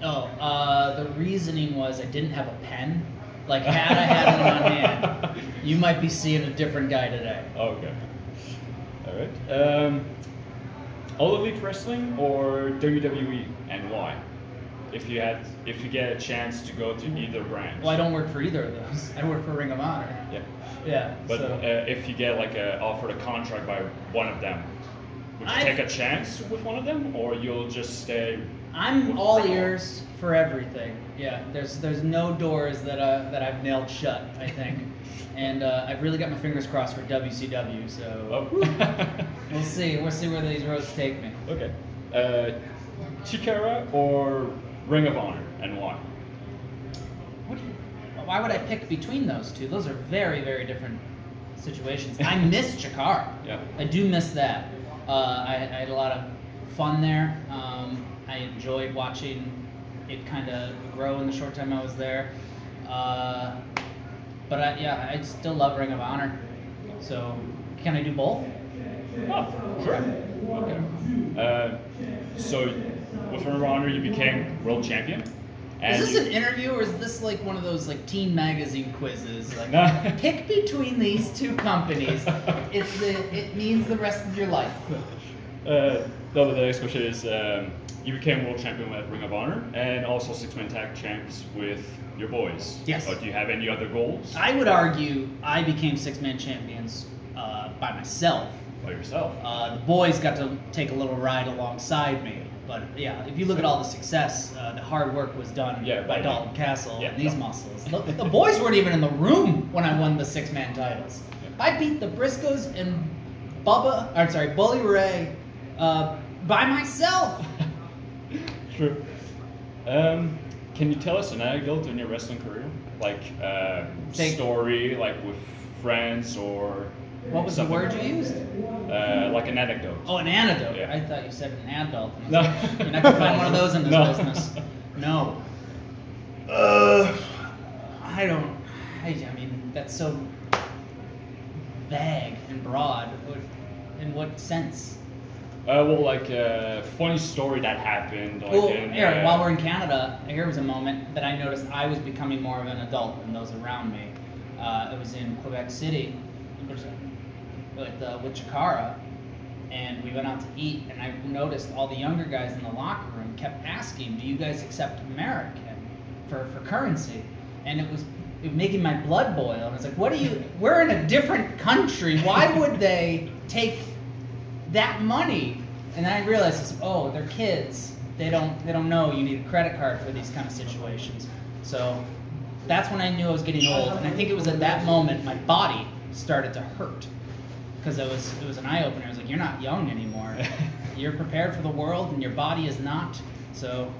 [SPEAKER 6] Oh, uh, the reasoning was I didn't have a pen. Like, had I had one on hand, you might be seeing a different guy today.
[SPEAKER 5] Okay. All right. Um, All Elite Wrestling or WWE, and why? If you had, if you get a chance to go to either brand.
[SPEAKER 6] Well, I don't work for either of those. I work for Ring of Honor.
[SPEAKER 5] Yeah.
[SPEAKER 6] Yeah.
[SPEAKER 5] But
[SPEAKER 6] so.
[SPEAKER 5] uh, if you get like a, offered a contract by one of them, would you
[SPEAKER 6] I-
[SPEAKER 5] take a chance with one of them, or you'll just stay?
[SPEAKER 6] I'm
[SPEAKER 5] with
[SPEAKER 6] all
[SPEAKER 5] Raw?
[SPEAKER 6] ears for everything. Yeah, there's there's no doors that uh, that I've nailed shut. I think, and uh, I've really got my fingers crossed for WCW. So
[SPEAKER 5] Oh.
[SPEAKER 6] we'll see. We'll see where these roads take me.
[SPEAKER 5] okay. Uh, Chikara or Ring of Honor, and why?
[SPEAKER 6] What do you- why would I pick between those two? Those are very very different situations. I miss Chikara.
[SPEAKER 5] Yeah.
[SPEAKER 6] I do miss that. Uh, I, I had a lot of fun there. Um, I enjoyed watching it kind of grow in the short time I was there. Uh, but I, yeah, I still love Ring of Honor. So can I do both?
[SPEAKER 5] Oh, sure. Okay. Uh, so, with Ring of Honor, you became world champion. And
[SPEAKER 6] is
[SPEAKER 5] you-
[SPEAKER 6] this an interview or is this like one of those like teen magazine quizzes? Like
[SPEAKER 5] No.
[SPEAKER 6] pick between these two companies. It's the it means the rest of your life.
[SPEAKER 5] Uh, the other next question is um, you became world champion at Ring of Honor and also six man tag champs with your boys.
[SPEAKER 6] Yes.
[SPEAKER 5] But do you have any other goals
[SPEAKER 6] I would argue I became six man champions uh, by myself.
[SPEAKER 5] by yourself?
[SPEAKER 6] Uh, the boys got to take a little ride alongside me. But yeah, if you look at all the success, uh, the hard work was done
[SPEAKER 5] Yeah,
[SPEAKER 6] by
[SPEAKER 5] by
[SPEAKER 6] Dalton
[SPEAKER 5] me.
[SPEAKER 6] Castle
[SPEAKER 5] Yeah,
[SPEAKER 6] and these
[SPEAKER 5] no.
[SPEAKER 6] muscles. The, the boys weren't even in the room when I won the six man titles.
[SPEAKER 5] Yeah.
[SPEAKER 6] I beat the Briscoes and Bubba, I'm sorry, Bully Ray uh, by myself.
[SPEAKER 5] True. Um, can you tell us an anecdote in your wrestling career? Like uh,
[SPEAKER 6] Take-
[SPEAKER 5] story, like with friends or.
[SPEAKER 6] What was
[SPEAKER 5] something?
[SPEAKER 6] the word you used?
[SPEAKER 5] Uh, like an anecdote.
[SPEAKER 6] Oh, an antidote.
[SPEAKER 5] Yeah.
[SPEAKER 6] I thought you said an adult. and
[SPEAKER 5] No.
[SPEAKER 6] I was like, You're not going to find one of those in this
[SPEAKER 5] No.
[SPEAKER 6] business. No. Oh.
[SPEAKER 1] Uh,
[SPEAKER 6] I don't. I, I mean, that's so vague and broad. What- In what sense?
[SPEAKER 5] Uh, well, like uh, funny story that happened. Like
[SPEAKER 6] well,
[SPEAKER 5] in,
[SPEAKER 6] Eric,
[SPEAKER 5] uh,
[SPEAKER 6] while we're in Canada, here was a moment that I noticed I was becoming more of an adult than those around me. Uh, it was in Quebec City, which, with uh, with Chikara, and we went out to eat, and I noticed all the younger guys in the locker room kept asking, "Do you guys accept American for, for currency?" And it was it was making my blood boil. And I was like, "What do you? We're in a different country. Why would they take?" that money. And then I realized, it's, oh, they're kids. They don't they don't know you need a credit card for these kind of situations. So that's when I knew I was getting old. And I think it was at that moment my body started to hurt because it was it was an eye opener. I was like, you're not young anymore. You're prepared for the world, and your body is not. So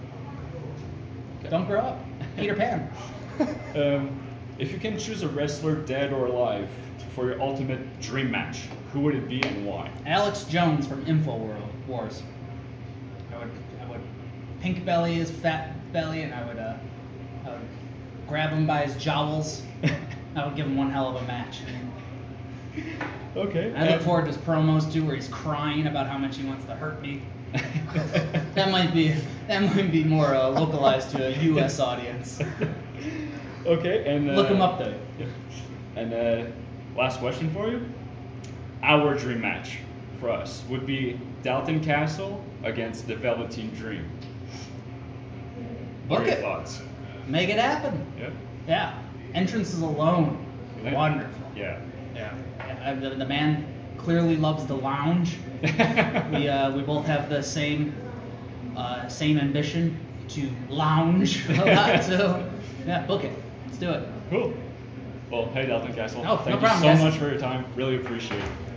[SPEAKER 6] don't grow up, Peter Pan.
[SPEAKER 5] Um, if you can choose a wrestler, dead or alive, for your ultimate dream match, who would it be and why?
[SPEAKER 6] Alex Jones from InfoWorld Wars. I would, I would pink belly his fat belly, and I would, uh, I would grab him by his jowls. I would give him one hell of a match.
[SPEAKER 5] Okay. uh,
[SPEAKER 6] I look forward to his promos too, where he's crying about how much he wants to hurt me. That might be, that might be more uh, localized to a U.S. audience.
[SPEAKER 5] okay, and uh,
[SPEAKER 6] Look him up though.
[SPEAKER 5] yeah. And uh, last question for you: Our dream match for us would be Dalton Castle against the Velveteen Dream. What are
[SPEAKER 6] Book
[SPEAKER 5] your
[SPEAKER 6] it.
[SPEAKER 5] thoughts?
[SPEAKER 6] Make it happen.
[SPEAKER 5] Yep.
[SPEAKER 6] Yeah. Entrances alone, wonderful.
[SPEAKER 5] Yeah.
[SPEAKER 6] Yeah. I, the, the man clearly loves the lounge. we uh, we both have the same uh, same ambition to lounge a lot. So yeah, book it. Let's do it.
[SPEAKER 5] Cool. Well, hey, Dalton Castle.
[SPEAKER 6] No, no
[SPEAKER 5] thank you
[SPEAKER 6] problem,
[SPEAKER 5] so
[SPEAKER 6] guys.
[SPEAKER 5] much for your time. Really appreciate it.